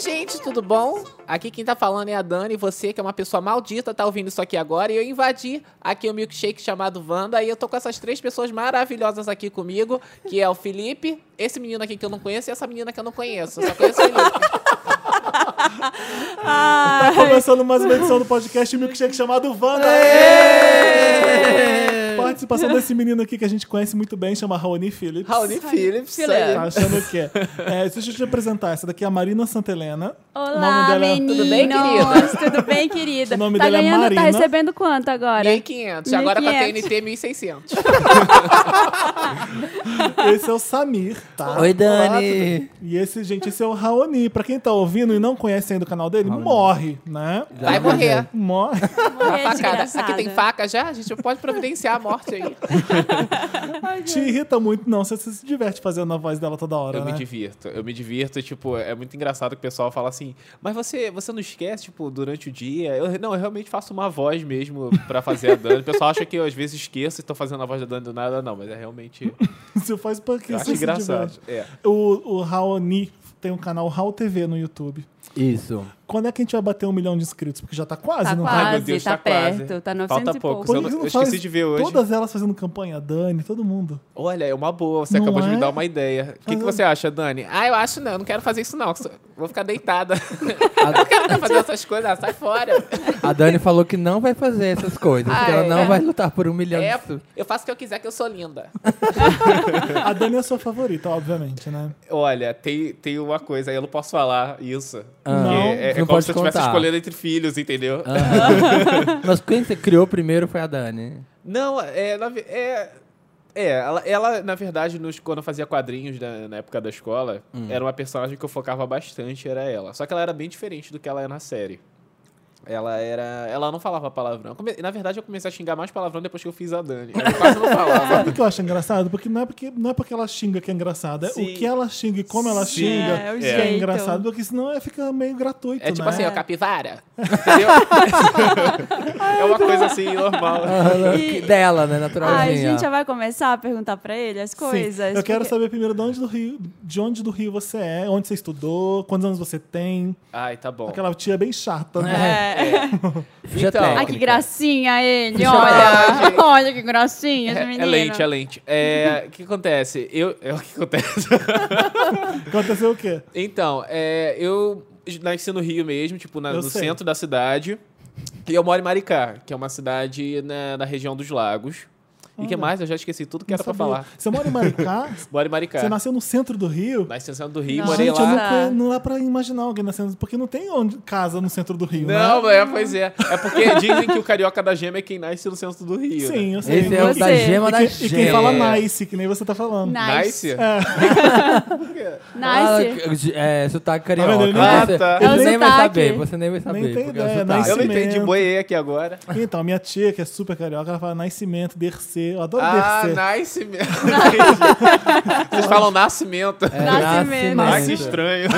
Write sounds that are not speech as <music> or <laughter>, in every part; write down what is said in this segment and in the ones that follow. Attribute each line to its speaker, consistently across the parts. Speaker 1: gente, tudo bom? Aqui quem tá falando é a Dani, você que é uma pessoa maldita, tá ouvindo isso aqui agora. E eu invadi aqui o milkshake chamado Wanda. E eu tô com essas três pessoas maravilhosas aqui comigo, que é o Felipe, esse menino aqui que eu não conheço e essa menina que eu não conheço. Eu só conheço o Felipe.
Speaker 2: Tá começando mais uma edição do podcast Milkshake chamado Wanda. Participação desse menino aqui que a gente conhece muito bem, chama Raoni Phillips.
Speaker 1: <laughs> Raoni Phillips.
Speaker 3: Filé.
Speaker 1: aí.
Speaker 2: Tá achando o quê? É, deixa eu te apresentar. Essa daqui é a Marina Santelena. o nome
Speaker 3: Olá,
Speaker 2: dela é-
Speaker 3: meninos.
Speaker 1: Tudo bem,
Speaker 3: <laughs> Tudo bem, querida?
Speaker 2: O nome
Speaker 3: tá
Speaker 2: dela é
Speaker 3: ganhando,
Speaker 2: Marina.
Speaker 3: tá recebendo quanto agora?
Speaker 1: 1500. Agora tá com a
Speaker 3: 1.500.
Speaker 1: TNT 1600.
Speaker 2: Esse é o Samir, tá?
Speaker 4: Oi, Dani.
Speaker 2: E esse, gente, esse é o Raoni. Pra quem tá ouvindo e não conhece ainda o canal dele, morre, né?
Speaker 1: Vai morrer.
Speaker 2: Morre.
Speaker 3: Morrer
Speaker 1: Uma
Speaker 3: de
Speaker 1: facada.
Speaker 3: graçada.
Speaker 1: Aqui tem faca já? A gente pode providenciar a morte aí.
Speaker 2: Te irrita muito, não. Você se diverte fazendo a voz dela toda hora,
Speaker 1: Eu
Speaker 2: né?
Speaker 1: me divirto, eu me divirto, tipo, é muito engraçado que o pessoal fala assim, mas você, você não esquece, tipo, durante o dia? Eu, não, eu realmente faço uma voz mesmo pra fazer a Dani. O pessoal acha que eu às vezes esqueço e tô fazendo a voz da Dani do nada, não, mas é realmente,
Speaker 2: <laughs> Você faz porque
Speaker 1: eu
Speaker 2: você
Speaker 1: acho
Speaker 2: se diverte.
Speaker 1: engraçado. É.
Speaker 2: O, o Raoni tem um canal Raul TV no YouTube.
Speaker 4: Isso.
Speaker 2: Quando é que a gente vai bater um milhão de inscritos? Porque já tá quase,
Speaker 3: Tá
Speaker 2: não
Speaker 3: quase,
Speaker 1: Ai,
Speaker 2: vai?
Speaker 1: meu Deus, tá
Speaker 3: tá,
Speaker 1: quase.
Speaker 3: perto. Tá 900
Speaker 1: Falta
Speaker 3: e
Speaker 1: pouco.
Speaker 3: pouco.
Speaker 1: Eu não-
Speaker 2: Por que você não
Speaker 1: eu esqueci
Speaker 2: faz
Speaker 1: de ver hoje.
Speaker 2: Todas elas fazendo campanha, Dani, todo mundo.
Speaker 1: Olha, é uma boa, você
Speaker 2: Não
Speaker 1: acabou de
Speaker 2: é?
Speaker 1: me dar uma ideia. O que, que você acha, Dani? Ah, eu acho não, eu não quero fazer isso não, vou ficar deitada. <laughs>
Speaker 2: Ah.
Speaker 1: Eu não quero fazer essas coisas, ah, sai fora.
Speaker 4: A Dani falou que não vai fazer essas coisas.
Speaker 1: Ah,
Speaker 4: que ela
Speaker 1: é?
Speaker 4: não vai lutar por um milhão
Speaker 1: É,
Speaker 4: de su-
Speaker 1: eu faço o que eu quiser que eu sou linda.
Speaker 2: A Dani é a sua favorita, obviamente, né?
Speaker 1: Olha, tem, tem uma coisa, eu não posso falar isso.
Speaker 4: Ah.
Speaker 1: Porque
Speaker 2: Não,
Speaker 1: é, é
Speaker 4: não
Speaker 1: como
Speaker 4: pode
Speaker 1: se eu estivesse
Speaker 4: contar. Ah.
Speaker 1: escolhendo entre filhos, entendeu?
Speaker 4: Mas quem você criou primeiro foi a Dani.
Speaker 1: <laughs> Não, é. na ve- é... É, ela, ela, na verdade, nos, quando eu fazia quadrinhos na, na época da escola,
Speaker 4: Hum.
Speaker 1: era uma personagem que eu focava bastante, era ela. Só que ela era bem diferente do que ela é na série. Ela era. Ela não falava palavrão. Come- na verdade, eu comecei a xingar mais palavrão depois que eu fiz a Dani. Eu quase não
Speaker 4: <laughs>
Speaker 1: falava.
Speaker 2: Sabe o que eu acho engraçado? Porque não é porque, não é porque ela xinga que é engraçado. É
Speaker 1: Sim.
Speaker 2: o que ela xinga e como ela
Speaker 1: Sim.
Speaker 2: xinga
Speaker 3: É, é o
Speaker 2: que é
Speaker 3: jeito.
Speaker 2: engraçado. Porque senão é, fica meio gratuito,
Speaker 1: É tipo
Speaker 2: né?
Speaker 1: assim, ó, capivara. <laughs>
Speaker 4: <laughs>
Speaker 1: Entendeu? é uma coisa assim, normal.
Speaker 4: Que- Dela, né? Naturalzinha.
Speaker 3: Ai, a gente já vai começar a perguntar pra ele as
Speaker 2: Sim.
Speaker 3: coisas.
Speaker 2: Eu quero
Speaker 3: porque-
Speaker 2: saber primeiro de onde, do Rio, de onde do Rio você é, onde você estudou, quantos anos você tem.
Speaker 1: Ai, tá bom.
Speaker 2: Aquela tia bem chata, né?
Speaker 3: É.
Speaker 4: Ficha
Speaker 1: Então.
Speaker 4: técnica.
Speaker 3: Ai, Ah, que gracinha ele,
Speaker 4: Puxa
Speaker 3: <laughs> olha. Olha que gracinha esse
Speaker 1: É,
Speaker 3: menino.
Speaker 1: é lente, é lente. É, o que acontece? Eu, é o que acontece. <laughs> É.
Speaker 2: Aconteceu o quê?
Speaker 1: então, é, eu nasci no Rio mesmo, tipo, na-
Speaker 2: Eu
Speaker 1: no
Speaker 2: sei.
Speaker 1: centro da cidade. E eu moro em Maricá, que é uma cidade na, na região dos lagos. E o que mais? Eu já esqueci tudo que
Speaker 2: Não
Speaker 1: era pra
Speaker 2: sabia.
Speaker 1: falar.
Speaker 2: Você mora em
Speaker 1: <laughs>
Speaker 2: Maricá?
Speaker 1: Moro em Maricá.
Speaker 2: Você nasceu no centro do Rio?
Speaker 1: Nasci no centro do Rio,
Speaker 3: Não.
Speaker 1: morei
Speaker 2: Gente,
Speaker 1: lá.
Speaker 2: eu não,
Speaker 3: Tá.
Speaker 2: conhe- não dá pra imaginar alguém nascendo, porque não tem onde, casa no centro do Rio,
Speaker 1: Não,
Speaker 2: né?
Speaker 1: mas é, pois é. É porque <laughs> dizem que o carioca da gema é quem nasce no centro do Rio. né?
Speaker 2: Sim, eu sei.
Speaker 4: Esse é o
Speaker 3: Você.
Speaker 4: da gema
Speaker 2: e,
Speaker 4: da
Speaker 2: quem,
Speaker 4: gema.
Speaker 2: e quem fala nice, que nem você tá falando.
Speaker 3: Nice.
Speaker 1: Nice?
Speaker 4: Ah,
Speaker 3: Nice.
Speaker 4: g- é, sotaque carioca.
Speaker 2: Tá vendo? Ele
Speaker 1: nem-
Speaker 4: você,
Speaker 1: Ah,
Speaker 2: tá.
Speaker 4: você
Speaker 3: É o
Speaker 4: nem vai
Speaker 3: sotaque.
Speaker 4: saber. Você nem vai saber.
Speaker 2: tem
Speaker 4: porque é o
Speaker 2: ideia,
Speaker 4: sotaque.
Speaker 2: nice
Speaker 1: Eu não entendi,
Speaker 2: Nascimento.
Speaker 1: boiei aqui agora.
Speaker 2: Então, a minha tia, que é super carioca, ela fala nascimento, dercer. Eu adoro
Speaker 1: Ah,
Speaker 2: dercer.
Speaker 1: nice mesmo. Entendi. <laughs> Vocês falam nascimento.
Speaker 4: É,
Speaker 3: Nascimento.
Speaker 1: Ah, que
Speaker 4: nascimento.
Speaker 1: estranho.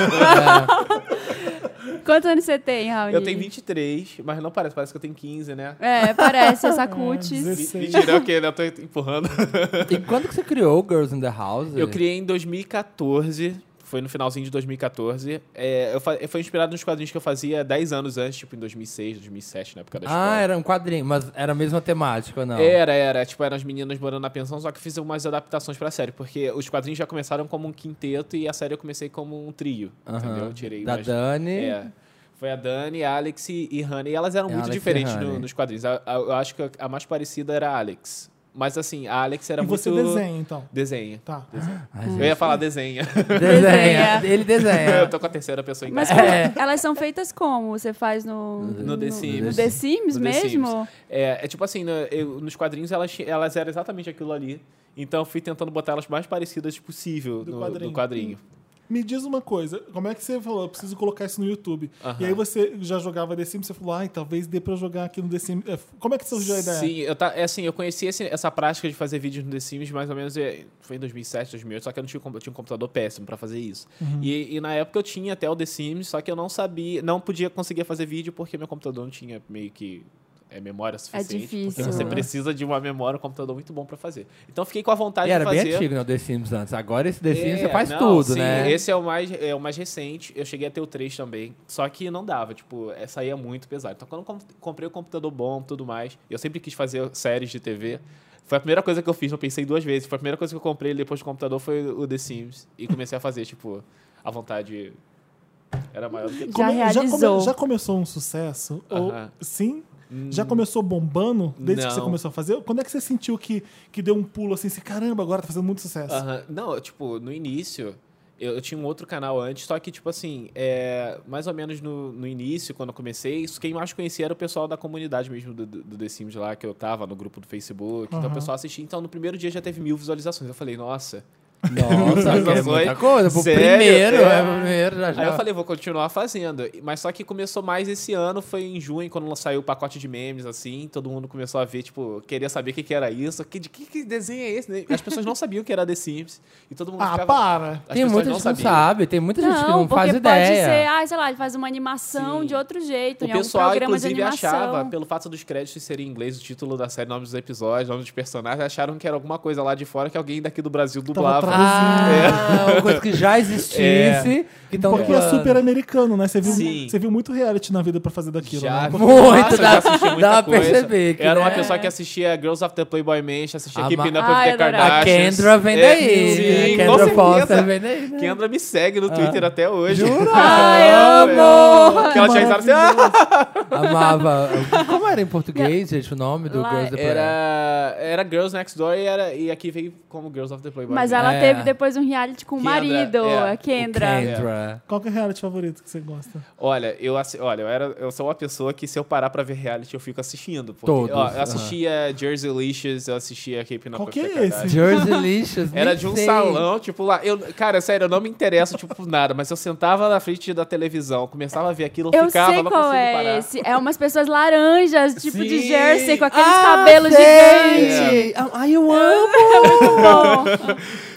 Speaker 3: Quantos anos você tem, Raul?
Speaker 1: Eu tenho 23, mas não parece, parece que eu tenho 15, né?
Speaker 3: É, parece essa cutis.
Speaker 2: dezesseis.
Speaker 1: Me-
Speaker 2: Sei.
Speaker 1: Mentira, eu que- eu tô empurrando.
Speaker 4: É. E quando que você criou o Girls in the House?
Speaker 1: Eu criei em 2014, foi no finalzinho de 2014. É, eu, fa- eu fui inspirado nos quadrinhos que eu fazia 10 anos antes, tipo em 2006, 2007, na época da escola.
Speaker 4: Ah, era um quadrinho, mas era a mesma temática ou não?
Speaker 1: Era, era. Tipo, eram as meninas morando na pensão, só que fiz algumas adaptações pra série, porque os quadrinhos já começaram como um quinteto e a série eu comecei como um trio,
Speaker 4: Aham.
Speaker 1: entendeu? Eu tirei
Speaker 4: Da
Speaker 1: umas-
Speaker 4: Dani.
Speaker 1: É. Foi a Dani, a Alex e e Hannah. E elas eram
Speaker 4: É,
Speaker 1: muito
Speaker 4: Alex e
Speaker 1: diferentes no-
Speaker 4: Hannah.
Speaker 1: nos quadrinhos. A- a- eu acho que a, a mais parecida era a Alex. Mas assim, a Alex era
Speaker 2: E
Speaker 1: muito.
Speaker 2: você desenha, então.
Speaker 1: Desenha.
Speaker 2: Tá.
Speaker 4: Ai,
Speaker 1: Eu
Speaker 4: Ah, gente. É.
Speaker 1: ia falar desenha.
Speaker 4: Desenha.
Speaker 3: Desenha.
Speaker 4: Ele
Speaker 1: <laughs> eu
Speaker 4: desenha.
Speaker 1: tô com a terceira pessoa em
Speaker 3: Mas
Speaker 1: casa.
Speaker 4: É.
Speaker 3: como- elas são feitas como? Você faz no...
Speaker 1: No The Sims.
Speaker 3: No The Sims
Speaker 1: No The
Speaker 3: mesmo?
Speaker 1: É, é tipo assim, né, eu- nos quadrinhos elas, ti- elas eram exatamente aquilo ali. Então eu fui tentando botar elas mais parecidas possível
Speaker 2: Do
Speaker 1: no,
Speaker 2: quadrinho.
Speaker 1: no quadrinho.
Speaker 2: Me diz uma coisa, como é que você falou? Eu preciso colocar isso no YouTube.
Speaker 1: Aham.
Speaker 2: E aí você já jogava The Sims, você falou, ai, talvez dê pra eu jogar aqui no The Sims. É, Como é que surgiu a ideia?
Speaker 1: Sim, eu, tá, é assim, eu conheci esse- essa prática de fazer vídeos no The Sims mais ou menos é, foi em 2007, 2008, só que eu não tinha, com- eu tinha um computador péssimo pra fazer isso.
Speaker 4: Uhum.
Speaker 1: E, e na época eu tinha até o The Sims, só que eu não sabia, não podia conseguir fazer vídeo porque meu computador não tinha meio que é memória suficiente.
Speaker 3: difícil.
Speaker 1: Porque você precisa de uma memória, um computador muito bom pra fazer. Então eu fiquei com a vontade
Speaker 4: E era
Speaker 1: de fazer.
Speaker 4: bem antigo, né? O The Sims antes. Agora esse The Sims
Speaker 1: É,
Speaker 4: você faz
Speaker 1: não,
Speaker 4: tudo,
Speaker 1: sim,
Speaker 4: né?
Speaker 1: Esse é o, mais, é o mais recente. Eu cheguei a ter o 3 também. Só que não dava, tipo, é, saía muito pesado. Então, quando eu com- comprei o computador bom e tudo mais, eu sempre quis fazer séries de TV. Foi a primeira coisa que eu fiz, não pensei duas vezes. Foi a primeira coisa que eu comprei depois do computador foi o The Sims. E comecei a fazer, tipo, a vontade era maior do que
Speaker 3: Já realizou.
Speaker 2: já começou um sucesso? Ou-
Speaker 1: Aham. Hum.
Speaker 2: sim? Já começou bombando desde que você
Speaker 1: não.
Speaker 2: começou a fazer? Quando é que você sentiu que, que deu um pulo assim, assim, caramba, agora tá fazendo muito sucesso?
Speaker 4: Assim.
Speaker 1: Aham. Não, tipo, no início, eu, eu tinha um outro canal antes, só que, tipo assim, é, mais ou menos no, no início, quando eu comecei, isso, quem mais conhecia era o pessoal da comunidade mesmo do, do do The Sims lá, que eu tava no grupo do Facebook. Então
Speaker 2: Aham.
Speaker 1: o pessoal assistia. Então no primeiro dia já teve mil visualizações. Eu falei, nossa. <laughs>
Speaker 4: Nossa, que é
Speaker 1: Essas
Speaker 4: muita
Speaker 1: coisas.
Speaker 4: coisa. Pro
Speaker 1: Sério?
Speaker 4: primeiro,
Speaker 1: É.
Speaker 4: é, pro primeiro já já.
Speaker 1: Aí eu falei, vou continuar fazendo. Mas só que começou mais esse ano, foi em junho, quando saiu o pacote de memes, assim, todo mundo começou a ver, tipo, queria saber o que, que era isso, que, de- que, que desenho é esse? né? As pessoas não sabiam o que era The Sims. E todo mundo
Speaker 2: ah,
Speaker 1: ficava.
Speaker 2: para!
Speaker 1: As
Speaker 4: tem
Speaker 1: pessoas
Speaker 4: muita
Speaker 1: não
Speaker 4: gente que não
Speaker 1: sabiam.
Speaker 4: sabe, tem muita gente que
Speaker 3: Não,
Speaker 4: não
Speaker 3: porque
Speaker 4: faz
Speaker 3: pode
Speaker 4: ideia.
Speaker 3: ser, ah, sei lá, ele faz uma animação
Speaker 1: Sim.
Speaker 3: de outro
Speaker 1: O
Speaker 3: jeito, em algum
Speaker 1: pessoal,
Speaker 3: um programa de
Speaker 1: inclusive,
Speaker 3: animação.
Speaker 1: achava, pelo fato dos créditos serem em inglês, o título da série, nome dos episódios, nome dos personagens, acharam que era alguma coisa lá de fora que alguém daqui do Brasil dublava.
Speaker 2: traduzindo.
Speaker 4: Ah, uma coisa que já existisse. Que
Speaker 3: Então,
Speaker 4: tão
Speaker 2: Porque
Speaker 3: ah,
Speaker 2: é super americano, né? Você viu,
Speaker 1: Sim.
Speaker 2: você viu muito reality na vida pra fazer daquilo,
Speaker 1: Já
Speaker 2: né?
Speaker 1: vi.
Speaker 2: Porque-
Speaker 4: Muito,
Speaker 1: Nossa,
Speaker 4: dá-
Speaker 1: já assisti muita
Speaker 4: dá pra
Speaker 1: coisa.
Speaker 4: perceber que,
Speaker 1: Ah, Era uma
Speaker 4: né?
Speaker 1: pessoa que assistia Girls of the Playboy Mansion, assistia
Speaker 4: A
Speaker 1: Keeping Up
Speaker 4: ma-
Speaker 1: with
Speaker 3: Ai,
Speaker 1: the
Speaker 3: adorava.
Speaker 1: Kardashians.
Speaker 4: A Kendra vem
Speaker 1: É,
Speaker 4: daí.
Speaker 1: sim,
Speaker 4: né? A
Speaker 1: com
Speaker 4: Kendra
Speaker 1: certeza.
Speaker 4: Foster vem daí. Né?
Speaker 1: Kendra me segue no Twitter até hoje. <laughs>
Speaker 3: Ai, amo!
Speaker 1: Que ela tinha risada assim, "Ah!" <laughs>
Speaker 4: Amava. Como era em português, gente, o nome do
Speaker 3: Lá-
Speaker 4: Girls Depois?
Speaker 1: era, era Girls Next Door e, era, e aqui veio como Girls of the Playboy
Speaker 3: Mas
Speaker 1: Mansion.
Speaker 3: ela
Speaker 4: É.
Speaker 3: teve depois um reality com o
Speaker 1: Kendra,
Speaker 3: marido,
Speaker 1: é.
Speaker 3: a Kendra.
Speaker 4: Kendra.
Speaker 2: Qual que é o reality favorito que você gosta?
Speaker 1: Olha, eu, assi- olha eu, era, eu sou uma pessoa que se eu parar pra ver reality, eu fico assistindo. Porque,
Speaker 4: Todos,
Speaker 1: ó,
Speaker 4: aham.
Speaker 1: eu assistia Jersey Licious, eu assistia Keeping Up
Speaker 2: Qual
Speaker 1: with
Speaker 2: que
Speaker 1: the
Speaker 2: é
Speaker 1: Kardashians.
Speaker 2: esse?
Speaker 4: Jersey Licious.
Speaker 1: Era
Speaker 4: nem
Speaker 1: de um
Speaker 4: sei.
Speaker 1: salão, tipo, lá. Eu, cara, sério, eu não me interesso, tipo, por nada, mas eu sentava na frente da televisão, começava a ver aquilo, eu
Speaker 3: Eu
Speaker 1: ficava,
Speaker 3: sei
Speaker 1: não
Speaker 3: qual
Speaker 1: consigo
Speaker 3: é
Speaker 1: parar.
Speaker 3: esse. É umas pessoas laranjas, tipo de
Speaker 1: Sim.
Speaker 3: jersey, com aqueles
Speaker 4: Ah,
Speaker 3: cabelos
Speaker 4: sei.
Speaker 3: gigantes.
Speaker 4: <laughs>
Speaker 3: É
Speaker 4: Ah, Ai, eu amo!
Speaker 3: Muito bom.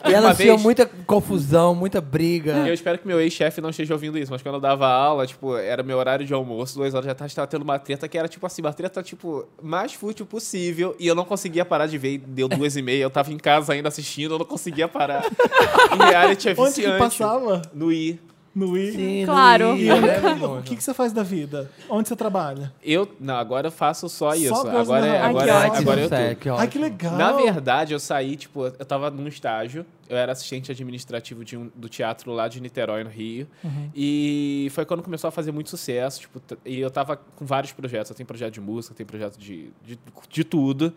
Speaker 4: E elas
Speaker 1: vez-
Speaker 4: tinham muita confusão, muita briga.
Speaker 2: É.
Speaker 1: Eu espero que meu ex-chefe não esteja ouvindo isso, mas quando eu dava aula, tipo, era meu horário de almoço, duas horas da tarde, tava tendo uma treta que era, tipo assim, uma treta, tipo, mais fútil possível, e eu não conseguia parar de ver, e deu duas e meia, eu tava em casa ainda assistindo, eu não conseguia parar. e reality é
Speaker 2: Onde que
Speaker 1: viciante.
Speaker 2: passava?
Speaker 1: No I.
Speaker 2: No I?
Speaker 4: Sim,
Speaker 3: Claro.
Speaker 4: não
Speaker 2: E
Speaker 4: ia,
Speaker 1: É,
Speaker 4: né,
Speaker 2: o
Speaker 4: muito.
Speaker 2: que, que você faz da vida? Onde você trabalha?
Speaker 1: Eu, não, agora eu faço só isso.
Speaker 2: Girls in the
Speaker 1: agora, é-
Speaker 2: Hall.
Speaker 3: Ai, que
Speaker 1: agora,
Speaker 3: ótimo.
Speaker 1: agora eu tô.
Speaker 4: Zé, que
Speaker 2: Ai, que
Speaker 4: ótimo.
Speaker 2: legal!
Speaker 1: Na verdade, eu saí, tipo, eu tava num estágio, eu era assistente administrativo de um- do teatro lá de Niterói, no Rio.
Speaker 4: Uhum.
Speaker 1: E foi quando começou a fazer muito sucesso, tipo, t- e eu tava com vários projetos. Eu tenho projeto de música, eu tenho projeto de, de, de tudo.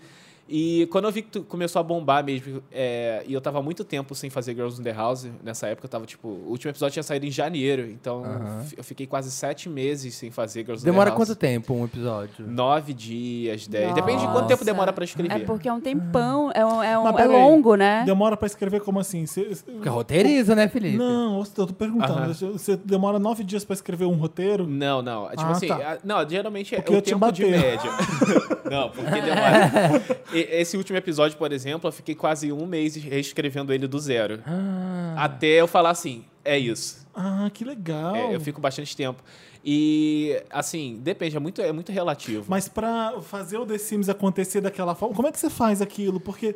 Speaker 1: E quando eu vi que tu- começou a bombar mesmo, é, e eu tava muito tempo sem fazer Girls in the House, nessa época eu tava, tipo, o último episódio tinha saído em janeiro, então
Speaker 4: Aham.
Speaker 1: f- eu fiquei quase sete meses sem fazer Girls
Speaker 4: Demora
Speaker 1: in the House.
Speaker 4: quanto tempo um episódio?
Speaker 1: Nove dias, dez. Depende de quanto tempo
Speaker 3: Nossa.
Speaker 1: demora pra escrever.
Speaker 3: É porque é um tempão, é, um, é, um-
Speaker 2: Mas
Speaker 3: é
Speaker 2: peraí,
Speaker 3: longo, né?
Speaker 2: Demora pra escrever como assim? Você-
Speaker 4: Porque roteiriza, né, Felipe?
Speaker 2: Não, eu tô perguntando. Você demora nove dias pra escrever um roteiro?
Speaker 1: Não, não. É Tipo
Speaker 2: Ah,
Speaker 1: assim,
Speaker 2: tá.
Speaker 1: a- não, geralmente é
Speaker 2: Porque
Speaker 1: o
Speaker 2: eu te
Speaker 1: tempo de
Speaker 2: bateu.
Speaker 1: média. <laughs> não, porque demora. E- Esse último episódio, por exemplo, eu fiquei quase um mês reescrevendo ele do zero.
Speaker 4: Ah,
Speaker 1: Até eu falar assim, é isso.
Speaker 2: Ah, que legal!
Speaker 1: É, eu fico bastante tempo. E, assim, depende, é muito, é muito relativo.
Speaker 2: Mas pra fazer o The Sims acontecer daquela forma, como é que você faz aquilo? Porque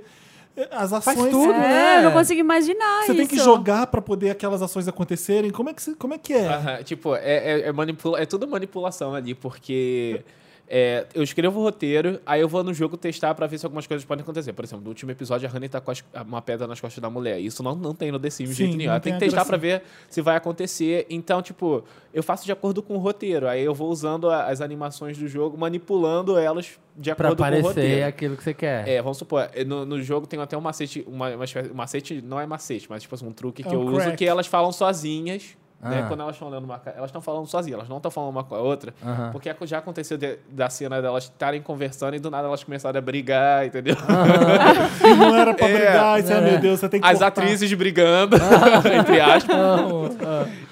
Speaker 2: eh, as ações.
Speaker 4: tudo,
Speaker 3: é,
Speaker 4: né?
Speaker 3: eu não consigo imaginar
Speaker 2: Você
Speaker 3: É isso.
Speaker 2: tem que jogar pra poder aquelas ações acontecerem. Como é que, você- como é, que é?
Speaker 1: Aham, tipo, é, é, é, manipula é tudo manipulação ali, porque é, eu escrevo o roteiro, aí eu vou no jogo testar pra ver se algumas coisas podem acontecer. Por exemplo, no último episódio, a Honey tá com as- uma pedra nas costas da mulher. Isso não, não tem no The Sims de
Speaker 2: Sim,
Speaker 1: jeito nenhum.
Speaker 2: não
Speaker 1: Ela tem que
Speaker 2: tem a
Speaker 1: testar pra
Speaker 2: gracinha.
Speaker 1: ver se vai acontecer. Então, tipo, eu faço de acordo com o roteiro. Aí eu vou usando a- as animações do jogo, manipulando elas de
Speaker 4: pra
Speaker 1: acordo com o
Speaker 4: aparecer
Speaker 1: roteiro.
Speaker 4: aquilo que você quer.
Speaker 1: É, vamos supor, eh, no, no jogo tem até um macete, uma, uma espécie- um macete não é macete, mas tipo assim, um truque
Speaker 2: É
Speaker 1: que eu
Speaker 2: um
Speaker 1: uso
Speaker 2: crack.
Speaker 1: que elas falam sozinhas, né?
Speaker 4: Ah.
Speaker 1: Quando elas estão lendo uma ca- elas estão falando sozinhas, elas não estão falando uma com a outra.
Speaker 4: Aham.
Speaker 1: Porque é já aconteceu de- da cena delas estarem conversando e do nada elas começaram a brigar, entendeu?
Speaker 2: E não era pra
Speaker 1: <laughs> É.
Speaker 2: brigar, Ah, e você, ah, meu Deus, você tem que.
Speaker 1: <laughs> As
Speaker 2: cortar. Ah.
Speaker 1: atrizes brigando, <laughs> entre aspas.
Speaker 4: Não,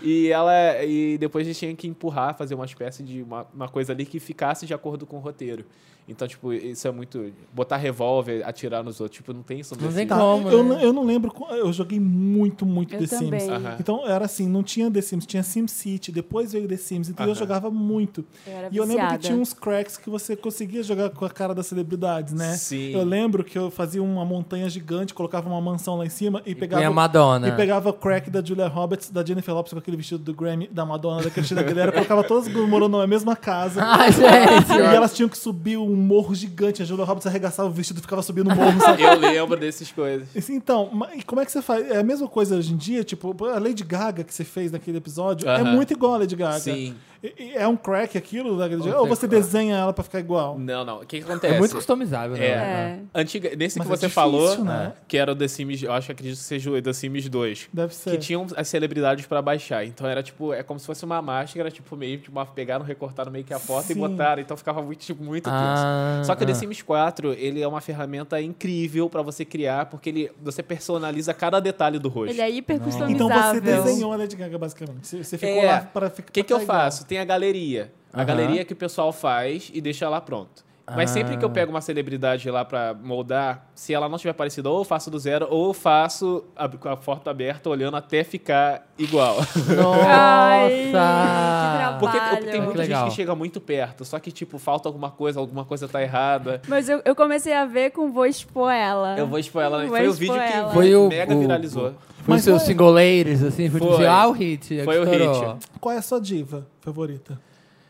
Speaker 1: E ela. E depois a gente tinha que empurrar, fazer uma espécie de uma, uma coisa ali que ficasse de acordo com o roteiro. Então, tipo, isso é muito. Botar revólver, atirar nos outros. Tipo, não tem isso no
Speaker 4: Não
Speaker 1: The
Speaker 4: tem
Speaker 1: Sims.
Speaker 2: Tá,
Speaker 4: Como,
Speaker 2: eu,
Speaker 4: né?
Speaker 2: não- eu não lembro. qual- Eu joguei muito, muito
Speaker 3: Eu
Speaker 2: The
Speaker 3: também.
Speaker 2: Sims.
Speaker 1: Aham.
Speaker 2: Então era assim, não tinha The Sims, tinha SimCity, depois veio The Sims, então eu
Speaker 1: Aham.
Speaker 2: jogava muito.
Speaker 3: Eu era
Speaker 2: E eu lembro que
Speaker 3: viciada.
Speaker 2: tinha uns cracks que você conseguia jogar com a cara das celebridades, né?
Speaker 1: Sim.
Speaker 2: Eu lembro que eu fazia uma montanha gigante, colocava uma mansão lá em cima e pegava.
Speaker 4: e a Madonna.
Speaker 2: E pegava o crack da Julia Roberts, da Jennifer Lopes com aquele vestido do Grammy, da Madonna, da Cristina Aguilera, colocava todas morando na mesma casa.
Speaker 4: <laughs> Ai,
Speaker 2: E
Speaker 4: gente.
Speaker 2: elas tinham que subir um morro gigante. A Julia Roberts arregaçava o vestido e ficava subindo o morro,
Speaker 1: <laughs>
Speaker 2: sabe?
Speaker 1: Eu lembro dessas coisas.
Speaker 2: Assim, Então, ma- e como é que você faz? É a mesma coisa hoje em dia? Tipo, a Lady Gaga que você fez naquele episódio é
Speaker 1: Aham.
Speaker 2: muito igual a Lady Gaga.
Speaker 1: Sim.
Speaker 2: E- e é um crack aquilo da Lady Gaga?
Speaker 4: Ou
Speaker 2: Ou você
Speaker 4: sequer.
Speaker 2: desenha ela pra ficar igual?
Speaker 1: Não, não. O que, que acontece?
Speaker 4: É muito customizável, né?
Speaker 1: É.
Speaker 3: É.
Speaker 1: Antiga, nesse
Speaker 2: Mas
Speaker 1: que
Speaker 2: é
Speaker 1: você
Speaker 2: difícil,
Speaker 1: falou, é,
Speaker 2: né?
Speaker 1: que era o The Sims, eu acho que acredito que seja o The Sims 2.
Speaker 2: Deve
Speaker 1: Que tipo
Speaker 2: ser.
Speaker 1: tinham as celebridades pra baixar. Então era tipo, é como se fosse uma máscara, tipo, meio que uma, pegaram, recortaram meio que a foto e
Speaker 2: Sim.
Speaker 1: botaram. Então ficava muito, tipo, muito
Speaker 4: Ah,
Speaker 1: tenso. Só que o
Speaker 4: ah.
Speaker 1: The Sims 4, ele é uma ferramenta incrível pra você criar, porque ele, você personaliza cada detalhe do rosto.
Speaker 3: Ele é hiper
Speaker 2: Então você
Speaker 3: customizável.
Speaker 2: desenhou a Lady Gaga, basicamente. Você você ficou
Speaker 1: É.
Speaker 2: lá pra ficar.
Speaker 1: O que, que eu
Speaker 2: pra ficar
Speaker 1: faço? Tem a galeria. A
Speaker 4: Aham.
Speaker 1: galeria que o pessoal faz e deixa lá pronto. Mas sempre que eu
Speaker 4: Ah.
Speaker 1: pego uma celebridade lá pra moldar, se ela não tiver parecida, ou eu faço do zero, ou eu faço ab- com a foto aberta, olhando até ficar
Speaker 4: <laughs>
Speaker 1: igual.
Speaker 3: Ai, que
Speaker 4: Nossa!
Speaker 3: trabalho.
Speaker 1: Porque
Speaker 3: Trabalho.
Speaker 1: tem muita gente
Speaker 4: Que legal.
Speaker 1: que chega muito perto, só que, tipo, falta alguma coisa, alguma coisa tá errada.
Speaker 3: Mas eu, eu comecei a ver com Vou Expor Ela.
Speaker 1: Eu vou expor ela. né?
Speaker 3: Vou
Speaker 1: Foi o
Speaker 3: expor
Speaker 1: vídeo
Speaker 3: ela.
Speaker 1: que
Speaker 4: Foi o-
Speaker 1: mega
Speaker 4: o-
Speaker 1: viralizou.
Speaker 4: Foi os
Speaker 2: Mas
Speaker 4: seus
Speaker 2: foi-
Speaker 4: single ladies, assim, foi, tipo
Speaker 1: Foi.
Speaker 4: assim, ah, o hit.
Speaker 1: Foi o
Speaker 4: estourou.
Speaker 1: hit.
Speaker 2: igual. Qual é a sua diva favorita?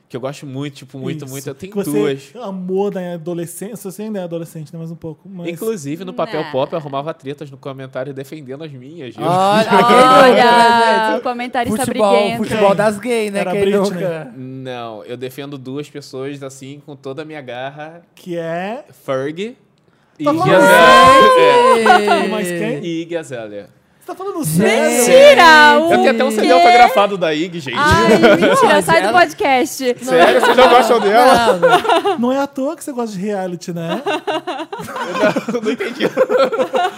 Speaker 1: Que eu gosto muito, tipo, muito,
Speaker 2: Isso.
Speaker 1: muito. Eu tenho
Speaker 2: Que você
Speaker 1: duas.
Speaker 2: Amor da adolescência. Você ainda é adolescente, né? Mais um pouco. Mas...
Speaker 1: Inclusive, no papel
Speaker 3: Nah.
Speaker 1: pop, eu arrumava tretas no comentário defendendo as minhas. viu?
Speaker 4: Olha,
Speaker 3: Olha, o
Speaker 4: quem nunca, né, gente?
Speaker 3: comentarista
Speaker 4: futebol,
Speaker 3: briguento.
Speaker 4: futebol das gays, né?
Speaker 2: Era
Speaker 4: Quem
Speaker 2: Britney.
Speaker 4: nunca?
Speaker 1: Não, eu defendo duas pessoas assim, com toda a minha garra:
Speaker 2: Que é.
Speaker 1: Ferg e
Speaker 2: Tá
Speaker 1: Iggy
Speaker 2: falando
Speaker 1: Azalea.
Speaker 2: Mas
Speaker 1: É,
Speaker 2: quem?
Speaker 1: E Iggy Azalea.
Speaker 2: Você tá falando
Speaker 4: Gente.
Speaker 2: sério?
Speaker 3: Mentira!
Speaker 1: Eu
Speaker 3: o
Speaker 1: tenho até um CD
Speaker 3: quê?
Speaker 1: autografado da Iggy, gente.
Speaker 3: Ai, mentira, sai do
Speaker 4: Ela-
Speaker 3: podcast.
Speaker 1: Sério, vocês não gostam dela? <laughs>
Speaker 4: Não, não.
Speaker 2: Não é à toa que você gosta de reality, né?
Speaker 1: Eu não entendi.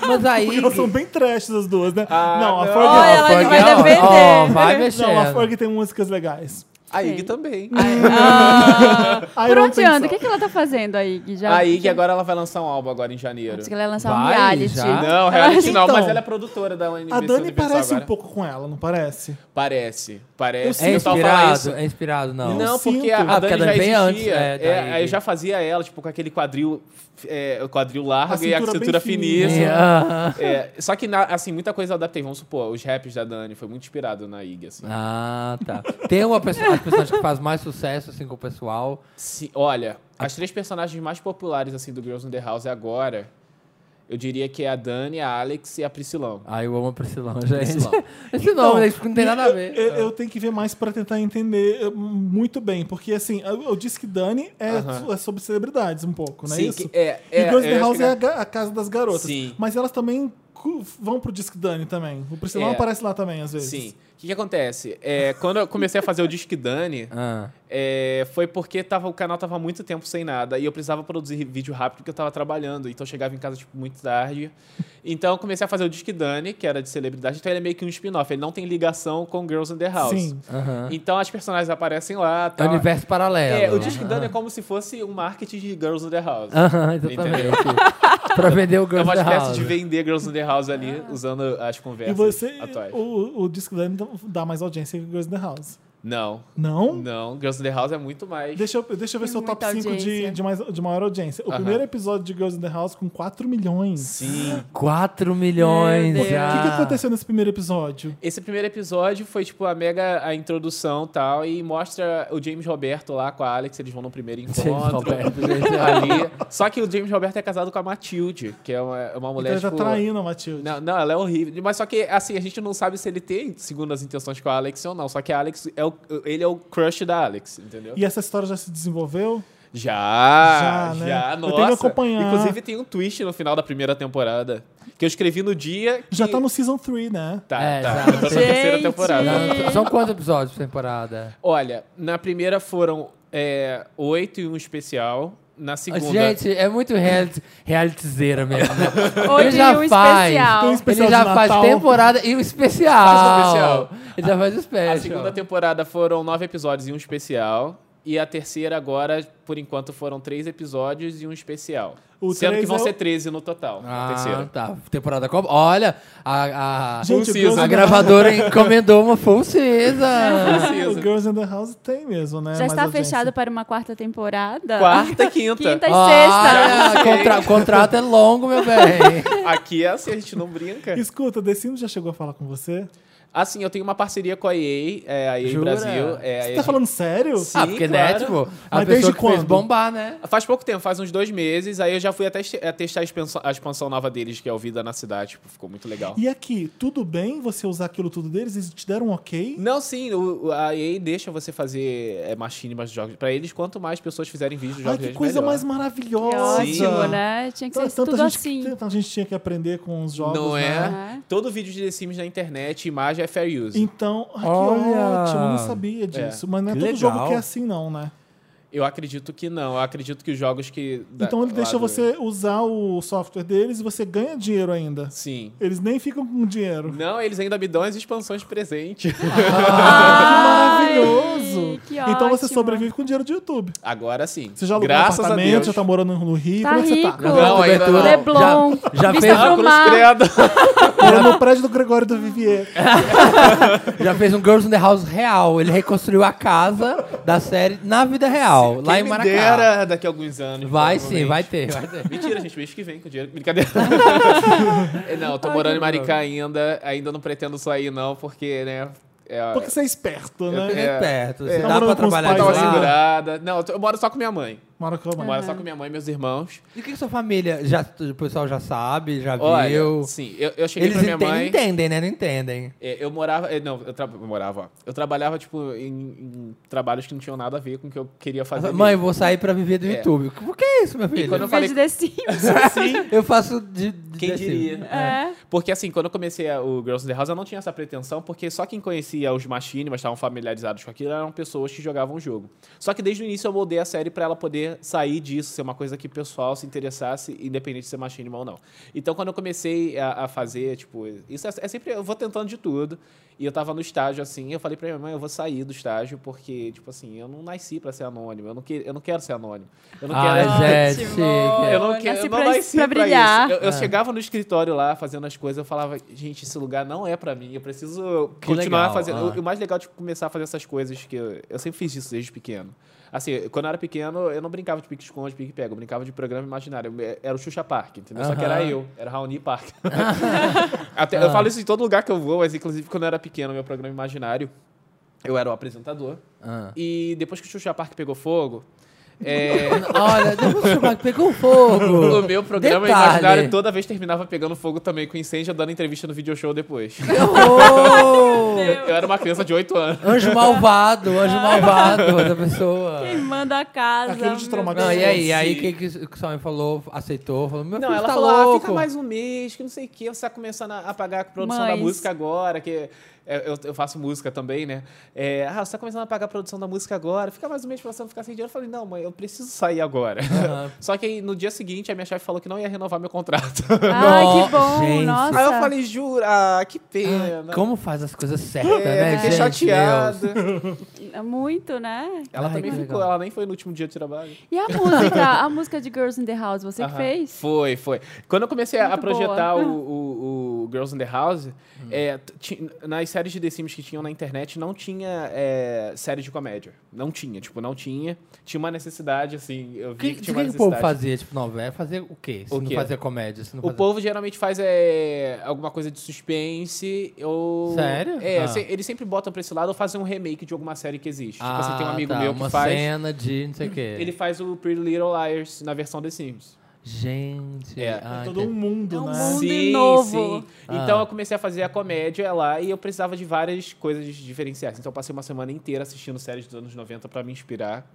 Speaker 4: Mas aí.
Speaker 2: Porque elas são bem trash as duas, né?
Speaker 1: Ah,
Speaker 2: não, a
Speaker 1: não.
Speaker 2: Ferg
Speaker 3: Olha, ela
Speaker 4: Ferg,
Speaker 3: vai
Speaker 4: ó,
Speaker 3: defender.
Speaker 4: ó, vai mexendo.
Speaker 2: Não, a Ferg tem músicas legais.
Speaker 1: A Iggy
Speaker 3: Sei.
Speaker 1: também.
Speaker 3: Ah, por
Speaker 2: Aí eu não
Speaker 3: onde
Speaker 2: penso.
Speaker 3: anda? O que, que ela tá fazendo aí, Gui? Já,
Speaker 1: A Iggy
Speaker 3: já-
Speaker 1: agora ela vai lançar um álbum agora em janeiro.
Speaker 3: Acho que ela ia lançar um
Speaker 4: Vai,
Speaker 3: reality.
Speaker 4: já?
Speaker 1: Não, realmente não,
Speaker 2: Então,
Speaker 1: mas ela é produtora da NBC
Speaker 2: A Dani
Speaker 1: Universal
Speaker 2: parece
Speaker 1: agora.
Speaker 2: um pouco com ela, não parece?
Speaker 1: Parece,
Speaker 2: Eu
Speaker 1: parece.
Speaker 2: sinto.
Speaker 4: É
Speaker 1: O pessoal fala
Speaker 4: inspirado?
Speaker 1: isso.
Speaker 4: É inspirado, não.
Speaker 1: Não,
Speaker 2: sinto.
Speaker 1: porque a,
Speaker 2: Ah,
Speaker 1: a
Speaker 4: porque
Speaker 1: Dani
Speaker 4: a
Speaker 1: já
Speaker 4: Dani
Speaker 1: existia.
Speaker 4: veio antes, é, da
Speaker 1: é, aí
Speaker 4: Iggy.
Speaker 1: já fazia ela, tipo, com aquele quadril, é, o quadril
Speaker 2: A
Speaker 1: largo e a
Speaker 2: cintura bem
Speaker 1: cintura
Speaker 2: fininha.
Speaker 1: finíssima.
Speaker 4: Ah,
Speaker 1: É, só que, na- assim, muita coisa eu adaptei. Vamos supor, os raps da Dani foi muito inspirado na Iggy, assim.
Speaker 4: ah, tá. Tem uma pessoa, as pessoas que faz mais sucesso assim com o pessoal.
Speaker 1: Se- olha, as três personagens mais populares, assim, do Girls in the House agora, eu diria que é a Dani, a Alex e a
Speaker 2: Ah,
Speaker 1: Priscilão.
Speaker 4: Ai, Ah, eu amo a Priscilão, gente.
Speaker 1: Priscilão.
Speaker 4: Esse
Speaker 1: é
Speaker 4: nome, né? Isso não tem nada a ver.
Speaker 2: Então, Eu, eu- eu tenho que ver mais pra tentar entender eh, muito bem, porque assim, eu, eu disse que Dani é,
Speaker 1: Aham.
Speaker 2: so- é sobre celebridades um pouco, não é
Speaker 1: Sim,
Speaker 2: isso?
Speaker 1: que- é, é,
Speaker 2: e Girls
Speaker 1: eu
Speaker 2: in the
Speaker 1: acho
Speaker 2: House
Speaker 1: que-
Speaker 2: é a, ga- a casa das garotas.
Speaker 1: Sim.
Speaker 2: Mas elas também cu- vão pro Disque Dani também. O Priscilão
Speaker 1: É.
Speaker 2: aparece lá também, às vezes.
Speaker 1: Sim. O que, que acontece? É, quando eu comecei a fazer o Disque Dani,
Speaker 4: Ah,
Speaker 1: é, foi porque tava, o canal tava muito tempo sem nada e eu precisava produzir vídeo rápido porque eu tava trabalhando. Então eu chegava em casa tipo, muito
Speaker 2: <laughs>
Speaker 1: tarde. Então eu comecei a fazer o Disque Dani, que era de celebridade. Então ele é meio que um spin-off. Ele não tem ligação com Girls in the House.
Speaker 2: Sim. Tá
Speaker 4: aham.
Speaker 1: Então as personagens aparecem lá.
Speaker 4: É um
Speaker 1: Tal.
Speaker 4: universo paralelo. né?
Speaker 1: É, o Disque Dani é como se fosse um marketing de Girls in the House.
Speaker 4: <laughs>
Speaker 2: Ah,
Speaker 4: Aham, exatamente. pra vender o
Speaker 1: É
Speaker 4: Girls
Speaker 1: uma
Speaker 4: da
Speaker 1: espécie
Speaker 4: House.
Speaker 1: de vender Girls in the House ali, usando as
Speaker 2: Ah. E
Speaker 1: conversas
Speaker 2: você,
Speaker 1: É. atuais.
Speaker 2: o, o Disque Dani dá mais audiência que Girls in the House.
Speaker 1: Não,
Speaker 2: Não?
Speaker 1: não. Girls in the House é muito mais...
Speaker 2: Deixa eu, deixa eu ver
Speaker 3: Tem
Speaker 2: seu top
Speaker 3: muita
Speaker 2: 5 de,
Speaker 3: audiência.
Speaker 2: de, mais, de maior audiência. O
Speaker 1: Aham.
Speaker 2: primeiro episódio de Girls in the House com 4 milhões.
Speaker 1: Sim. Ah.
Speaker 4: 4 milhões
Speaker 3: Meu Deus.
Speaker 2: O
Speaker 4: já.
Speaker 2: que, que aconteceu nesse primeiro episódio?
Speaker 1: Esse primeiro episódio foi, tipo, a mega a introdução e tal, e mostra o James Roberto lá com a Alex, eles vão no primeiro encontro.
Speaker 4: James Roberto,
Speaker 1: <laughs>
Speaker 4: gente.
Speaker 1: Ali. Só que o James Roberto é casado com a Matilde, que é uma, uma mulher,
Speaker 2: Ele tá
Speaker 1: tipo...
Speaker 2: traindo a Matilde.
Speaker 1: Não, não, ela é horrível. Mas só que, assim, a gente não sabe se ele tem segundas intenções com a Alex ou não. Só que a Alex, é o, ele é o crush da Alex, entendeu?
Speaker 2: E essa história já se desenvolveu?
Speaker 1: Já, já,
Speaker 2: Já, né? Eu tenho
Speaker 1: nossa.
Speaker 2: que acompanhar.
Speaker 1: Inclusive tem um twist no final da primeira temporada, que eu escrevi no dia que...
Speaker 2: Já tá no Season 3, né?
Speaker 1: Tá,
Speaker 4: É,
Speaker 1: tá.
Speaker 4: já.
Speaker 1: Eu tô na terceira
Speaker 3: Gente!
Speaker 1: temporada.
Speaker 4: Já- São quantos episódios por temporada?
Speaker 1: Olha, na primeira foram é, oito e um especial. Na segunda.
Speaker 4: Gente, é muito reality, realityzeira mesmo. né?
Speaker 3: Hoje
Speaker 4: Ele já
Speaker 3: um
Speaker 4: faz.
Speaker 3: especial.
Speaker 2: Tem um especial
Speaker 4: Ele já
Speaker 2: de
Speaker 4: faz
Speaker 2: Natal.
Speaker 4: temporada e o especial.
Speaker 1: Faz o especial.
Speaker 4: Ele já faz o
Speaker 1: a
Speaker 4: especial.
Speaker 1: segunda temporada foram nove episódios e um especial. E a terceira agora, por enquanto, foram três episódios e um especial.
Speaker 2: O
Speaker 1: Sendo que
Speaker 2: três
Speaker 1: vão
Speaker 2: é o-
Speaker 1: ser 13 no total. a
Speaker 4: Ah,
Speaker 1: terceira.
Speaker 4: tá. Temporada como? Olha, a, a,
Speaker 2: Gente,
Speaker 1: Full
Speaker 2: o Girls
Speaker 1: Um season.
Speaker 4: a
Speaker 2: in the
Speaker 4: gravadora encomendou uma
Speaker 1: é
Speaker 4: full
Speaker 1: um
Speaker 4: season.
Speaker 2: House-
Speaker 1: Precisa.
Speaker 2: <laughs> O Girls in the House tem mesmo, né?
Speaker 3: Já
Speaker 2: mais
Speaker 3: está
Speaker 2: audiência.
Speaker 3: fechado para uma quarta temporada.
Speaker 1: Quarta e quinta.
Speaker 3: Quinta e sexta. né?
Speaker 4: Olha, contra, o contrato é longo, meu bem.
Speaker 1: <laughs> Aqui é assim, a gente não brinca.
Speaker 2: Escuta, The Sims já chegou a falar com você?
Speaker 1: Assim, eu tenho uma parceria com a EA, é, a EA
Speaker 4: Jura?
Speaker 1: Brasil. É, a
Speaker 2: Você
Speaker 1: EA
Speaker 2: tá falando sério?
Speaker 1: Sim.
Speaker 4: Ah, porque né,
Speaker 1: claro.
Speaker 4: tipo, a
Speaker 2: Mas
Speaker 4: pessoa
Speaker 2: desde
Speaker 4: que fez
Speaker 2: quando?
Speaker 4: bombar, né?
Speaker 1: Faz pouco tempo, faz uns dois meses. Aí eu já fui até este- é, testar a expansão, a expansão nova deles, que é o Vida na Cidade. Tipo, ficou muito legal.
Speaker 2: E aqui, tudo bem você usar aquilo tudo deles? Eles te deram um ok?
Speaker 1: Não, sim, o, o- a EA deixa você fazer é, machinimas de jogos. Pra eles, quanto mais pessoas fizerem vídeos de
Speaker 2: Ai,
Speaker 1: jogos
Speaker 2: que
Speaker 1: deles,
Speaker 2: coisa
Speaker 1: melhor.
Speaker 2: mais
Speaker 3: Que é
Speaker 2: maravilhosa!
Speaker 3: ótimo, né? Tinha que
Speaker 2: Então,
Speaker 3: ser
Speaker 2: tanta,
Speaker 3: tudo
Speaker 2: gente,
Speaker 3: assim.
Speaker 2: tanta gente tinha que aprender com os jogos,
Speaker 1: Não
Speaker 2: né?
Speaker 1: é?
Speaker 3: né?
Speaker 1: Todo vídeo de The Sims na internet, imagem é fair use.
Speaker 2: Então, ai, que
Speaker 4: Olha!
Speaker 2: ótimo, eu não sabia disso. Mas não é
Speaker 4: Que
Speaker 2: todo
Speaker 4: legal.
Speaker 2: jogo que é assim, não, né?
Speaker 1: Eu acredito que não. Eu acredito que os jogos que. da-
Speaker 2: então ele
Speaker 1: lá
Speaker 2: deixa
Speaker 1: do-
Speaker 2: você usar o software deles e você ganha dinheiro ainda.
Speaker 1: Sim.
Speaker 2: Eles nem ficam com dinheiro.
Speaker 1: Não, eles ainda me dão as expansões de
Speaker 2: <laughs>
Speaker 1: presente.
Speaker 3: Ah, Ai,
Speaker 2: Maravilhoso!
Speaker 3: que
Speaker 2: então você
Speaker 3: ótimo.
Speaker 2: sobrevive com dinheiro do YouTube.
Speaker 1: Agora sim.
Speaker 2: Você já alugou
Speaker 1: Graças
Speaker 2: um
Speaker 1: a
Speaker 2: apartamento,
Speaker 1: Deus.
Speaker 2: já tá morando no Rio,
Speaker 3: Tá
Speaker 2: como é que
Speaker 3: rico.
Speaker 2: você tá?
Speaker 1: Não, ainda não.
Speaker 3: Leblon.
Speaker 4: Já, já
Speaker 3: Vista
Speaker 4: fez,
Speaker 1: Ah, cruz
Speaker 3: Mar.
Speaker 1: credo.
Speaker 2: Morando no prédio do Gregório do Vivier.
Speaker 1: É.
Speaker 4: já fez um Girls in the House real. Ele reconstruiu a casa da série na vida real, lá
Speaker 1: Quem
Speaker 4: em
Speaker 1: me
Speaker 4: Maracá.
Speaker 1: dera daqui a alguns anos.
Speaker 4: Vai sim,
Speaker 1: provavelmente.
Speaker 4: vai ter, vai ter.
Speaker 1: Mentira, gente, mês que vem com dinheiro.
Speaker 4: <laughs>
Speaker 1: Brincadeira. É, não, eu tô morando em Maricá ainda. Ainda não pretendo sair, não, porque, né. É,
Speaker 2: Porque você é esperto,
Speaker 1: Eu-
Speaker 2: né?
Speaker 1: É.
Speaker 4: É perto.
Speaker 1: É.
Speaker 4: Se dá
Speaker 2: Namorando com
Speaker 4: pra
Speaker 2: os
Speaker 4: trabalhar
Speaker 1: eu
Speaker 2: pais
Speaker 4: de
Speaker 1: tava
Speaker 2: lá.
Speaker 4: lá.
Speaker 1: segurada. Não, eu, tô- eu moro só com minha mãe.
Speaker 2: Mora com a
Speaker 1: Eu
Speaker 2: mãe.
Speaker 1: moro só com minha mãe e meus irmãos.
Speaker 4: E o que, que sua família, já, o pessoal já sabe, já
Speaker 1: Olha,
Speaker 4: viu?
Speaker 1: sim, eu, eu cheguei
Speaker 4: Eles
Speaker 1: pra minha
Speaker 4: entendem,
Speaker 1: mãe.
Speaker 4: entendem, né? Não entendem.
Speaker 1: É, eu morava. é, Não, eu, tra- eu morava, ó. Eu trabalhava, tipo, em, em trabalhhos que não tinham nada a ver com o que eu queria fazer.
Speaker 4: Mãe,
Speaker 1: mesmo.
Speaker 4: vou sair pra viver do
Speaker 1: É.
Speaker 4: YouTube. Por que é isso, meu filho?
Speaker 1: quando
Speaker 3: Eu
Speaker 1: Eu falei-
Speaker 3: de The
Speaker 1: <laughs>
Speaker 3: Sims.
Speaker 4: é Eu faço de. de
Speaker 1: Quem
Speaker 4: desse-
Speaker 1: diria?
Speaker 3: É.
Speaker 1: Porque assim, quando eu comecei a- o Girls in the House, eu não tinha essa pretensão, porque só quem conhecia os machines, mas estavam familiarizados com aquilo, eram pessoas que jogavam o jogo. Só que desde o início eu moldei a série pra ela poder sair disso, ser uma coisa que o pessoal se interessasse, independente de ser machinima ou não. Então quando eu comecei a, a fazer, tipo, isso é, é sempre, eu vou tentando de tudo. E eu tava no estágio, assim, eu falei pra minha mãe, eu vou sair do estágio, porque, tipo assim, eu não nasci pra ser anônimo, eu não, que, eu não quero ser anônimo. Eu não
Speaker 4: Ai,
Speaker 1: quero
Speaker 4: gente.
Speaker 1: eu
Speaker 4: Eu
Speaker 1: não quero,
Speaker 3: Nasci
Speaker 1: eu não
Speaker 3: pra,
Speaker 1: nasci
Speaker 3: pra
Speaker 1: pra
Speaker 3: brilhar.
Speaker 1: isso. Eu,
Speaker 4: É.
Speaker 1: eu chegava no escritório lá, fazendo as coisas, eu falava, gente, esse lugar não é pra mim, eu preciso
Speaker 4: Que
Speaker 1: continuar
Speaker 4: legal,
Speaker 1: fazendo.
Speaker 4: ah.
Speaker 1: O, o mais legal de começar a fazer essas coisas que eu, eu sempre fiz isso desde pequeno. Assim, quando eu era pequeno, eu não brincava de pique-esconde, pique-pega, eu brincava de programa imaginário. Eu- eh, Era o Xuxa Park, entendeu? Só que era
Speaker 4: Aham. Ah.
Speaker 1: eu, era Raoni Park.
Speaker 4: <laughs>
Speaker 1: Até- Eu falo isso em todo lugar que eu vou, mas inclusive quando eu era pequeno, meu programa imaginário, eu era o apresentador.
Speaker 4: Ah.
Speaker 1: E depois que o Xuxa Park pegou fogo, é,
Speaker 4: Olha, depois o Chewbacca pegou
Speaker 1: <laughs>
Speaker 4: fogo.
Speaker 1: o meu programa
Speaker 4: Detalhe.
Speaker 1: imaginário toda vez terminava pegando fogo também com incêndio, dando entrevista no video show
Speaker 4: <laughs>
Speaker 1: depois.
Speaker 4: Que horror!
Speaker 1: Eu, eu era uma criança de 8 anos.
Speaker 4: Anjo malvado, anjo malvado da pessoa.
Speaker 3: Quem manda a casa.
Speaker 2: Aquilo de
Speaker 3: meu
Speaker 2: traumatizar.
Speaker 4: Não, e aí?
Speaker 1: Sim.
Speaker 4: Aí o que, que, que sua mãe falou? Aceitou? Falou, meu
Speaker 1: Não,
Speaker 4: filho
Speaker 1: ela
Speaker 4: tá
Speaker 1: falou, ah,
Speaker 4: louco.
Speaker 1: fica mais um mês, que não sei o que, você tá começando a a pagar a produção da
Speaker 3: Mães.
Speaker 1: música agora, que é, eu, eu faço música também, né? É, ah, você tá começando a pagar a produção da música agora, fica mais um mês pra você não ficar sem dinheiro. Eu falei, não, mãe, eu preciso sair agora.
Speaker 4: Aham.
Speaker 1: <laughs> Só que aí, no dia seguinte, a minha chefe falou que não ia renovar meu contrato.
Speaker 3: Deus. Ai, que
Speaker 4: Nossa,
Speaker 3: bom.
Speaker 4: gente.
Speaker 3: Nossa.
Speaker 1: Aí eu falei, jura, ah, que pena.
Speaker 4: Como faz as coisas certas,
Speaker 1: é,
Speaker 4: né,
Speaker 1: fiquei
Speaker 4: gente?
Speaker 1: chateada.
Speaker 3: Muito, né?
Speaker 1: Ela
Speaker 4: Ai,
Speaker 1: também
Speaker 4: que
Speaker 1: ficou,
Speaker 4: legal.
Speaker 1: ela nem foi no último dia de trabalho.
Speaker 3: E a música? a música de Girls in the House, você que
Speaker 1: Aham.
Speaker 3: fez?
Speaker 1: Foi, foi. Quando eu comecei a- a
Speaker 3: Muito boa.
Speaker 1: projetar o, o- o Girls in the House,
Speaker 4: Hum.
Speaker 1: é, t- ti- nas séries de The Sims que tinham na internet, não tinha é, série de comédia. Não tinha, tipo, não tinha. Tinha uma necessidade, assim, eu
Speaker 4: O
Speaker 1: vi
Speaker 4: que,
Speaker 1: que,
Speaker 4: de
Speaker 1: tinha
Speaker 4: que,
Speaker 1: uma
Speaker 4: que o povo
Speaker 1: necessidade.
Speaker 4: fazia? Tipo, novela? Fazer o quê? Se
Speaker 1: O
Speaker 4: não
Speaker 1: quê?
Speaker 4: fazer comédia? Se não
Speaker 1: O
Speaker 4: fazer...
Speaker 1: povo geralmente faz é, alguma coisa de suspense ou...
Speaker 4: Sério?
Speaker 1: É,
Speaker 4: Ah.
Speaker 1: se- eles sempre botam pra esse lado ou fazem um remake de alguma série que existe.
Speaker 4: Ah,
Speaker 1: tipo, assim, tem um amigo
Speaker 4: tá,
Speaker 1: meu
Speaker 4: uma
Speaker 1: que faz...
Speaker 4: cena de não sei o quê.
Speaker 1: Ele faz o Pretty Little Liars na versão The Sims.
Speaker 4: Gente.
Speaker 1: É.
Speaker 4: ah,
Speaker 2: É todo um
Speaker 4: entendi.
Speaker 2: mundo,
Speaker 3: É um
Speaker 2: né?
Speaker 3: mundo. novo.
Speaker 1: Então
Speaker 4: Ah.
Speaker 1: eu comecei a fazer a comédia lá e eu precisava de várias coisas diferenciais. Então eu passei uma semana inteira assistindo séries dos anos 90 pra me inspirar.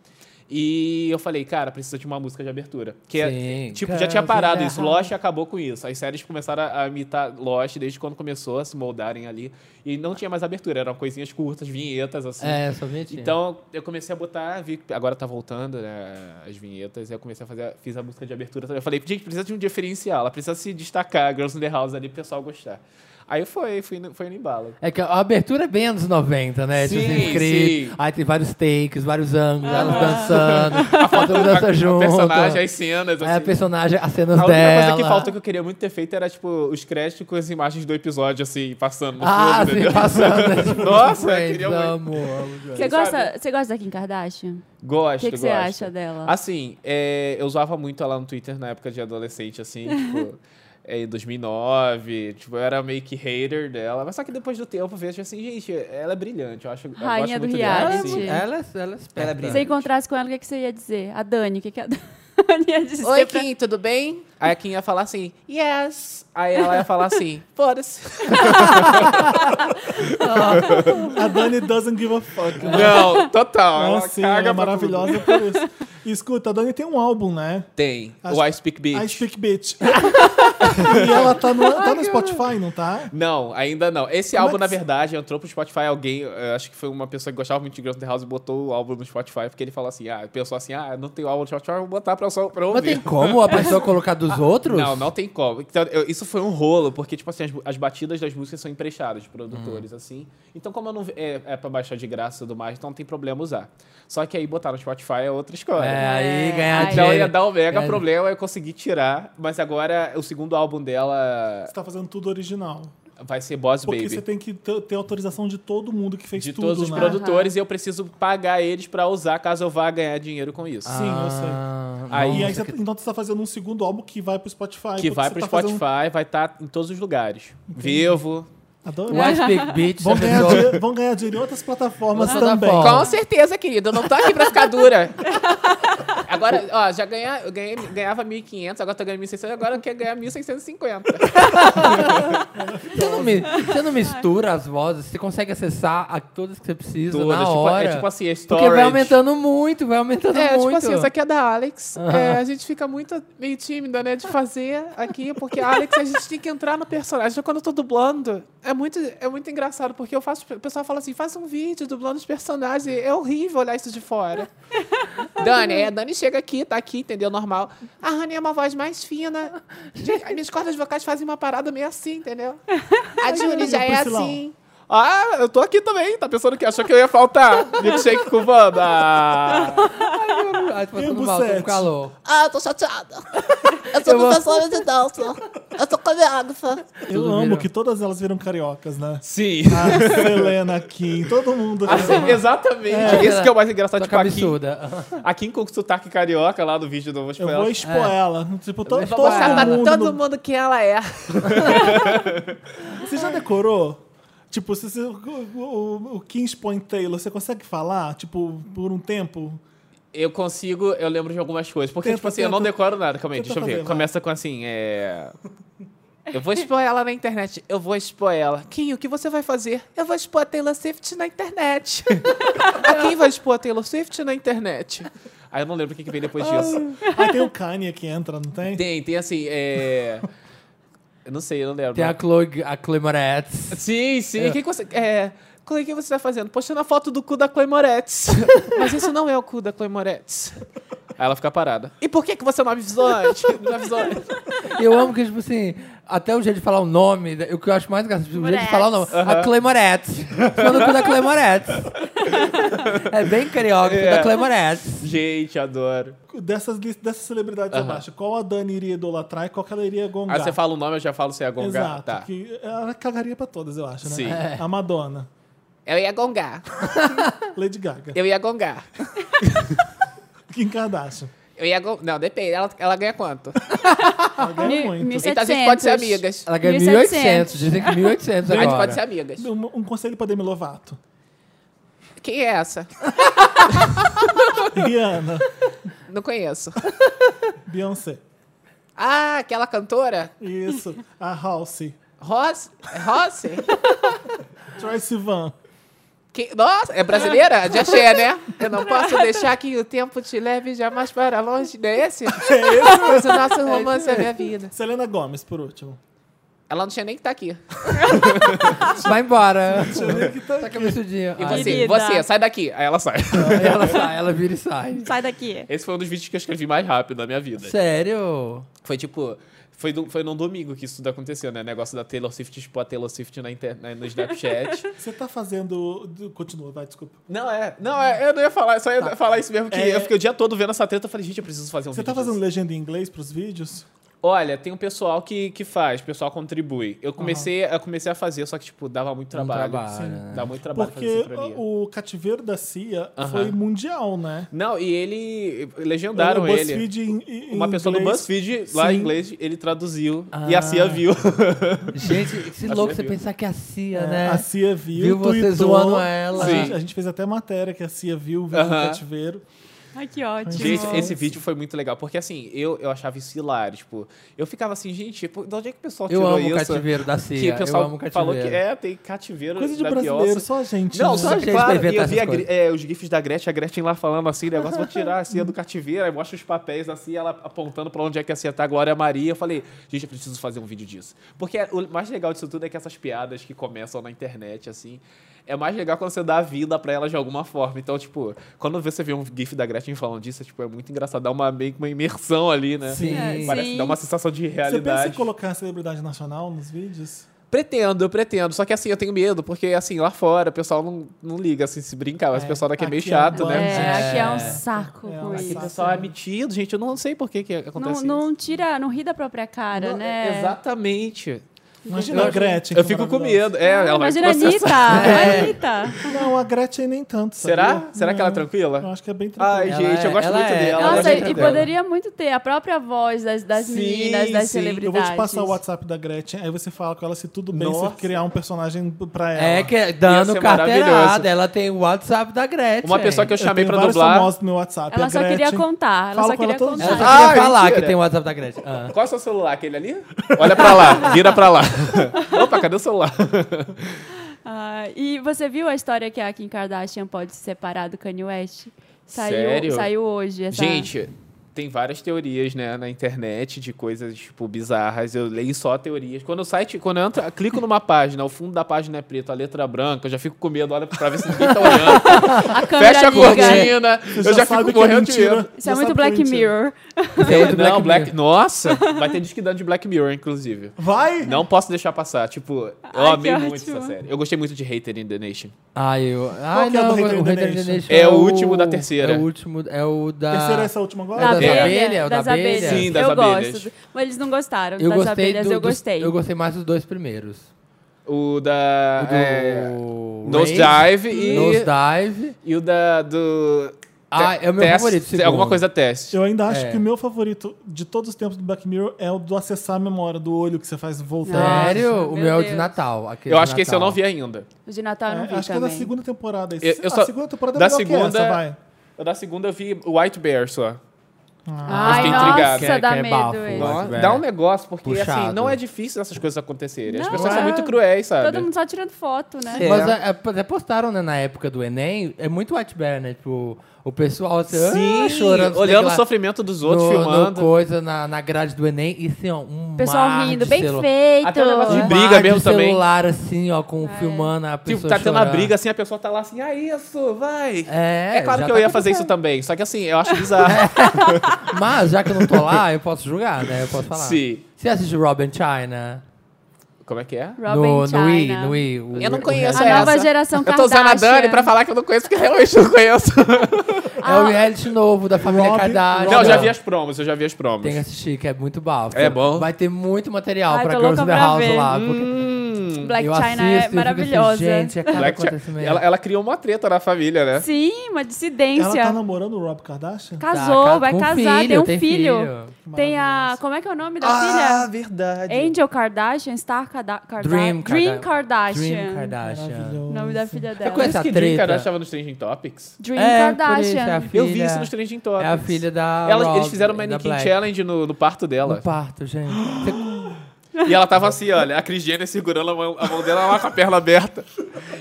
Speaker 1: E eu falei, cara, precisa de uma música de abertura. Que é-
Speaker 4: Sim. é
Speaker 1: tipo, já tinha parado
Speaker 4: Girls in
Speaker 1: isso.
Speaker 4: the house.
Speaker 1: Lost acabou com isso. As séries começaram a imitar Lost desde quando começou a se moldarem ali. E não tinha mais abertura, eram coisinhas curtas, vinhetas, assim.
Speaker 4: É, somente.
Speaker 1: Então eu comecei a botar, vi que agora tá voltando né, as vinhetas, aí eu comecei a fazer, fiz a música de abertura também. Eu falei, gente, precisa de um diferencial, ela precisa se destacar, Girls in the House ali, o pessoal gostar. Aí foi, fui no, foi no embalo.
Speaker 4: É que a abertura é bem anos 90, né?
Speaker 1: Sim,
Speaker 4: Tipo assim, incrível.
Speaker 1: sim.
Speaker 4: Aí tem vários takes, vários ângulos, elas dançando, a
Speaker 1: <laughs>
Speaker 4: foto
Speaker 1: A-
Speaker 4: dança
Speaker 1: a
Speaker 4: junto.
Speaker 1: personagem, as cenas,
Speaker 4: Aí a
Speaker 1: assim.
Speaker 4: personagem, as cenas
Speaker 1: A única
Speaker 4: dela.
Speaker 1: coisa que falta que eu queria muito ter feito era, tipo, os créditos com as imagens do episódio, assim, passando no
Speaker 4: Ah,
Speaker 1: fundo,
Speaker 4: sim,
Speaker 1: entendeu?
Speaker 4: passando. né?
Speaker 1: <laughs>
Speaker 4: Tipo,
Speaker 1: Nossa, eu
Speaker 4: Friends,
Speaker 1: queria muito.
Speaker 4: amo, amo. Friends.
Speaker 3: Você
Speaker 1: Quem
Speaker 3: gosta,
Speaker 1: sabe?
Speaker 3: você gosta da Kim Kardashian? O
Speaker 1: Gosto,
Speaker 3: que, que você
Speaker 1: gosto.
Speaker 3: acha dela?
Speaker 1: Assim, é, eu usava muito ela no Twitter na época de adolescente, <laughs> assim, tipo, é, em 2009. Tipo, eu era meio que hater dela. Mas só que depois do tempo eu vejo assim, gente, ela é brilhante. Eu acho eu
Speaker 3: Rainha
Speaker 1: gosto
Speaker 3: do
Speaker 1: muito
Speaker 4: Ela,
Speaker 1: dela.
Speaker 4: é
Speaker 3: reality.
Speaker 1: assim.
Speaker 4: muito- ela, é- ela é esperta.
Speaker 3: Se você encontrasse com ela, o que, que você ia dizer? A Dani, o que, que a <laughs> Dani ia dizer?
Speaker 1: Oi,
Speaker 3: pra-
Speaker 1: Kim, tudo bem? Aí a Kim ia falar assim, yes. Aí ela ia falar <laughs> assim, foda-se.
Speaker 2: A Dani doesn't give a fuck. né?
Speaker 1: Não, total.
Speaker 2: Nossa,
Speaker 1: <laughs> ela
Speaker 2: sim,
Speaker 1: caga
Speaker 2: ela é
Speaker 1: pra
Speaker 2: maravilhosa por isso. E, escuta, a Dani tem um álbum, né?
Speaker 1: tudo. Tem.
Speaker 2: Acho-
Speaker 1: O I Speak
Speaker 2: I
Speaker 1: Beach.
Speaker 2: Speak Bitch. <laughs> e ela tá no, tá no Spotify, não tá?
Speaker 1: Não, ainda não. Esse
Speaker 2: Como é
Speaker 1: álbum,
Speaker 2: que
Speaker 1: na
Speaker 2: se-
Speaker 1: verdade, entrou pro Spotify. Alguém, eu acho que foi uma pessoa que gostava muito de Girls in the House e botou o álbum no Spotify, porque ele falou assim: ah, pensou assim, ah, não tem álbum no Spotify, eu vou botar pra, só, pra
Speaker 4: Mas
Speaker 1: ouvir.
Speaker 4: tem como a pessoa
Speaker 1: <laughs>
Speaker 4: colocar dos outros?
Speaker 1: Ah, Não, não tem como. Então, eu- isso foi um rolo, porque, tipo assim, as, bu- as batidas das músicas são emprestadas de produtores,
Speaker 4: Hum.
Speaker 1: assim. Então, como eu não, é, é pra baixar de graça e tudo mais, então não tem problema usar. Só que aí botar no Spotify é outra história.
Speaker 4: É, aí ganhar
Speaker 3: Ai.
Speaker 1: Então
Speaker 4: dinheiro.
Speaker 1: ia dar um mega
Speaker 4: É.
Speaker 1: problema, eu consegui tirar, mas agora o segundo álbum dela
Speaker 2: Você tá fazendo tudo original.
Speaker 1: vai ser Boss
Speaker 2: Porque
Speaker 1: Baby.
Speaker 2: você tem que ter ter autorização de todo mundo que fez
Speaker 1: de
Speaker 2: tudo,
Speaker 1: todos os
Speaker 2: né?
Speaker 1: produtores e eu preciso pagar eles pra usar caso eu vá ganhar dinheiro com isso.
Speaker 2: Sim, eu sei.
Speaker 4: Ah,
Speaker 1: Aí-
Speaker 2: E aí,
Speaker 4: nossa,
Speaker 2: você, então você tá fazendo um segundo álbum que vai pro Spotify.
Speaker 1: Que
Speaker 2: porque
Speaker 1: vai
Speaker 2: você
Speaker 1: pro
Speaker 2: tá
Speaker 1: Spotify,
Speaker 2: fazendo-
Speaker 1: vai estar em todos os lugares. Vivo.
Speaker 2: Adoro.
Speaker 4: O Ice Big Beach,
Speaker 2: Vão
Speaker 4: a
Speaker 2: ganhar,
Speaker 4: pessoa-
Speaker 2: dinheiro, vão ganhar dinheiro em outras plataformas
Speaker 4: Outra
Speaker 2: também.
Speaker 4: plataforma. Com
Speaker 1: certeza, querido. Eu não tô aqui pra ficar dura. <laughs> Agora, ó, já ganha, eu ganhei, ganhava 1.500, agora tô ganhando 1.600, agora eu quero ganhar 1.650.
Speaker 4: Você não, mi- você não mistura as vozes, você consegue acessar a todas que você precisa
Speaker 1: Todas.
Speaker 4: na
Speaker 1: Tipo,
Speaker 4: hora.
Speaker 1: é tipo assim, é storage.
Speaker 4: porque vai aumentando muito, vai aumentando
Speaker 1: É,
Speaker 4: muito.
Speaker 1: tipo assim, isso aqui é da Alex. É, a gente fica muito meio tímida, né, de fazer aqui, porque a Alex a gente tem que entrar no personagem. Quando eu tô dublando, é muito, é muito engraçado, porque eu faço. O pessoal fala assim: faz um vídeo dublando os personagens. É horrível olhar isso de fora. <laughs> Dani, é, a Dani chega aqui, tá aqui, entendeu? Normal. A Rani é uma voz mais fina. Gente, as minhas cordas vocais fazem uma parada meio assim, entendeu? A Juni já é
Speaker 2: Priscilão?
Speaker 1: assim. Ah, eu tô aqui também. Tá pensando que achou que eu ia faltar? Milkshake com Wanda.
Speaker 4: Ai, tô
Speaker 2: E o
Speaker 4: passando mal, tô com
Speaker 2: Bucete?
Speaker 4: calor.
Speaker 5: Ah, eu tô
Speaker 4: <laughs>
Speaker 5: chateada. Eu sou
Speaker 4: Eu vou-
Speaker 5: professora de dança. Eu sou coreógrafa.
Speaker 2: Eu
Speaker 4: Tudo
Speaker 2: amo
Speaker 4: virou.
Speaker 2: que todas elas viram cariocas, né?
Speaker 1: Sim.
Speaker 2: A Selena Kim, todo mundo.
Speaker 1: <laughs> Assim, exatamente.
Speaker 4: É.
Speaker 1: Esse que é o mais engraçado.
Speaker 4: Tô
Speaker 1: Tipo,
Speaker 4: com
Speaker 1: a Kim,
Speaker 4: absurda.
Speaker 1: <laughs> a Kim com o sotaque carioca lá no vídeo do Vou
Speaker 2: eu
Speaker 1: Expor
Speaker 2: vou
Speaker 1: Ela.
Speaker 2: expor
Speaker 4: É.
Speaker 2: ela. Tipo, to,
Speaker 4: Eu vou
Speaker 2: todo
Speaker 4: mostrar pra
Speaker 2: mundo. no-
Speaker 1: tá mundo quem ela é.
Speaker 2: Você já decorou? Tipo, se, se o, o, o Kings Point Taylor, você consegue falar, tipo, por um
Speaker 1: <laughs>
Speaker 2: tempo?
Speaker 1: Eu consigo, eu lembro de algumas coisas. Porque,
Speaker 2: Tenta,
Speaker 1: tipo assim, eu
Speaker 2: tenta.
Speaker 1: não decoro nada. Calma aí,
Speaker 2: Tenta
Speaker 1: deixa eu ver.
Speaker 2: fazer, vai.
Speaker 1: Começa com assim, é... Eu vou expor ela na internet. Eu vou expor ela. Kim, o que você vai fazer? Eu vou expor a Taylor Swift na internet.
Speaker 2: <laughs>
Speaker 1: a Kim vai expor a Taylor Swift na internet. Aí eu não lembro o que que vem depois disso.
Speaker 2: Aí Ah, tem o Kanye que entra, não tem?
Speaker 1: Tem, tem assim, é... Eu não sei, eu não lembro.
Speaker 4: Tem a Chloe, a Chloe Moretz.
Speaker 1: Sim, sim. O que que você. É. Chloe, o que você tá fazendo? Postando a foto do cu da Chloe <laughs> Moretz. Mas isso não é o cu da Chloe Moretz. Aí ela fica parada. E por que, que você é não avisou <laughs> antes? Não avisou antes?
Speaker 4: Eu amo que, tipo assim, até o jeito de falar o nome, o que eu acho mais engraçado, tipo, o jeito de
Speaker 3: Moretz.
Speaker 4: falar o nome. A Chloe Moretz. Falando o cu da Chloe Moretz. É bem carioca, o cu da
Speaker 1: É.
Speaker 4: Chloe Moretz.
Speaker 1: Gente, adoro.
Speaker 2: Dessas, lis- dessas celebridades
Speaker 1: Aham.
Speaker 2: abaixo, qual a Dani iria idolatrar e qual que ela iria gongar?
Speaker 1: Aí você fala o nome, eu já falo se é gongar.
Speaker 2: Exato.
Speaker 1: Tá.
Speaker 2: Que ela cagaria pra todas, eu acho, né?
Speaker 1: Sim.
Speaker 4: É.
Speaker 2: A Madonna,
Speaker 1: Eu ia gongar.
Speaker 2: Lady Gaga,
Speaker 1: Eu ia gongar.
Speaker 2: Kim Kardashian.
Speaker 1: Eu ia gongar. Não, depende. Ela, ela ganha quanto?
Speaker 2: Ela ganha
Speaker 3: Mi-
Speaker 2: é muito.
Speaker 3: mi-
Speaker 1: Então a gente pode ser amigas.
Speaker 4: Ela ganha
Speaker 3: 1.700.
Speaker 4: 1.800, dizem que 1.800
Speaker 1: A
Speaker 4: agora.
Speaker 1: gente pode ser amigas.
Speaker 2: Um, um conselho pra Demi Lovato.
Speaker 1: Quem é essa? <laughs>
Speaker 2: Rihanna,
Speaker 1: Não conheço.
Speaker 2: Beyoncé.
Speaker 1: Ah, aquela cantora?
Speaker 2: Isso. A Halsey.
Speaker 1: Rose? É Rose?
Speaker 2: Troye Van.
Speaker 1: Que- Nossa, é brasileira? De axé, né? Eu não posso deixar que o tempo te leve jamais para longe. Não é esse? Mas o nosso romance é, a minha vida.
Speaker 2: Selena Gomez, por último.
Speaker 1: Ela não tinha nem que estar aqui. Tipo
Speaker 4: Vai embora. Tá cabeçudinha.
Speaker 1: E
Speaker 4: Ai,
Speaker 1: você,
Speaker 3: Querida.
Speaker 1: assim, você, sai daqui. Aí ela sai.
Speaker 4: Aí ela sai, ela vira e sai.
Speaker 3: Sai daqui.
Speaker 1: <laughs> Esse foi um dos vídeos que eu escrevi mais rápido da minha vida.
Speaker 4: Sério?
Speaker 1: Foi tipo. Foi, do, foi num domingo que isso tudo aconteceu, né? Negócio da Taylor Swift expor a Taylor Swift na inter, na- no Snapchat. <laughs>
Speaker 2: Você tá fazendo. Continua, vai, desculpa.
Speaker 1: não, é. Não, é. Eu não ia falar, só ia falar isso mesmo, que
Speaker 2: É.
Speaker 1: eu fiquei o dia todo vendo essa treta. Eu falei, gente, eu preciso fazer um
Speaker 2: Você
Speaker 1: vídeo.
Speaker 2: tá fazendo
Speaker 1: disso.
Speaker 2: legenda em inglês pros vídeos?
Speaker 1: Olha, tem um pessoal que, que faz, o pessoal contribui. Eu comecei, eu comecei a fazer, só que, tipo, dava muito trabalho.
Speaker 4: trabalho, né?
Speaker 1: Dá muito trabalho fazer
Speaker 2: Porque
Speaker 1: sincronia.
Speaker 2: o cativeiro da CIA
Speaker 1: Aham.
Speaker 2: foi mundial, né?
Speaker 1: Não, e ele. Legendaram
Speaker 2: O
Speaker 1: ele.
Speaker 2: BuzzFeed em- em
Speaker 1: Uma pessoa do
Speaker 2: inglês.
Speaker 1: BuzzFeed, lá em
Speaker 2: Sim.
Speaker 1: inglês, ele traduziu. E a
Speaker 4: Ah.
Speaker 1: Cia viu. <laughs>
Speaker 4: Gente, que
Speaker 1: A
Speaker 4: louco
Speaker 1: Cia
Speaker 4: você
Speaker 1: viu.
Speaker 4: pensar que a Cia,
Speaker 2: É,
Speaker 4: né?
Speaker 2: A CIA viu,
Speaker 4: Viu você
Speaker 2: tuitou.
Speaker 4: zoando ela.
Speaker 2: A
Speaker 1: Sim.
Speaker 2: gente, a gente fez até matéria que a CIA viu, viu o
Speaker 1: Aham.
Speaker 2: cativeiro.
Speaker 3: Ai, que ótimo.
Speaker 1: Gente, esse vídeo foi muito legal. Porque assim, eu, eu achava isso hilário. Tipo, eu ficava assim, gente, tipo, de onde é que o pessoal
Speaker 4: Eu
Speaker 1: tirou
Speaker 4: amo o
Speaker 1: isso?
Speaker 4: cativeiro da Cia.
Speaker 1: Que o pessoal
Speaker 4: eu amo o cativeiro.
Speaker 1: falou que é, tem cativeiro
Speaker 2: Coisa de
Speaker 1: da
Speaker 2: brasileiro,
Speaker 1: Beyoncé.
Speaker 2: só a gente.
Speaker 1: Não,
Speaker 2: né?
Speaker 1: só
Speaker 4: a gente
Speaker 1: claro,
Speaker 4: vai
Speaker 1: e
Speaker 4: inventar
Speaker 1: eu vi a
Speaker 4: essas
Speaker 1: Gre- é, os gifs da Gretchen, a Gretchen lá falando assim, negócio, vou tirar a Cia do cativeiro, aí mostra os papéis assim, ela apontando pra onde é que a Cia tá, Glória Maria. Eu falei, gente, eu preciso fazer um vídeo disso. Porque o mais legal disso tudo é que essas piadas que começam na internet, assim, é mais legal quando você dá vida pra elas de alguma forma. Então, tipo, quando você vê um gif da Gretchen falando disso, é, tipo, é muito engraçado, dá uma, meio que uma imersão ali, né?
Speaker 4: Sim.
Speaker 3: É,
Speaker 1: Parece,
Speaker 3: sim.
Speaker 1: dá uma sensação de
Speaker 2: Você pensa em
Speaker 1: realidade.
Speaker 2: colocar a celebridade nacional nos vídeos?
Speaker 1: Pretendo, eu pretendo. Só que assim, eu tenho medo, porque assim, lá fora o pessoal não, não liga, assim, se brincar. Mas o
Speaker 2: É,
Speaker 1: pessoal daqui é meio
Speaker 2: aqui é
Speaker 1: chato,
Speaker 2: um
Speaker 1: né?
Speaker 3: É, aqui é um
Speaker 4: É.
Speaker 3: saco
Speaker 2: É um
Speaker 3: com
Speaker 2: saco.
Speaker 1: Aqui o
Speaker 3: isso.
Speaker 1: pessoal é metido, gente. Eu não sei por que, que
Speaker 3: Não,
Speaker 1: acontece isso.
Speaker 3: não tira, não ri da própria cara,
Speaker 1: Não,
Speaker 3: né?
Speaker 1: Exatamente.
Speaker 2: Imagina a Gretchen.
Speaker 1: Eu
Speaker 2: que
Speaker 1: fico com
Speaker 2: maravilhosa.
Speaker 1: medo. É, ela vai
Speaker 3: Imagina a
Speaker 1: processar.
Speaker 3: Anitta.
Speaker 4: É.
Speaker 3: A Anitta.
Speaker 2: Não, a Gretchen nem
Speaker 1: <laughs>
Speaker 2: tanto.
Speaker 1: Será?
Speaker 2: sabia?
Speaker 1: Será que ela é
Speaker 2: Não, Eu
Speaker 1: tranquila?
Speaker 2: acho que é bem tranquila.
Speaker 1: Ai,
Speaker 4: Ela
Speaker 1: gente, eu
Speaker 4: é-
Speaker 1: gosto
Speaker 4: ela
Speaker 1: muito
Speaker 4: é-
Speaker 1: dela. eu
Speaker 4: ela
Speaker 3: Nossa,
Speaker 1: gosto
Speaker 3: e
Speaker 1: muito
Speaker 4: entendeu.
Speaker 1: dela.
Speaker 3: poderia muito ter a própria voz das, das
Speaker 1: Sim, sim.
Speaker 3: meninas, das
Speaker 1: Eu vou te
Speaker 2: Eu
Speaker 3: celebridades.
Speaker 2: vou te passar o WhatsApp da Gretchen, aí você fala com ela se tudo bem,
Speaker 1: Nossa.
Speaker 2: você criar um personagem pra ela.
Speaker 4: É que é
Speaker 1: Ia ser maravilhoso.
Speaker 4: dando carteirada. Ela tem o WhatsApp da Gretchen.
Speaker 1: Uma pessoa que eu chamei
Speaker 2: tenho
Speaker 1: pra
Speaker 2: vários
Speaker 1: dublar.
Speaker 2: famosos no meu WhatsApp.
Speaker 3: Ela
Speaker 2: a
Speaker 3: só queria
Speaker 2: Gretchen-
Speaker 3: contar. Ela
Speaker 2: Fala
Speaker 3: só
Speaker 2: com ela
Speaker 3: queria
Speaker 2: todos os
Speaker 4: Ela só
Speaker 3: contar.
Speaker 4: queria
Speaker 1: Ah,
Speaker 4: falar
Speaker 1: mentira.
Speaker 4: que tem o WhatsApp da Gretchen. Ah.
Speaker 1: Qual é o seu celular? Aquele ali? Olha pra lá, vira pra lá. <laughs> Opa, cadê o celular?
Speaker 3: Ah, e você viu a história que a Kim Kardashian pode se separar do Kanye West? Saiu,
Speaker 1: Sério?
Speaker 3: saiu hoje. Essa...
Speaker 1: Gente, tem várias teorias, né, na internet de coisas, tipo, bizarras. Eu leio só teorias. Quando o site, quando eu entro, clico numa página, o fundo da página é preto, a letra é branca, eu já fico com medo, olha pra ver se ninguém tá <laughs> olhando.
Speaker 3: a câmera
Speaker 1: Fecha a
Speaker 3: liga.
Speaker 1: cortina, eu já,
Speaker 2: sabe
Speaker 1: fico
Speaker 2: que é
Speaker 1: morrendo de
Speaker 2: mentira.
Speaker 1: medo.
Speaker 3: Isso
Speaker 2: Já
Speaker 3: é
Speaker 2: sabe que
Speaker 3: muito Black
Speaker 2: mentira.
Speaker 3: Mirror.
Speaker 4: Isso é outro
Speaker 1: <laughs> não,
Speaker 4: Black
Speaker 1: Black...
Speaker 4: Mirror.
Speaker 1: Nossa, vai ter disque dando de Black Mirror, inclusive.
Speaker 2: Vai!
Speaker 1: Não posso deixar passar. Tipo, eu
Speaker 3: Ai,
Speaker 1: amei
Speaker 3: que
Speaker 1: muito
Speaker 3: ótimo.
Speaker 1: essa série. Eu gostei muito de Hater in the Nation.
Speaker 4: Ai, Ah, eu... Ai,
Speaker 2: que é
Speaker 4: não,
Speaker 2: do Reino
Speaker 4: o Reino
Speaker 2: da
Speaker 4: da
Speaker 2: Nation?
Speaker 4: Nation
Speaker 1: É o último da terceira.
Speaker 4: É o último, é o da...
Speaker 2: Terceira é essa última agora?
Speaker 4: Da
Speaker 3: Da
Speaker 4: abelha,
Speaker 3: abelha,
Speaker 4: o da
Speaker 3: das
Speaker 4: abelha.
Speaker 3: abelhas.
Speaker 1: Sim, É das
Speaker 3: eu
Speaker 1: abelhas.
Speaker 3: gosto. Mas eles não gostaram
Speaker 4: Eu
Speaker 3: das
Speaker 4: gostei
Speaker 3: abelhas,
Speaker 4: do,
Speaker 3: eu
Speaker 4: dos-
Speaker 3: gostei.
Speaker 4: eu gostei mais dos dois primeiros.
Speaker 1: O da.
Speaker 4: O do...
Speaker 1: é,
Speaker 4: Rain,
Speaker 1: Nosedive e.
Speaker 4: Nosedive.
Speaker 1: E o da. Do.
Speaker 4: Ah, é o meu
Speaker 1: Test-
Speaker 4: favorito, segundo.
Speaker 1: Alguma coisa teste.
Speaker 2: Eu ainda acho
Speaker 4: É.
Speaker 2: que o meu favorito de todos os tempos do Black Mirror é o do acessar a memória do olho que você faz voltar.
Speaker 4: Sério?
Speaker 3: Nossa,
Speaker 4: o
Speaker 3: meu
Speaker 4: meu é o de
Speaker 3: Deus.
Speaker 4: Natal. aquele
Speaker 1: Eu
Speaker 4: de
Speaker 1: acho que esse eu
Speaker 4: Natal.
Speaker 1: não vi ainda.
Speaker 3: O de Natal eu não
Speaker 2: É,
Speaker 3: vi
Speaker 2: acho que é
Speaker 3: também.
Speaker 2: da segunda temporada.
Speaker 1: Eu- eu
Speaker 2: a
Speaker 1: só-
Speaker 2: segunda temporada é
Speaker 1: da
Speaker 2: melhor
Speaker 1: segunda-
Speaker 2: que essa, vai.
Speaker 1: Eu da segunda eu vi White Bear só.
Speaker 3: Ai,
Speaker 1: Ah, fiquei
Speaker 3: nossa,
Speaker 1: intrigado.
Speaker 4: Que é-
Speaker 3: dá
Speaker 4: que é
Speaker 3: medo.
Speaker 4: bafo.
Speaker 3: esse.
Speaker 4: Nossa,
Speaker 1: Nossa,
Speaker 4: velho.
Speaker 1: dá um negócio, porque assim,
Speaker 4: Puxado.
Speaker 1: não é difícil essas coisas acontecerem. As
Speaker 3: Não,
Speaker 1: pessoas são
Speaker 3: é.
Speaker 1: muito cruéis, sabe?
Speaker 3: Todo mundo só tirando foto, né?
Speaker 1: É.
Speaker 4: Mas é, é, até postaram, né, na época do Enem, é muito White Bear, né? Tipo, o pessoal assim, ah,
Speaker 3: tá
Speaker 1: Sim,
Speaker 4: chorando.
Speaker 1: olhando o
Speaker 4: sei lá,
Speaker 1: sofrimento dos outros,
Speaker 4: no,
Speaker 1: filmando.
Speaker 4: No coisa, na, na grade do Enem, e assim, ó, um
Speaker 3: O pessoal
Speaker 4: mar
Speaker 3: rindo,
Speaker 4: de
Speaker 1: é
Speaker 3: bem
Speaker 4: celu-
Speaker 3: feito.
Speaker 1: Até o negócio
Speaker 4: Um
Speaker 1: De briga
Speaker 4: mar
Speaker 1: mesmo
Speaker 4: de
Speaker 1: também.
Speaker 4: celular, assim, ó, com, filmando a pessoa
Speaker 1: Tipo, tá tendo uma
Speaker 4: chorando.
Speaker 1: briga, assim, a pessoa tá lá assim, ah, isso, vai.
Speaker 4: É,
Speaker 1: claro
Speaker 4: já
Speaker 1: que eu
Speaker 4: tá
Speaker 1: ia fazer isso também, só que assim, eu acho <laughs> bizarro.
Speaker 4: Mas, já que eu não tô lá, eu posso julgar, né? Eu posso falar.
Speaker 1: Sim.
Speaker 4: Você assiste Robin China?
Speaker 1: Como é que é?
Speaker 3: Robin
Speaker 4: no,
Speaker 3: China.
Speaker 4: no I, no I. o-
Speaker 1: Eu não
Speaker 4: o-
Speaker 1: conheço
Speaker 3: A
Speaker 1: essa.
Speaker 3: nova geração
Speaker 1: Eu tô usando a
Speaker 3: Kardashian.
Speaker 1: Dani pra falar que eu não conheço, porque realmente eu não conheço.
Speaker 4: É o reality novo da família
Speaker 2: Robin-
Speaker 4: Kardashian.
Speaker 1: Não, eu já vi as promos, eu já vi as promos.
Speaker 4: Tem que assistir, que é muito bafo.
Speaker 1: É bom?
Speaker 4: Vai ter muito material
Speaker 3: Ai,
Speaker 4: pra
Speaker 3: tô
Speaker 4: Girls
Speaker 3: louca
Speaker 4: in the
Speaker 3: pra
Speaker 4: House
Speaker 3: ver.
Speaker 4: lá. Porque
Speaker 3: Ah, Black
Speaker 4: eu
Speaker 3: China
Speaker 4: assisto, eu
Speaker 3: é
Speaker 4: fico
Speaker 3: maravilhosa.
Speaker 4: Assim, gente, é cada
Speaker 1: Black Tia-
Speaker 4: acontecimento.
Speaker 1: ela, ela criou uma treta na família, né?
Speaker 3: Sim, uma
Speaker 2: Ela
Speaker 3: dissidência.
Speaker 2: tá namorando o Rob Kardashian?
Speaker 4: Tá,
Speaker 3: Casou,
Speaker 4: ca-
Speaker 3: vai
Speaker 4: com
Speaker 3: casar, tem um filho.
Speaker 4: filho.
Speaker 3: Tem a. Como é que é o nome da
Speaker 4: Ah, Tá.
Speaker 3: filha?
Speaker 1: verdade.
Speaker 3: Angel Kardashian, Star Kada- Karda
Speaker 4: Dream
Speaker 3: Dream
Speaker 4: Karda-
Speaker 3: Kardashian.
Speaker 4: Dream Kardashian.
Speaker 3: O
Speaker 2: Maravilhoso.
Speaker 3: nome da filha
Speaker 4: com
Speaker 3: dela.
Speaker 4: essa
Speaker 1: que Jim
Speaker 4: treta.
Speaker 1: Kardashian tava nos Trending Topics?
Speaker 3: Dream
Speaker 4: É, por isso, é a
Speaker 3: Kardashian.
Speaker 4: filha.
Speaker 1: Eu vi isso nos Trending Topics.
Speaker 4: É a filha da
Speaker 1: Ela-
Speaker 4: Rob,
Speaker 1: eles fizeram uma
Speaker 4: da
Speaker 1: Mannequin
Speaker 4: Black.
Speaker 1: Challenge no, no parto dela.
Speaker 4: No parto, gente. Você-
Speaker 1: E ela tava assim, olha, a Kris Jenner segurando a mão, a mão dela lá com a perna aberta.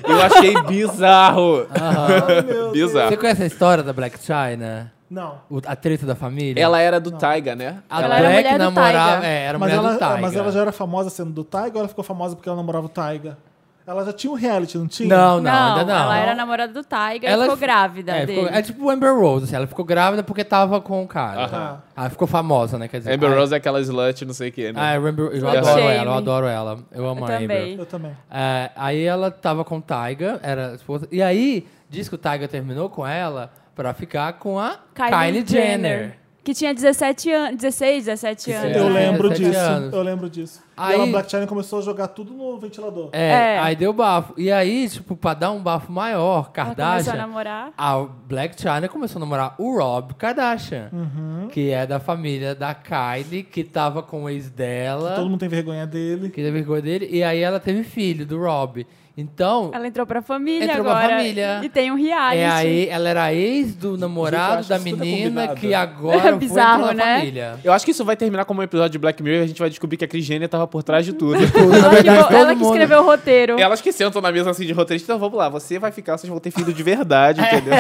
Speaker 1: Eu achei bizarro.
Speaker 4: Aham.
Speaker 1: <laughs> bizarro.
Speaker 4: Você conhece a história da Black China?
Speaker 2: Não.
Speaker 4: O- a treta da família.
Speaker 6: Ela era do Taiga, né?
Speaker 4: a
Speaker 3: Ela era
Speaker 4: Black
Speaker 3: mulher do
Speaker 4: namorava.
Speaker 3: Tyga.
Speaker 4: É, era
Speaker 2: Mas
Speaker 4: mulher
Speaker 2: ela,
Speaker 4: do Tiger.
Speaker 2: mas ela já era famosa sendo do Taiga ou ela ficou famosa porque ela namorava o Taiga? Ela já tinha um reality, não tinha?
Speaker 4: Não, não, ainda não.
Speaker 3: Ela era namorada do Tiger
Speaker 4: Ela
Speaker 3: e ficou
Speaker 4: fi-
Speaker 3: grávida
Speaker 4: é,
Speaker 3: dele.
Speaker 4: ficou- é tipo Amber Rose, assim, ela ficou grávida porque tava com o cara.
Speaker 2: Aham.
Speaker 4: Ah, ficou famosa, né? Quer dizer,
Speaker 6: Amber
Speaker 4: ai-
Speaker 6: Rose é aquela slut, não sei o que, né?
Speaker 4: Ah, eu, Amber, eu
Speaker 3: Slut
Speaker 4: adoro
Speaker 3: shaming.
Speaker 4: ela, eu adoro ela. Eu amo
Speaker 3: Eu
Speaker 4: a Amber.
Speaker 3: também.
Speaker 2: Eu também.
Speaker 4: É, aí ela tava com o Taiga, era esposa. E aí, diz que o Taiga terminou com ela pra ficar com a Kylie, Jenner.
Speaker 3: Que tinha 17 anos, 16, 17
Speaker 4: Eu
Speaker 3: anos.
Speaker 2: Eu
Speaker 4: tinha
Speaker 3: né?
Speaker 2: lembro
Speaker 4: 17
Speaker 2: disso.
Speaker 4: anos.
Speaker 2: Eu lembro disso.
Speaker 4: Aí-
Speaker 2: E ela, Black China, começou a jogar tudo no ventilador.
Speaker 4: É,
Speaker 3: É.
Speaker 4: aí deu bafo. E aí, tipo, pra dar um bafo maior,
Speaker 3: Ela começou a
Speaker 4: Kardashian.
Speaker 3: namorar.
Speaker 4: A Black China começou a namorar o Rob Kardashian, que é da família da Kylie, que tava com o ex dela.
Speaker 2: Todo mundo tem vergonha dele.
Speaker 4: que teve vergonha dele, e aí ela teve filho do Rob. Então,
Speaker 3: Ela entrou pra família
Speaker 4: Entrou pra
Speaker 3: agora.
Speaker 4: família.
Speaker 3: E tem um reality.
Speaker 4: é aí, ela era ex do
Speaker 6: Gente, eu
Speaker 4: namorado
Speaker 6: acho
Speaker 4: da
Speaker 6: isso tudo
Speaker 4: menina
Speaker 6: combinado.
Speaker 4: que
Speaker 6: <laughs> É
Speaker 4: agora foi
Speaker 3: Bizarro,
Speaker 4: pela
Speaker 3: né?
Speaker 4: família.
Speaker 6: Eu acho que isso vai terminar como um episódio de Black Mirror e a gente vai descobrir que a Kris Jenner tava por trás de tudo.
Speaker 4: Na
Speaker 3: Ela,
Speaker 4: verdade,
Speaker 3: que,
Speaker 4: todo
Speaker 3: vo- ela que
Speaker 4: mundo-
Speaker 3: escreveu o roteiro.
Speaker 6: Elas que sentam na mesa assim de roteirista, então vamos lá, você vai ficar, vocês vão ter filho
Speaker 3: <laughs>
Speaker 6: de verdade,
Speaker 3: É.
Speaker 6: entendeu?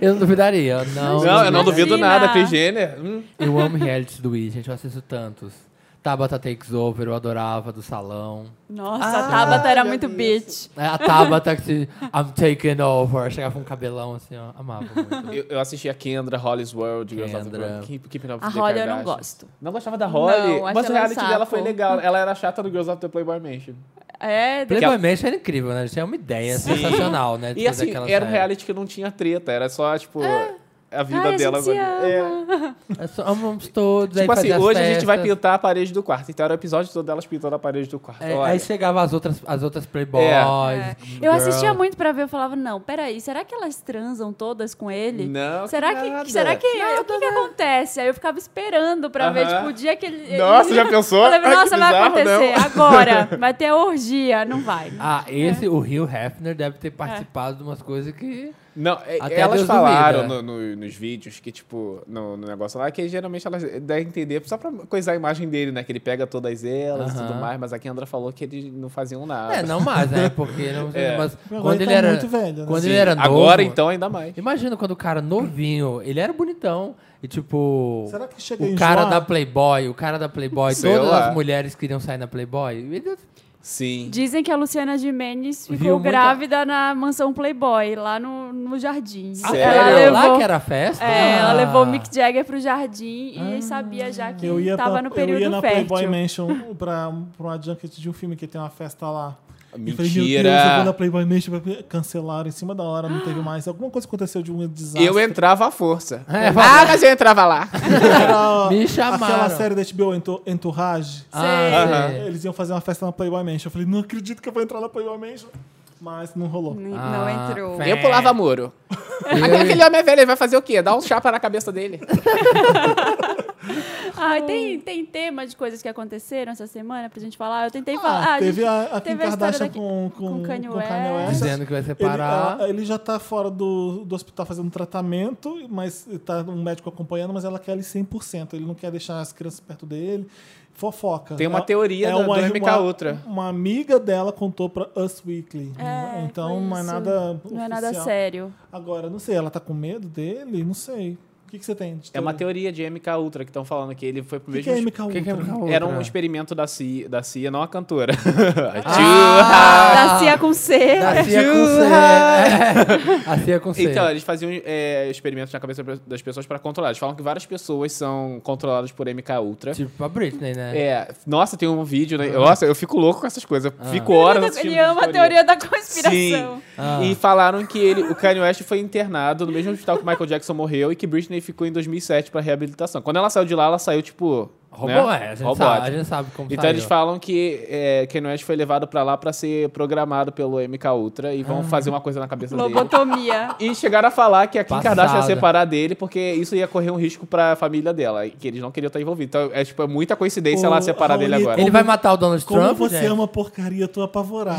Speaker 4: Eu não
Speaker 6: <laughs>
Speaker 4: duvidaria. Não,
Speaker 6: Não, eu não
Speaker 3: Imagina.
Speaker 6: duvido nada, Kris Jenner. Hum.
Speaker 4: Eu amo reality do Wii, gente, eu assisto tantos. Tabata Takes Over, eu adorava, do salão.
Speaker 3: Nossa, a
Speaker 4: Ah,
Speaker 3: Tabata era muito bitch.
Speaker 4: É, A Tabata que se... I'm taking over. Chegava com um cabelão assim, ó. Amava
Speaker 6: <laughs>
Speaker 4: muito.
Speaker 6: Eu, eu assisti a Kendra, Holly's World, Girls of the
Speaker 4: Kendra.
Speaker 6: World, Keep, Keeping Up
Speaker 3: A
Speaker 6: with the
Speaker 3: Holly Ah, eu não
Speaker 6: Kardashians.
Speaker 3: gosto.
Speaker 6: Não gostava da Holly,
Speaker 3: Não, acho
Speaker 6: mas o
Speaker 3: ela um
Speaker 6: reality dela
Speaker 3: saco.
Speaker 6: foi legal. Ela era chata no Girls of the Playboy Mansion.
Speaker 3: É,
Speaker 4: Playboy Mansion era incrível, né? Tinha uma ideia sensacional, né?
Speaker 6: E
Speaker 4: Tipo,
Speaker 6: assim,
Speaker 4: daquela
Speaker 6: era um
Speaker 4: série.
Speaker 6: reality que não tinha treta, era só, tipo, a vida
Speaker 3: É. Ai, a gente
Speaker 6: dela.
Speaker 3: se ama.
Speaker 6: É.
Speaker 4: É só- Amamos todos, aí
Speaker 6: Tipo assim,
Speaker 4: fazia as
Speaker 6: hoje a gente vai
Speaker 4: festas.
Speaker 6: pintar a parede do quarto. Então era o episódio todo delas pintando a parede do quarto.
Speaker 4: É,
Speaker 6: Olha.
Speaker 4: aí chegava as outras, as outras Playboys.
Speaker 3: É.
Speaker 4: girls.
Speaker 3: Eu assistia muito pra ver, eu falava, não, peraí, será que elas transam todas com ele?
Speaker 6: Não,
Speaker 3: Será
Speaker 6: nada.
Speaker 3: que, será que o que, que acontece? Aí eu ficava esperando pra ver,
Speaker 6: Aham.
Speaker 3: tipo, o dia que ele.
Speaker 6: Nossa,
Speaker 3: ele...
Speaker 6: já
Speaker 3: Eu
Speaker 6: pensou?
Speaker 3: falei,
Speaker 6: Ai, que
Speaker 3: nossa, vai
Speaker 6: bizarro, não.
Speaker 3: acontecer agora.
Speaker 6: <laughs>
Speaker 3: Vai ter orgia, não vai.
Speaker 4: Ah,
Speaker 3: É.
Speaker 4: esse, o Hugh Hefner deve ter participado de umas coisas que.
Speaker 6: Não, é-
Speaker 4: Até
Speaker 6: elas
Speaker 4: Deus
Speaker 6: falaram
Speaker 4: duvida.
Speaker 6: no- no- nos vídeos que, tipo, no, no negócio lá, que geralmente elas dá a entender só pra coisar a imagem dele, né? Que ele pega todas elas e
Speaker 4: Aham.
Speaker 6: tudo mais, mas a Kendra falou que eles não faziam nada.
Speaker 4: É, não mais, né? Porque não,
Speaker 6: Ah. <laughs> É.
Speaker 4: mas
Speaker 2: Agora
Speaker 4: quando
Speaker 2: ele
Speaker 4: ele
Speaker 2: tá
Speaker 4: era
Speaker 2: muito velho, né?
Speaker 4: quando
Speaker 6: Sim.
Speaker 4: ele era novo.
Speaker 6: Agora, então, ainda mais.
Speaker 4: Imagina quando o cara novinho, ele era bonitão e tipo
Speaker 2: Será que chega a
Speaker 4: o cara
Speaker 2: enjoar?
Speaker 4: da Playboy, o cara da Playboy,
Speaker 6: Sei
Speaker 4: todas
Speaker 6: lá.
Speaker 4: as mulheres queriam sair na Playboy. Ele-
Speaker 6: Sim.
Speaker 3: Dizem que a Luciana Gimenez ficou
Speaker 4: Viu muita-
Speaker 3: grávida na mansão Playboy, lá no, no jardim.
Speaker 6: Ah, Sério?
Speaker 3: Ela
Speaker 4: era lá
Speaker 3: levou.
Speaker 4: que era a festa?
Speaker 3: É, ela
Speaker 4: Ah.
Speaker 3: levou o Mick Jagger pro jardim e sabia já que
Speaker 2: Ah. Eu ia,
Speaker 3: tava
Speaker 2: pra,
Speaker 3: no
Speaker 2: eu ia
Speaker 3: período
Speaker 2: na
Speaker 3: fértil.
Speaker 2: Playboy Mansion pra, pra uma junket de um filme que tem uma festa lá. Eu falei, meu Deus, eu vou na
Speaker 6: Mentira.
Speaker 2: Playboy Mansion, vai- cancelaram em cima da hora, não teve mais. Alguma coisa aconteceu de um desastre.
Speaker 6: Eu entrava à força.
Speaker 4: É,
Speaker 6: ah, mas eu entrava lá.
Speaker 2: Era
Speaker 4: Me chamaram.
Speaker 2: Aquela série da HBO Entu- Entourage.
Speaker 4: Ah,
Speaker 6: Sei.
Speaker 4: sei.
Speaker 2: Eles iam fazer uma festa na Playboy Mansion. Eu falei, não acredito que eu vou entrar na Playboy Mansion. Mas não rolou.
Speaker 3: N- Não
Speaker 4: Ah,
Speaker 3: entrou.
Speaker 1: É.
Speaker 4: fé.
Speaker 6: Eu pulava muro.
Speaker 3: <laughs>
Speaker 4: Eu-
Speaker 6: Aquele homem é velho, ele vai fazer o quê? Dar um chapa na cabeça dele.
Speaker 3: Ah, tem, tem tema de coisas que aconteceram essa semana pra gente falar? Eu tentei falar. Ah,
Speaker 2: teve
Speaker 3: gente,
Speaker 2: a, a Kim
Speaker 3: teve a história
Speaker 2: Kardashian
Speaker 3: da-
Speaker 2: com, com,
Speaker 3: com Kanye
Speaker 2: com Kanye
Speaker 3: West.
Speaker 2: West.
Speaker 4: Dizendo que vai
Speaker 2: Ele,
Speaker 4: separar.
Speaker 2: ela- ele já tá fora do, do hospital fazendo tratamento, mas tá um médico acompanhando, mas ela quer ele 100%. Ele não quer deixar as crianças perto dele. Fofoca.
Speaker 6: Tem uma
Speaker 2: É-
Speaker 6: teoria do- do MK
Speaker 2: uma,
Speaker 6: Ultra.
Speaker 2: Uma amiga dela contou pra Us Weekly.
Speaker 3: É,
Speaker 2: então
Speaker 3: foi
Speaker 2: não é
Speaker 3: isso.
Speaker 2: nada
Speaker 3: não é nada
Speaker 2: oficial.
Speaker 3: sério.
Speaker 2: Agora, não sei, ela tá com medo dele? Não sei. O que, que você tem? de
Speaker 6: É uma teoria de MK Ultra que estão falando que ele foi pro
Speaker 2: O que, que
Speaker 6: mesmo.
Speaker 2: é MK
Speaker 4: O
Speaker 2: Ultra?
Speaker 4: que, que é outra?
Speaker 6: Era um experimento da CIA, da CIA não a cantora.
Speaker 1: Ah.
Speaker 3: da Cia com C.
Speaker 4: A Cia com C. É. A Cia com C.
Speaker 6: Então, eles faziam é, experimentos na cabeça das pessoas pra controlar. Eles falam que várias pessoas são controladas por MK Ultra.
Speaker 4: tipo a Britney, né?
Speaker 6: É, nossa, tem um vídeo,
Speaker 4: Uhum.
Speaker 6: né? Nossa, eu fico louco com essas coisas. Fico horas assistindo
Speaker 3: Ele ama a
Speaker 6: essa
Speaker 3: teoria da
Speaker 6: Sim.
Speaker 3: conspiração.
Speaker 4: Ah.
Speaker 6: E falaram que ele, o Kanye West foi internado no mesmo hospital que o Michael Jackson morreu e que Britney ficou em 2007 pra reabilitação. Quando ela saiu de lá, ela saiu tipo,
Speaker 4: Robô,
Speaker 6: né?
Speaker 4: é. A gente,
Speaker 6: Robótica.
Speaker 4: Sabe, a gente sabe como
Speaker 6: Então
Speaker 4: saiu.
Speaker 6: eles falam que é, Kanye West foi levado pra lá pra ser programado pelo MK Ultra e vão
Speaker 4: Ah.
Speaker 6: fazer uma coisa na cabeça dele. <laughs>
Speaker 3: Lobotomia.
Speaker 6: E chegaram a falar que a Kim
Speaker 4: Passada.
Speaker 6: Kardashian ia separar dele porque isso ia correr um risco pra família dela, e que eles não queriam estar envolvidos. Então é tipo é muita coincidência
Speaker 2: Ô,
Speaker 6: ela separar dele
Speaker 2: Raoni,
Speaker 6: agora.
Speaker 4: Ele vai matar o Donald
Speaker 2: Como
Speaker 4: Trump,
Speaker 2: você
Speaker 4: gente?
Speaker 2: ama porcaria, eu tô apavorado.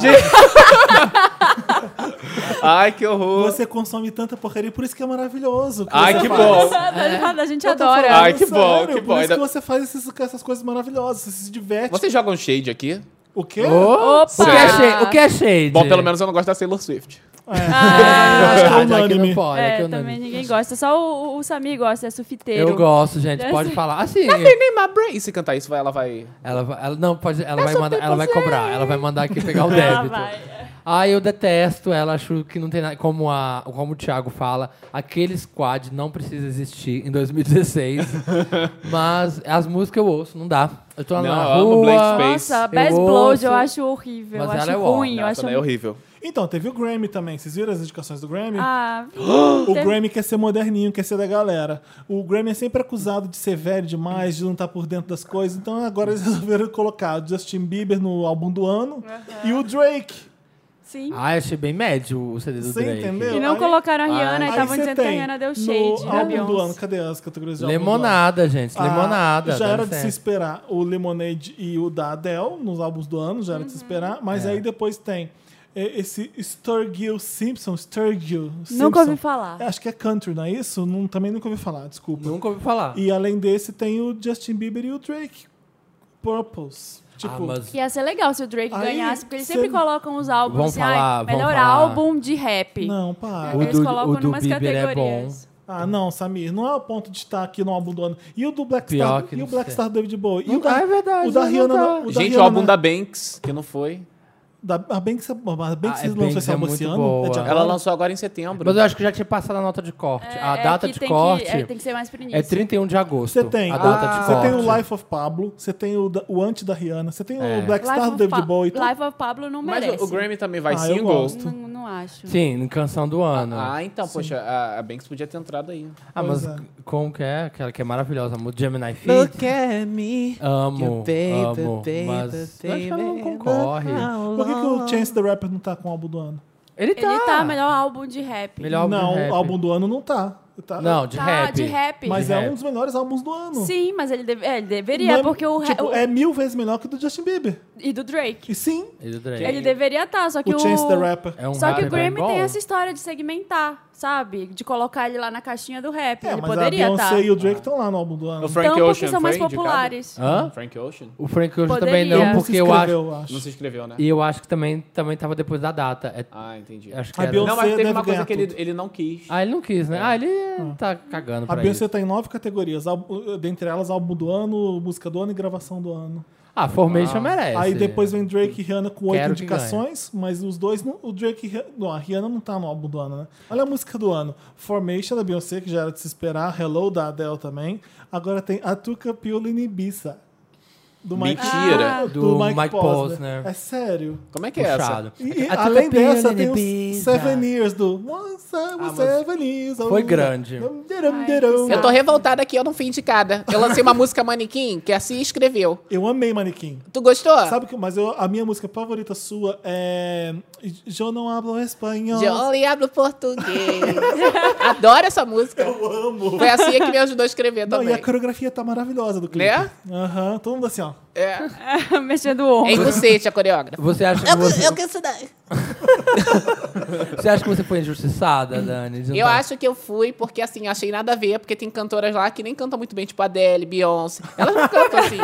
Speaker 6: Ai, que horror.
Speaker 2: Você consome tanta porcaria, por isso que é maravilhoso. o
Speaker 6: Ai,
Speaker 2: você
Speaker 6: que
Speaker 2: faz.
Speaker 6: bom.
Speaker 3: Nada, a gente
Speaker 2: Eu tô
Speaker 3: adora.
Speaker 2: falando
Speaker 6: É. Ai, que bom, que bom.
Speaker 2: Por isso
Speaker 6: Ainda-
Speaker 2: que você faz esses- essas coisas maravilhosas, você se diverte.
Speaker 6: Vocês jogam shade aqui?
Speaker 2: O quê?
Speaker 4: Ô,
Speaker 3: Opa!
Speaker 4: O que é shade? O que é shade?
Speaker 6: Bom, pelo menos eu não gosto da Sailor Swift.
Speaker 3: Ah,
Speaker 2: acho que é
Speaker 4: verdade, aqui
Speaker 2: unânime.
Speaker 4: não pode.
Speaker 3: é,
Speaker 4: aqui é
Speaker 3: também
Speaker 4: unânime.
Speaker 3: ninguém gosta. Só o, o Samir gosta, é sufiteiro.
Speaker 4: Eu gosto, gente. Pode
Speaker 3: Essa-
Speaker 4: falar. Assim,
Speaker 1: Neymar Brain, se cantar isso, vai- ela vai.
Speaker 4: ela, vai- ela não pode, ela vai mandar, ela vai cobrar, ela vai mandar aqui pegar o
Speaker 3: Ela
Speaker 4: débito.
Speaker 3: vai.
Speaker 4: Ah, eu detesto ela, acho que não tem nada. Como, a, como o Thiago fala, aquele squad não precisa existir
Speaker 1: <laughs>
Speaker 4: em 2016. mas as músicas eu ouço, não dá. Eu tô lá
Speaker 1: Não,
Speaker 4: na
Speaker 1: eu amo
Speaker 4: rua.
Speaker 1: Blank Space.
Speaker 3: Nossa,
Speaker 1: Eu
Speaker 3: Best Blood
Speaker 4: ouço,
Speaker 3: eu acho horrível. Eu
Speaker 4: mas ela
Speaker 3: acho
Speaker 4: é ó.
Speaker 3: ruim, eu
Speaker 1: Ela
Speaker 3: acho um
Speaker 6: né,
Speaker 1: também é horrível.
Speaker 2: Então, teve o Grammy também. Vocês viram as indicações do Grammy?
Speaker 3: Ah,
Speaker 2: O
Speaker 3: teve-
Speaker 2: Grammy quer ser moderninho, quer ser da galera. O Grammy é sempre acusado de ser velho demais, de não estar por dentro das coisas. Então agora eles <laughs> resolveram colocar o Justin Bieber no álbum do ano e o Drake.
Speaker 3: sim.
Speaker 4: Ah, eu achei bem médio o CD do
Speaker 2: Você
Speaker 4: Drake.
Speaker 2: entendeu?
Speaker 3: E não
Speaker 2: aí-
Speaker 3: colocaram a Rihanna e
Speaker 2: Aí
Speaker 3: estavam
Speaker 2: você
Speaker 3: dizendo que a
Speaker 2: tem
Speaker 3: Rihanna deu
Speaker 2: no
Speaker 3: shade na
Speaker 2: álbum do ano.
Speaker 3: Beyoncé.
Speaker 2: Cadê as categorias de álbum do ano?
Speaker 4: Lemonada, gente.
Speaker 2: Ah,
Speaker 4: Lemonada.
Speaker 2: Já
Speaker 4: dá
Speaker 2: era de se
Speaker 4: licença.
Speaker 2: esperar o Lemonade e o da Adele nos álbuns do ano, já era de
Speaker 4: Uhum.
Speaker 2: se esperar.
Speaker 4: É.
Speaker 2: Mas aí depois tem eh, esse Sturgill Simpson. Sturgill Simpson.
Speaker 3: Nunca ouvi falar.
Speaker 2: Acho que é country, não é isso? Não- também nunca ouvi falar, desculpa.
Speaker 4: Nunca ouvi falar.
Speaker 2: E além desse, tem o Justin Bieber e o Drake. Purples. Tipo,
Speaker 4: ah, mas
Speaker 3: Ia ser legal se o Drake
Speaker 2: Aí,
Speaker 3: ganhasse, porque eles
Speaker 2: cê-
Speaker 3: sempre colocam os álbuns
Speaker 4: Vamos
Speaker 3: assim,
Speaker 4: falar,
Speaker 3: ai,
Speaker 4: vamos
Speaker 3: melhor
Speaker 4: falar.
Speaker 3: álbum de rap.
Speaker 2: não, para.
Speaker 4: O
Speaker 3: Eles
Speaker 4: do-
Speaker 3: colocam
Speaker 4: o do
Speaker 3: numas
Speaker 4: Bieber é
Speaker 3: categorias.
Speaker 2: Ah, não, Samir, não é o ponto de estar aqui no álbum do ano. E o do Black
Speaker 4: Pior
Speaker 2: Star,
Speaker 4: que
Speaker 2: e
Speaker 4: não
Speaker 2: o Black
Speaker 4: sei.
Speaker 2: Star do David Bowie. e
Speaker 4: Não
Speaker 2: o da,
Speaker 4: dá, é verdade,
Speaker 2: O da
Speaker 4: não
Speaker 2: Rihanna,
Speaker 4: dá.
Speaker 2: não- o da
Speaker 1: Gente, o
Speaker 2: Rihanna
Speaker 1: álbum
Speaker 2: não-
Speaker 1: da Banks, que não foi.
Speaker 2: Da, a Banks, a Banks
Speaker 4: Ah, é,
Speaker 2: lançou
Speaker 4: Banks
Speaker 2: esse
Speaker 4: é
Speaker 2: álbum
Speaker 4: muito
Speaker 2: esse ano?
Speaker 4: boa.
Speaker 2: É de
Speaker 4: Ela
Speaker 1: Ela
Speaker 2: agora?
Speaker 1: lançou agora em
Speaker 2: é
Speaker 1: setembro.
Speaker 4: mas eu acho que já tinha passado a nota de corte. a
Speaker 3: É,
Speaker 4: data
Speaker 3: é que
Speaker 4: de
Speaker 3: tem
Speaker 4: corte
Speaker 3: Que, é, tem que ser mais
Speaker 4: é
Speaker 3: preguiça.
Speaker 4: 31 de agosto.
Speaker 2: Você tem,
Speaker 4: A data
Speaker 2: o,
Speaker 4: de
Speaker 2: você
Speaker 4: corte.
Speaker 2: tem o Life of Pablo, você tem o, da- o Anti da Rihanna, você tem
Speaker 4: É.
Speaker 2: o Black Star do
Speaker 3: of
Speaker 2: David
Speaker 3: Pa-
Speaker 2: Bowie. então-
Speaker 3: Life of Pablo não
Speaker 1: Mas
Speaker 3: merece.
Speaker 1: o, o Grammy também vai
Speaker 2: Ah, eu
Speaker 1: single?
Speaker 2: gosto.
Speaker 3: Não, não acho.
Speaker 4: Sim, em canção do ano. Ah,
Speaker 1: Ah, então, poxa, a, a Banks podia ter entrado aí.
Speaker 4: mas
Speaker 2: Pois
Speaker 4: como que é? Aquela que é maravilhosa. Mu- Gemini Fit.
Speaker 1: Look at me.
Speaker 4: Amo,
Speaker 1: Baby,
Speaker 4: amo.
Speaker 1: baby,
Speaker 4: mas eu acho que ela
Speaker 1: baby,
Speaker 4: não concorre.
Speaker 1: Ah,
Speaker 2: Por que, que o Chance the Rapper não tá com o álbum do ano?
Speaker 4: Ele tá.
Speaker 3: Ele tá melhor álbum de rap.
Speaker 4: Melhor álbum
Speaker 2: não,
Speaker 4: de rap.
Speaker 2: o álbum do ano não tá. tá
Speaker 4: Não, de
Speaker 3: tá,
Speaker 4: rap.
Speaker 3: de rap.
Speaker 2: mas
Speaker 4: de
Speaker 2: é
Speaker 4: rap.
Speaker 2: um dos melhores álbuns do ano.
Speaker 3: Sim, mas ele, deve- é, ele deveria,
Speaker 2: Não é-
Speaker 3: porque o, ra-
Speaker 2: tipo,
Speaker 3: o-
Speaker 2: é mil vezes melhor que o do Justin Bieber.
Speaker 3: E do Drake.
Speaker 2: E sim,
Speaker 4: E é do Drake.
Speaker 3: Ele deveria estar, só que
Speaker 2: o
Speaker 3: É o...
Speaker 2: Chance the Rapper.
Speaker 4: É um
Speaker 3: Só
Speaker 1: né?
Speaker 3: que
Speaker 4: rapper
Speaker 3: o Grammy
Speaker 4: bom.
Speaker 3: tem essa história de segmentar, sabe? De colocar ele lá na caixinha do rap.
Speaker 2: É,
Speaker 3: ele
Speaker 2: mas
Speaker 3: poderia tá.
Speaker 2: a Beyoncé
Speaker 3: estar.
Speaker 2: e o Drake estão lá no álbum do ano.
Speaker 1: O Frank
Speaker 3: então,
Speaker 1: Ocean
Speaker 3: porque são mais
Speaker 1: foi indicado?
Speaker 3: populares. <laughs>
Speaker 4: Hã?
Speaker 1: Frank Ocean?
Speaker 4: O Frank Ocean
Speaker 3: Poderia.
Speaker 4: também não,
Speaker 3: Não
Speaker 4: porque eu acho.
Speaker 2: eu acho.
Speaker 1: Não se inscreveu, né?
Speaker 4: E eu acho que também, também tava depois da data. É-
Speaker 1: Ah, entendi.
Speaker 4: acho que
Speaker 2: A
Speaker 4: era-
Speaker 2: Beyoncé-
Speaker 1: Não, mas teve
Speaker 2: deve
Speaker 1: uma coisa
Speaker 2: ganhar
Speaker 1: que ele,
Speaker 2: tudo.
Speaker 1: ele não quis.
Speaker 4: Ah, ele não quis, né? Ah, ele tá cagando
Speaker 2: A
Speaker 4: pra
Speaker 2: Beyoncé
Speaker 4: isso.
Speaker 2: tá em nove categorias, álbum- dentre elas álbum do ano, música do ano e gravação do ano.
Speaker 4: Ah, Formation
Speaker 1: Ah.
Speaker 4: merece.
Speaker 2: Aí depois vem Drake e Rihanna com oito
Speaker 4: Quero que
Speaker 2: indicações, mas os dois, não, o Drake e Rihanna, não, a Rihanna não tá no álbum do ano, né? Olha a música do ano. Formation da Beyoncé, que já era de se esperar, Hello da Adele também. Agora tem Atuca Piolin Ibiza. Do
Speaker 1: Mentira.
Speaker 2: do,
Speaker 4: Do
Speaker 2: Mike,
Speaker 4: Mike
Speaker 2: Posner.
Speaker 4: Posner.
Speaker 2: É sério.
Speaker 1: Como é que é essa?
Speaker 4: Puxado. tipo
Speaker 2: E,
Speaker 4: A
Speaker 2: além
Speaker 4: Tuca
Speaker 2: dessa,
Speaker 4: Piolin
Speaker 2: tem os
Speaker 4: Ibiza.
Speaker 2: Seven Years do One Seven,
Speaker 4: mas
Speaker 2: seven Years.
Speaker 4: foi grande.
Speaker 3: Ai, que
Speaker 2: eu,
Speaker 3: saco.
Speaker 1: revoltada aqui, eu não fui indicada. Eu lancei uma música manequim que assim escreveu.
Speaker 2: eu amei Manequim.
Speaker 1: Tu gostou? <laughs>
Speaker 2: Sabe que, mas eu, a minha música favorita sua é. Eu não hablo espanhol.
Speaker 1: only hablo português. Adoro essa música. Eu amo. Foi assim que me ajudou a escrever
Speaker 2: Não, e a coreografia tá maravilhosa do clipe.
Speaker 1: Né?
Speaker 2: Aham, todo mundo assim, ó.
Speaker 1: É.
Speaker 3: Mexendo o ombro.
Speaker 1: bucete a coreógrafa.
Speaker 4: Você acha, que
Speaker 5: Eu,
Speaker 4: você,
Speaker 5: eu que ensinei.
Speaker 4: você acha que você foi injustiçada, Dani? de não
Speaker 1: Eu
Speaker 4: tá-
Speaker 1: acho que eu fui, porque assim, achei nada a ver, porque tem cantoras lá que nem cantam muito bem, tipo Adele, Beyoncé. Elas não cantam
Speaker 3: <laughs>
Speaker 1: assim.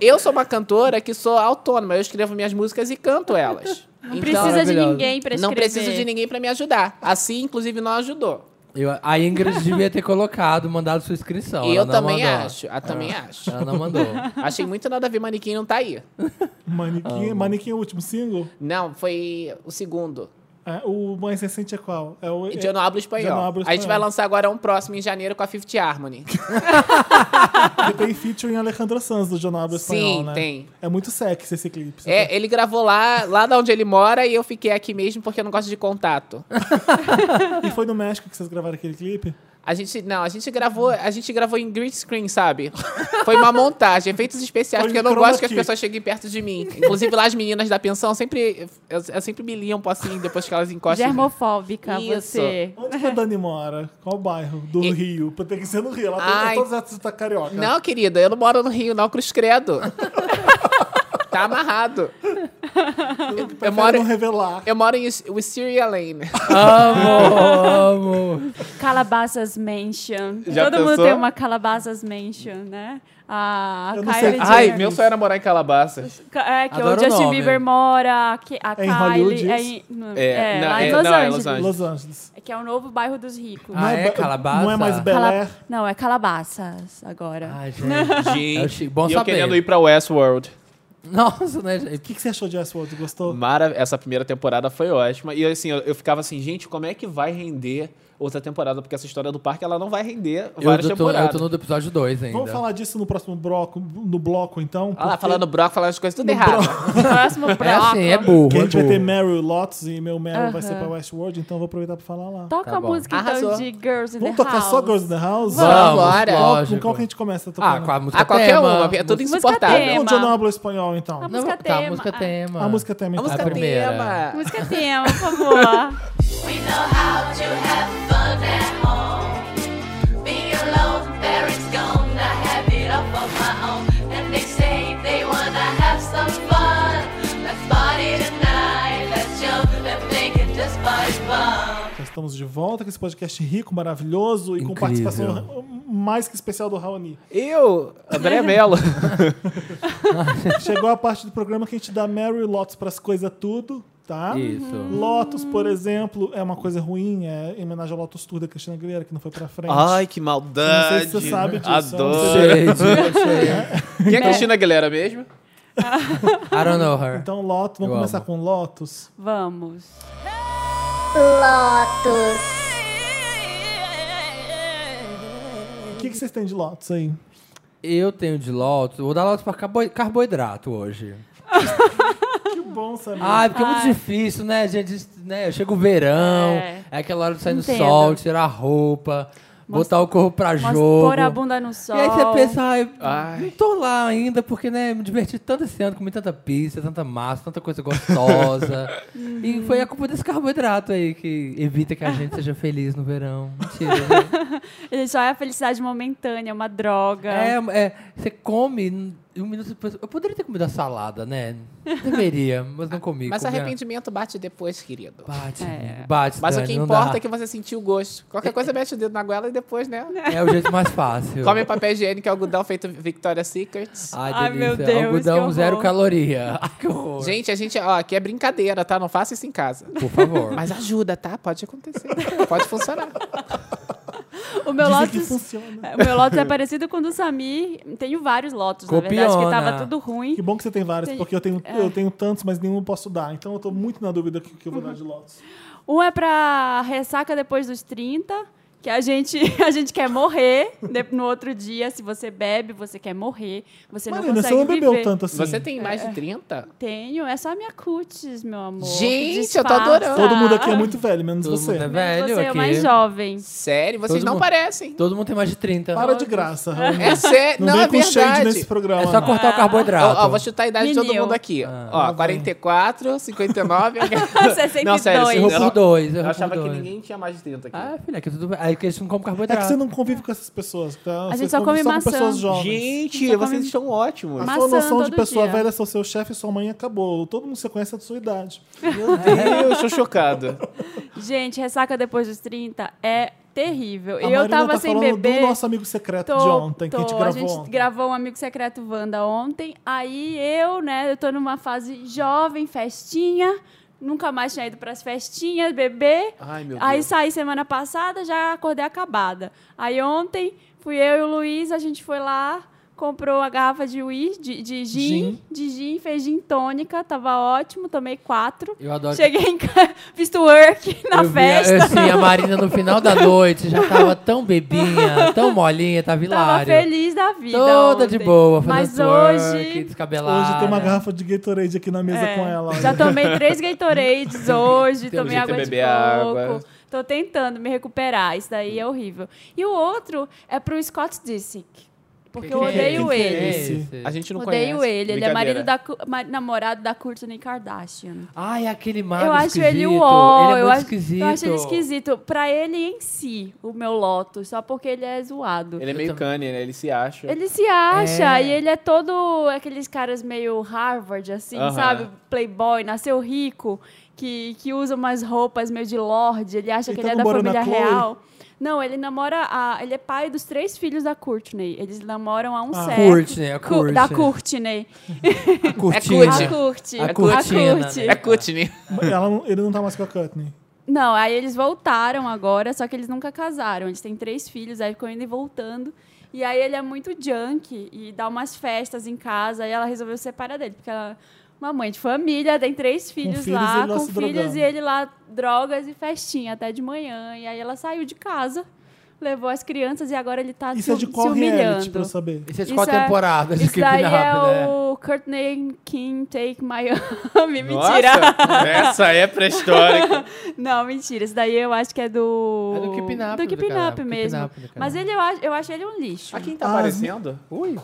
Speaker 1: Eu sou uma cantora que sou autônoma, eu escrevo minhas músicas e canto elas. Então,
Speaker 3: Não precisa de
Speaker 4: maravilhoso.
Speaker 3: ninguém pra escrever.
Speaker 1: não preciso de ninguém pra me ajudar. Assim, inclusive, não ajudou.
Speaker 4: Eu- a Ingrid <laughs> devia ter colocado, mandado sua inscrição.
Speaker 1: E
Speaker 4: Ela
Speaker 1: eu
Speaker 4: não
Speaker 1: também
Speaker 4: mandou.
Speaker 1: acho. Ah, também acho.
Speaker 4: Ela não
Speaker 1: <laughs>
Speaker 4: mandou.
Speaker 1: Achei muito nada a ver, manequim não tá aí.
Speaker 2: Manequim, manequim é o último single?
Speaker 1: Não, foi o segundo.
Speaker 2: É, o mais recente é qual? É o.
Speaker 1: E
Speaker 2: é-
Speaker 1: Eu não hablo espanhol.
Speaker 2: Eu não hablo
Speaker 1: A gente vai
Speaker 2: espanhol.
Speaker 1: lançar agora um próximo em janeiro com a Fifth Harmony.
Speaker 2: Porque <laughs> tem featuring Alejandro Sanz do Jonabro Espanhol,
Speaker 1: Sim,
Speaker 2: né?
Speaker 1: tem.
Speaker 2: É muito sexy esse clipe. você
Speaker 1: É, ele gravou lá, lá da onde ele mora e eu fiquei aqui mesmo porque eu não gosto de contato.
Speaker 2: tá- E foi no México que vocês gravaram aquele clipe?
Speaker 1: A gente, não, a gente gravou, a gente gravou em green screen, sabe? Foi uma montagem, efeitos especiais,
Speaker 2: Foi
Speaker 1: porque eu
Speaker 2: de
Speaker 1: não
Speaker 2: chroma
Speaker 1: gosto que as
Speaker 2: key.
Speaker 1: pessoas cheguem perto de mim. Inclusive lá as meninas da pensão sempre, eu, eu sempre me limpo assim depois que elas encostam.
Speaker 3: Germofóbica,
Speaker 1: Isso.
Speaker 3: é você.
Speaker 2: Onde que a Dani mora? Qual bairro? Do
Speaker 1: E-
Speaker 2: Rio. Tem que ser no Rio. Ela tem
Speaker 1: Ai.
Speaker 2: todas as artistas tá carioca.
Speaker 1: Não, querida, eu não moro no Rio, não, cruz credo. Tá amarrado.
Speaker 2: Eu
Speaker 1: moro-
Speaker 2: não revelar.
Speaker 1: Eu moro em Wisteria Lane.
Speaker 4: Amo, amo.
Speaker 3: Calabasas Mansion.
Speaker 1: Já
Speaker 3: Todo mundo
Speaker 1: pensou?
Speaker 3: tem uma Calabasas Mansion, né? A
Speaker 2: Eu não sei.
Speaker 3: Kylie
Speaker 1: Ai,
Speaker 3: Jenner.
Speaker 1: meu sonho era morar em Calabasas.
Speaker 3: Ca- É, que
Speaker 4: Adoro
Speaker 3: o Justin
Speaker 4: o nome.
Speaker 3: Bieber mora, a, Ki- a
Speaker 2: É em Hollywood
Speaker 3: Kylie. É,
Speaker 2: isso?
Speaker 3: em, no-
Speaker 1: É,
Speaker 3: é,
Speaker 1: não,
Speaker 3: lá
Speaker 1: é-
Speaker 3: em Los
Speaker 1: não, é
Speaker 3: Angeles.
Speaker 1: Los Angeles.
Speaker 2: Los Angeles.
Speaker 3: É que é o novo bairro dos ricos.
Speaker 4: Ah, é?
Speaker 2: ba-
Speaker 4: Calabaça?
Speaker 2: Não é mais Bel
Speaker 3: Cala-
Speaker 2: Air.
Speaker 3: Não, é Calabasas agora.
Speaker 1: <laughs>
Speaker 4: Ai, gente. É o chi-
Speaker 1: <laughs> Gente,
Speaker 4: bom
Speaker 1: e eu
Speaker 4: saber.
Speaker 1: querendo ir pra Westworld.
Speaker 4: Nossa, né,
Speaker 2: O
Speaker 4: gente?
Speaker 2: que, que você achou de Westworld? Gostou?
Speaker 1: Mara, essa primeira temporada foi ótima. E assim, eu, eu ficava assim, gente, como é que vai render outra temporada? Porque essa história do parque, ela não vai render várias
Speaker 4: Eu tô, eu
Speaker 1: temporadas.
Speaker 4: tô no do episódio 2 ainda.
Speaker 2: Vamos falar disso no próximo bloco, no bloco,
Speaker 1: Olha
Speaker 2: então.
Speaker 4: Ah,
Speaker 1: lá,
Speaker 2: porque-
Speaker 1: falando broco, falando as coisas tudo errado. Ah,
Speaker 3: Próximo bloco.
Speaker 4: É assim, é burro.
Speaker 2: Que a
Speaker 4: é
Speaker 2: gente vai ter
Speaker 4: burro.
Speaker 2: Meryl Lotus e meu Meryl vai ser
Speaker 3: Aham.
Speaker 2: pra Westworld, então eu vou aproveitar pra falar lá.
Speaker 3: Toca
Speaker 4: Tá
Speaker 3: a
Speaker 4: bom.
Speaker 3: música
Speaker 1: Arrasou.
Speaker 3: então de Girls in
Speaker 2: Vamos
Speaker 3: the
Speaker 2: tocar
Speaker 3: House.
Speaker 2: só Girls in the House?
Speaker 4: Vamos,
Speaker 1: Vambora.
Speaker 2: Qual,
Speaker 4: lógico.
Speaker 2: com qual que a gente começa?
Speaker 4: Ah,
Speaker 2: tocando?
Speaker 4: com a música
Speaker 1: Ah, qualquer
Speaker 4: tema.
Speaker 1: uma, é tudo
Speaker 3: Música
Speaker 1: insuportável.
Speaker 3: tema.
Speaker 2: Vamos de Anábulo Espanhol, então.
Speaker 3: Tá bom.
Speaker 4: Não,
Speaker 3: Música
Speaker 4: tá,
Speaker 3: tema.
Speaker 4: música
Speaker 3: Ah.
Speaker 4: é tema.
Speaker 2: A música tema,
Speaker 1: A
Speaker 2: então.
Speaker 1: música
Speaker 4: primeira.
Speaker 1: tema.
Speaker 3: Música tema, por
Speaker 2: <laughs>
Speaker 3: favor.
Speaker 7: We know how to have fun at home. Being alone, there is gone. I have it up on my own. And they say they wanna have some fun. Let's party tonight. Let's jump and think it just party fun.
Speaker 2: Já Então, Estamos de volta com esse podcast rico, maravilhoso e com
Speaker 4: Incrível.
Speaker 2: participação mais que especial do Raoni.
Speaker 1: Eu, André Mello.
Speaker 2: Chegou a parte do programa que a gente dá Meryl Lotus pras coisas tudo, tá?
Speaker 4: Isso.
Speaker 2: Lotus, por exemplo, é uma coisa ruim, é em homenagem ao Lotus Tour da Cristina Aguilera, que não foi pra frente.
Speaker 1: Ai, que maldade.
Speaker 2: Não sei se você sabe disso.
Speaker 1: Adoro.
Speaker 2: <laughs>
Speaker 4: Shade, shade.
Speaker 1: Quem é a Cristina Aguilera mesmo?
Speaker 4: I don't know her.
Speaker 2: Então, Lotus, vamos
Speaker 4: Eu
Speaker 2: começar
Speaker 4: amo.
Speaker 2: com Lotus.
Speaker 3: Vamos.
Speaker 5: Lotus.
Speaker 2: O que, que vocês têm de Lotus aí?
Speaker 4: Eu tenho de Lotus. Vou dar Lotus pra carbo- carboidrato hoje.
Speaker 2: Que bom, Samir.
Speaker 4: Ai, porque é muito difícil, né, gente? Né, chega o verão, é.
Speaker 3: É.
Speaker 4: aquela hora de sair
Speaker 3: Entendo.
Speaker 4: no sol, tirar a roupa, botar o corpo pra
Speaker 3: Mas
Speaker 4: jogo.
Speaker 3: pôr a bunda no sol.
Speaker 4: E aí você pensa, ai,
Speaker 1: Ai.
Speaker 4: não tô lá ainda, porque, né, me diverti tanto esse ano, comi tanta pizza, tanta massa, tanta
Speaker 3: <laughs>
Speaker 4: coisa gostosa. e foi a culpa desse carboidrato aí que evita que a gente seja feliz no verão. Mentira, né?
Speaker 3: Ele só é a felicidade momentânea, é uma droga.
Speaker 4: É, é, você come e um minuto depois... Eu poderia ter comido a salada, né? Deveria, mas não comi.
Speaker 1: Mas
Speaker 4: comi a-
Speaker 1: arrependimento bate depois, querido.
Speaker 4: Bate,
Speaker 3: É.
Speaker 4: bate,
Speaker 1: Mas o
Speaker 4: Dani,
Speaker 1: que
Speaker 4: não
Speaker 1: importa
Speaker 4: dá.
Speaker 1: é que você sentiu o gosto. Qualquer coisa mete o dedo na goela e depois, né?
Speaker 4: É o jeito mais fácil.
Speaker 1: Come papel higiênico e algodão feito Victoria's Secret.
Speaker 4: Ai,
Speaker 3: Ai,
Speaker 4: delícia.
Speaker 3: meu Deus, que
Speaker 4: Algodão
Speaker 3: horror.
Speaker 4: zero caloria. <laughs> Ai, que horror.
Speaker 1: Gente, a gente, ó, aqui é brincadeira, tá? Não faça isso em casa.
Speaker 4: Por favor.
Speaker 1: Mas ajuda, tá? Pode acontecer. Pode funcionar.
Speaker 3: O meu
Speaker 2: Dizem que
Speaker 3: Lotus.
Speaker 2: funciona.
Speaker 3: é, O meu Lotus é parecido com o do Samir. Tenho vários Lotus, na verdade, que
Speaker 4: Copiona.
Speaker 3: tava tudo ruim.
Speaker 2: Que bom que você tem vários,
Speaker 3: Tem-
Speaker 2: porque eu tenho,
Speaker 3: É.
Speaker 2: eu tenho tantos, mas nenhum eu posso dar. Então eu tô muito na dúvida que, que eu vou
Speaker 3: Uhum.
Speaker 2: dar de Lotus.
Speaker 3: Um é pra ressaca depois dos 30, que a gente, <laughs> a gente quer morrer. De- No outro dia, se você bebe, você quer morrer. Você não
Speaker 2: Marina,
Speaker 3: consegue
Speaker 2: você não bebeu
Speaker 3: viver.
Speaker 2: tanto assim.
Speaker 1: Você tem mais de 30?
Speaker 3: Tenho, é só a minha cutis, meu amor. que
Speaker 1: Gente, eu tô
Speaker 3: disfarça.
Speaker 1: adorando.
Speaker 2: Todo mundo aqui é muito velho, menos
Speaker 4: Todo
Speaker 2: você.
Speaker 4: mundo é
Speaker 3: Você
Speaker 4: velho
Speaker 3: é o
Speaker 4: aqui.
Speaker 3: mais jovem.
Speaker 1: Sério? Vocês
Speaker 4: Todo
Speaker 1: não
Speaker 4: mundo-
Speaker 1: parecem.
Speaker 4: Todo mundo tem mais de 30.
Speaker 2: Para de graça, Raoni.
Speaker 1: É sério.
Speaker 2: Não,
Speaker 1: Não, é
Speaker 2: vem com shade
Speaker 1: verdade.
Speaker 2: nesse programa.
Speaker 4: É só
Speaker 2: não.
Speaker 3: Ah.
Speaker 4: cortar o carboidrato.
Speaker 1: Ó, ó, vou chutar a idade de todo
Speaker 3: Menino.
Speaker 1: mundo aqui.
Speaker 2: lá
Speaker 1: ó,
Speaker 2: vem.
Speaker 1: 44, 59. Não,
Speaker 3: 62.
Speaker 1: sério, assim,
Speaker 4: Errou
Speaker 1: eu,
Speaker 4: por dois. Errou
Speaker 1: eu achava
Speaker 4: por
Speaker 1: que
Speaker 4: dois.
Speaker 1: ninguém tinha mais de 30 aqui.
Speaker 4: Ah, filha, que tudo bem. É que eles não comem
Speaker 2: É
Speaker 4: carboidrato.
Speaker 2: que você não convive com essas pessoas. Tá?
Speaker 3: A
Speaker 2: Vocês
Speaker 3: gente só
Speaker 2: convivem
Speaker 3: come
Speaker 2: com
Speaker 3: maçã.
Speaker 2: pessoas jovens.
Speaker 1: Gente,
Speaker 3: Só
Speaker 1: vocês
Speaker 3: come-
Speaker 1: estão ótimos.
Speaker 2: A
Speaker 3: Mas-
Speaker 2: sua
Speaker 3: Maçã
Speaker 2: noção de
Speaker 3: todo
Speaker 2: pessoa
Speaker 3: dia.
Speaker 2: velha é só seu chefe e sua mãe acabou. Todo mundo se conhece é da sua idade.
Speaker 3: Ah,
Speaker 1: Meu Deus, tô chocado.
Speaker 3: Gente, ressaca depois dos 30 é terrível.
Speaker 2: A
Speaker 3: eu
Speaker 2: Marina
Speaker 3: tava
Speaker 2: tá
Speaker 3: sem
Speaker 2: falando
Speaker 3: beber.
Speaker 2: do nosso amigo secreto
Speaker 3: Tô-
Speaker 2: de ontem, que a gente
Speaker 3: tô.
Speaker 2: gravou. ontem.
Speaker 3: gravou um amigo secreto Wanda ontem. Aí eu, né, eu tô numa fase jovem, festinha. Nunca mais tinha ido pras festinhas, beber.
Speaker 1: Ai, meu
Speaker 3: Aí
Speaker 1: Deus.
Speaker 3: saí semana passada, já acordei acabada. Aí ontem fui eu e o Luiz, a gente foi lá, comprou a garrafa de, whisky, de, de gin,
Speaker 2: Gin.
Speaker 3: de gin, fez gin tônica, tava ótimo, tomei quatro.
Speaker 4: Eu adoro.
Speaker 3: Cheguei em casa, <laughs> fiz work na
Speaker 4: eu vi a-
Speaker 3: festa.
Speaker 4: assim, a Marina no final da noite já tava
Speaker 3: <laughs>
Speaker 4: tão bebinha, tão molinha,
Speaker 3: Tava
Speaker 4: tava hilária.
Speaker 3: feliz da vida.
Speaker 4: é Toda de
Speaker 3: ontem.
Speaker 4: boa, fazendo
Speaker 3: Mas
Speaker 4: twerk,
Speaker 3: hoje.
Speaker 4: descabelada.
Speaker 2: Hoje tem uma garrafa de Gatorade aqui na mesa
Speaker 3: é,
Speaker 2: com ela. né? olha.
Speaker 3: já tomei três Gatorades hoje,
Speaker 1: Tem um
Speaker 3: tomei
Speaker 1: jeito de
Speaker 3: água de
Speaker 1: beber
Speaker 3: coco.
Speaker 1: água.
Speaker 3: Tô tentando me recuperar, isso daí é horrível. E o outro é pro Scott Disick. Porque
Speaker 4: Que
Speaker 3: eu
Speaker 4: que
Speaker 3: odeio
Speaker 4: é? Que que
Speaker 3: ele.
Speaker 4: é
Speaker 2: esse?
Speaker 6: A gente não
Speaker 3: Odeio
Speaker 6: conhece.
Speaker 3: ele. Ele é marido
Speaker 6: Brincadeira.
Speaker 3: da, Ku- ma- namorado da Courtney Kardashian.
Speaker 4: Ai, aquele mago
Speaker 3: eu acho
Speaker 4: Ah, é esquisito.
Speaker 3: ele o ó.
Speaker 4: Ele é
Speaker 3: eu,
Speaker 4: muito
Speaker 3: acho,
Speaker 4: esquisito.
Speaker 3: eu acho ele esquisito. Pra ele em si, o meu Lotus, só porque ele é zoado.
Speaker 6: Ele é
Speaker 4: Eu
Speaker 6: meio
Speaker 4: tam-
Speaker 6: cane, né? Ele se acha.
Speaker 3: Ele se acha
Speaker 4: É.
Speaker 3: e ele é todo aqueles caras meio Harvard, assim,
Speaker 6: Aham.
Speaker 3: sabe? Playboy, nasceu rico, que, que usa umas roupas meio de lorde, ele acha
Speaker 2: Ele
Speaker 3: que
Speaker 2: tá
Speaker 3: ele é da
Speaker 2: namorando a
Speaker 3: família
Speaker 2: Khloe?
Speaker 3: real. Não, ele namora a. Ele é pai dos três filhos da Courtney. Eles namoram há um
Speaker 2: Ah.
Speaker 3: certo.
Speaker 4: Courtney, a
Speaker 3: Cu- Da
Speaker 4: Courtney.
Speaker 3: Courtney.
Speaker 4: A
Speaker 6: É
Speaker 3: A
Speaker 6: Courtney.
Speaker 4: cortina.
Speaker 3: Courtney.
Speaker 4: A cortina, né?
Speaker 3: Courtney.
Speaker 6: É Kutney.
Speaker 2: Ela não- ele não tá mais com a Cutney.
Speaker 3: Não, aí eles voltaram agora, só que eles nunca casaram. Eles têm três filhos, aí ficam indo e voltando. E aí ele é muito junk e dá umas festas em casa. E ela resolveu separar dele, porque ela é uma mãe de família, tem três filhos,
Speaker 2: filhos,
Speaker 3: lá,
Speaker 2: ele lá
Speaker 3: com
Speaker 2: se
Speaker 3: filhos
Speaker 2: drogando.
Speaker 3: e ele lá drogas e festinha até de manhã. E aí ela saiu de casa, levou as crianças e agora ele tá
Speaker 2: Isso
Speaker 3: se,
Speaker 2: é de qual
Speaker 3: se
Speaker 2: reality tipo,
Speaker 3: humilhando.
Speaker 2: pra eu saber?
Speaker 4: Isso é de
Speaker 3: Isso
Speaker 4: qual
Speaker 3: é-
Speaker 2: <laughs>
Speaker 4: temporada? de
Speaker 3: Isso
Speaker 4: Keeping
Speaker 3: daí é
Speaker 4: Up, né?
Speaker 3: o Courtney King Take <laughs> Miami. é Mentira.
Speaker 6: Nossa, <laughs> essa é pré-histórica.
Speaker 3: Não, mentira. Isso daí eu acho que é do.
Speaker 4: É do Keeping Up,
Speaker 3: Do
Speaker 4: do
Speaker 3: Keeping
Speaker 4: canal,
Speaker 3: Up
Speaker 4: Keeping
Speaker 3: mesmo.
Speaker 4: Up do canal.
Speaker 3: Mas ele, eu, acho, eu acho ele um lixo.
Speaker 6: Ah, quem tá
Speaker 2: Ah,
Speaker 6: aparecendo?
Speaker 4: Ui.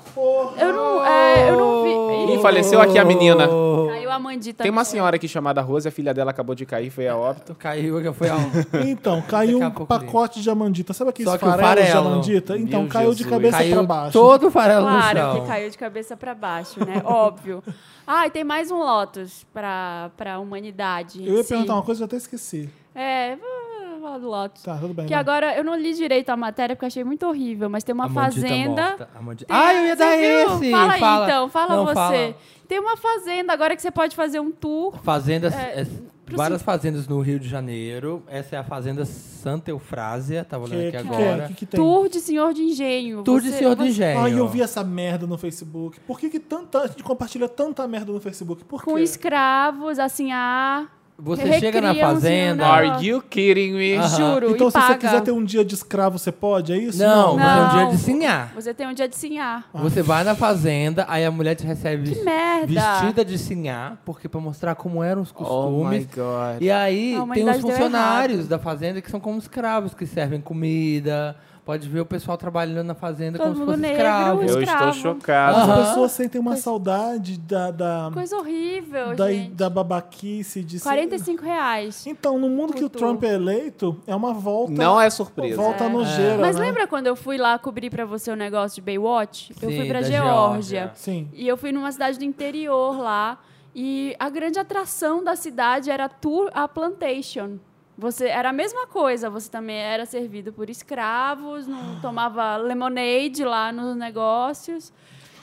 Speaker 3: Eu não. É, eu não vi.
Speaker 6: Quem faleceu aqui é a menina.
Speaker 3: Caiu a mandita.
Speaker 6: Tem uma senhora aqui chamada Rose, a filha dela acabou de cair, foi a óbito.
Speaker 4: Caiu, que foi a... um.
Speaker 2: Então, caiu
Speaker 4: Daqui a
Speaker 2: um
Speaker 4: pouco
Speaker 2: pacote de amandita. Sabe aqueles
Speaker 4: Só que o
Speaker 2: farelos de
Speaker 4: farelo.
Speaker 2: amandita? Então,
Speaker 6: Meu
Speaker 2: caiu de
Speaker 6: Jesus.
Speaker 2: cabeça pra
Speaker 4: caiu
Speaker 2: baixo.
Speaker 4: todo o farelo no
Speaker 3: Claro
Speaker 4: chão.
Speaker 3: que caiu de cabeça pra baixo, né? <laughs> Óbvio. Ah, e tem mais um Lotus pra, pra humanidade. em
Speaker 2: Eu ia
Speaker 3: si.
Speaker 2: perguntar
Speaker 4: um-
Speaker 2: uma coisa e eu até esqueci.
Speaker 3: É, vou falar do Lotus.
Speaker 2: Tá, tudo bem.
Speaker 4: né?
Speaker 3: Que
Speaker 2: vai.
Speaker 3: agora eu não li direito a matéria porque eu achei muito horrível, mas tem uma
Speaker 4: A maldita
Speaker 3: fazenda.
Speaker 4: morta, a maldita-
Speaker 3: Tem-
Speaker 4: Ah, eu
Speaker 3: você
Speaker 4: ia dar
Speaker 3: viu?
Speaker 4: esse.
Speaker 3: Fala, aí então, fala
Speaker 4: Não,
Speaker 3: você.
Speaker 4: fala.
Speaker 3: Tem uma fazenda agora que você pode fazer um tour.
Speaker 4: Fazendas,
Speaker 3: É,
Speaker 4: é,
Speaker 3: pro
Speaker 4: várias fazendas no Rio de Janeiro. Essa é a fazenda Santa Eufrásia, tava olhando
Speaker 2: Que,
Speaker 4: aqui
Speaker 2: que, que, é?
Speaker 4: agora.
Speaker 2: que, que tem?
Speaker 3: Tour de Senhor de Engenho.
Speaker 4: Tudo de
Speaker 3: Você-
Speaker 4: Senhor do
Speaker 3: você-
Speaker 4: Engenho.
Speaker 2: Ai, eu vi essa merda no Facebook. Por que, que tanta, a gente compartilha tanta merda no Facebook? Por
Speaker 3: Com
Speaker 2: quê?
Speaker 3: escravos, assim, a.
Speaker 4: Você chega na
Speaker 3: recriam, assim,
Speaker 4: fazenda-
Speaker 3: o negócio.
Speaker 6: Are you kidding me?
Speaker 4: Aham.
Speaker 3: Juro,
Speaker 2: Então,
Speaker 3: e
Speaker 2: se
Speaker 3: paga.
Speaker 2: você quiser ter um dia de escravo, você pode? É isso?
Speaker 3: Não.
Speaker 4: Não, você é um dia de sinhar.
Speaker 3: Você tem um dia de sinhar.
Speaker 4: Você vai na fazenda, aí a mulher te recebe
Speaker 3: Que merda!
Speaker 4: vestida de sinhar, porque pra mostrar como eram os costumes.
Speaker 6: Oh god.
Speaker 4: e aí
Speaker 3: A
Speaker 4: tem
Speaker 3: humanidade
Speaker 4: os
Speaker 3: deu
Speaker 4: funcionários da fazenda que são como escravos, que servem comida. Pode ver o pessoal trabalhando na fazenda
Speaker 3: Todo
Speaker 4: como se
Speaker 3: mundo
Speaker 4: fosse
Speaker 3: negro,
Speaker 4: escravo.
Speaker 6: Eu
Speaker 3: escravo.
Speaker 6: estou chocado.
Speaker 2: As
Speaker 4: Aham.
Speaker 2: pessoas sentem uma saudade da, da,
Speaker 3: Coisa horrível,
Speaker 2: da,
Speaker 3: gente.
Speaker 2: da babaquice de ser-
Speaker 3: 45 reais.
Speaker 2: Então, no mundo que o
Speaker 3: Mudou.
Speaker 2: Trump é eleito, é uma volta.
Speaker 6: Não é surpresa.
Speaker 2: Volta
Speaker 3: É.
Speaker 2: nojeira.
Speaker 3: Mas
Speaker 2: né?
Speaker 3: lembra quando eu fui lá cobrir pra você o negócio de Baywatch? eu fui
Speaker 4: Sim,
Speaker 3: pra
Speaker 4: da
Speaker 3: Geórgia.
Speaker 4: Geórgia.
Speaker 2: Sim.
Speaker 3: E eu fui numa cidade do interior lá. E a grande atração da cidade era a tour a plantation. Você era a mesma coisa, você também era servido por escravos,
Speaker 2: <gasps>
Speaker 3: não tomava lemonade lá nos negócios.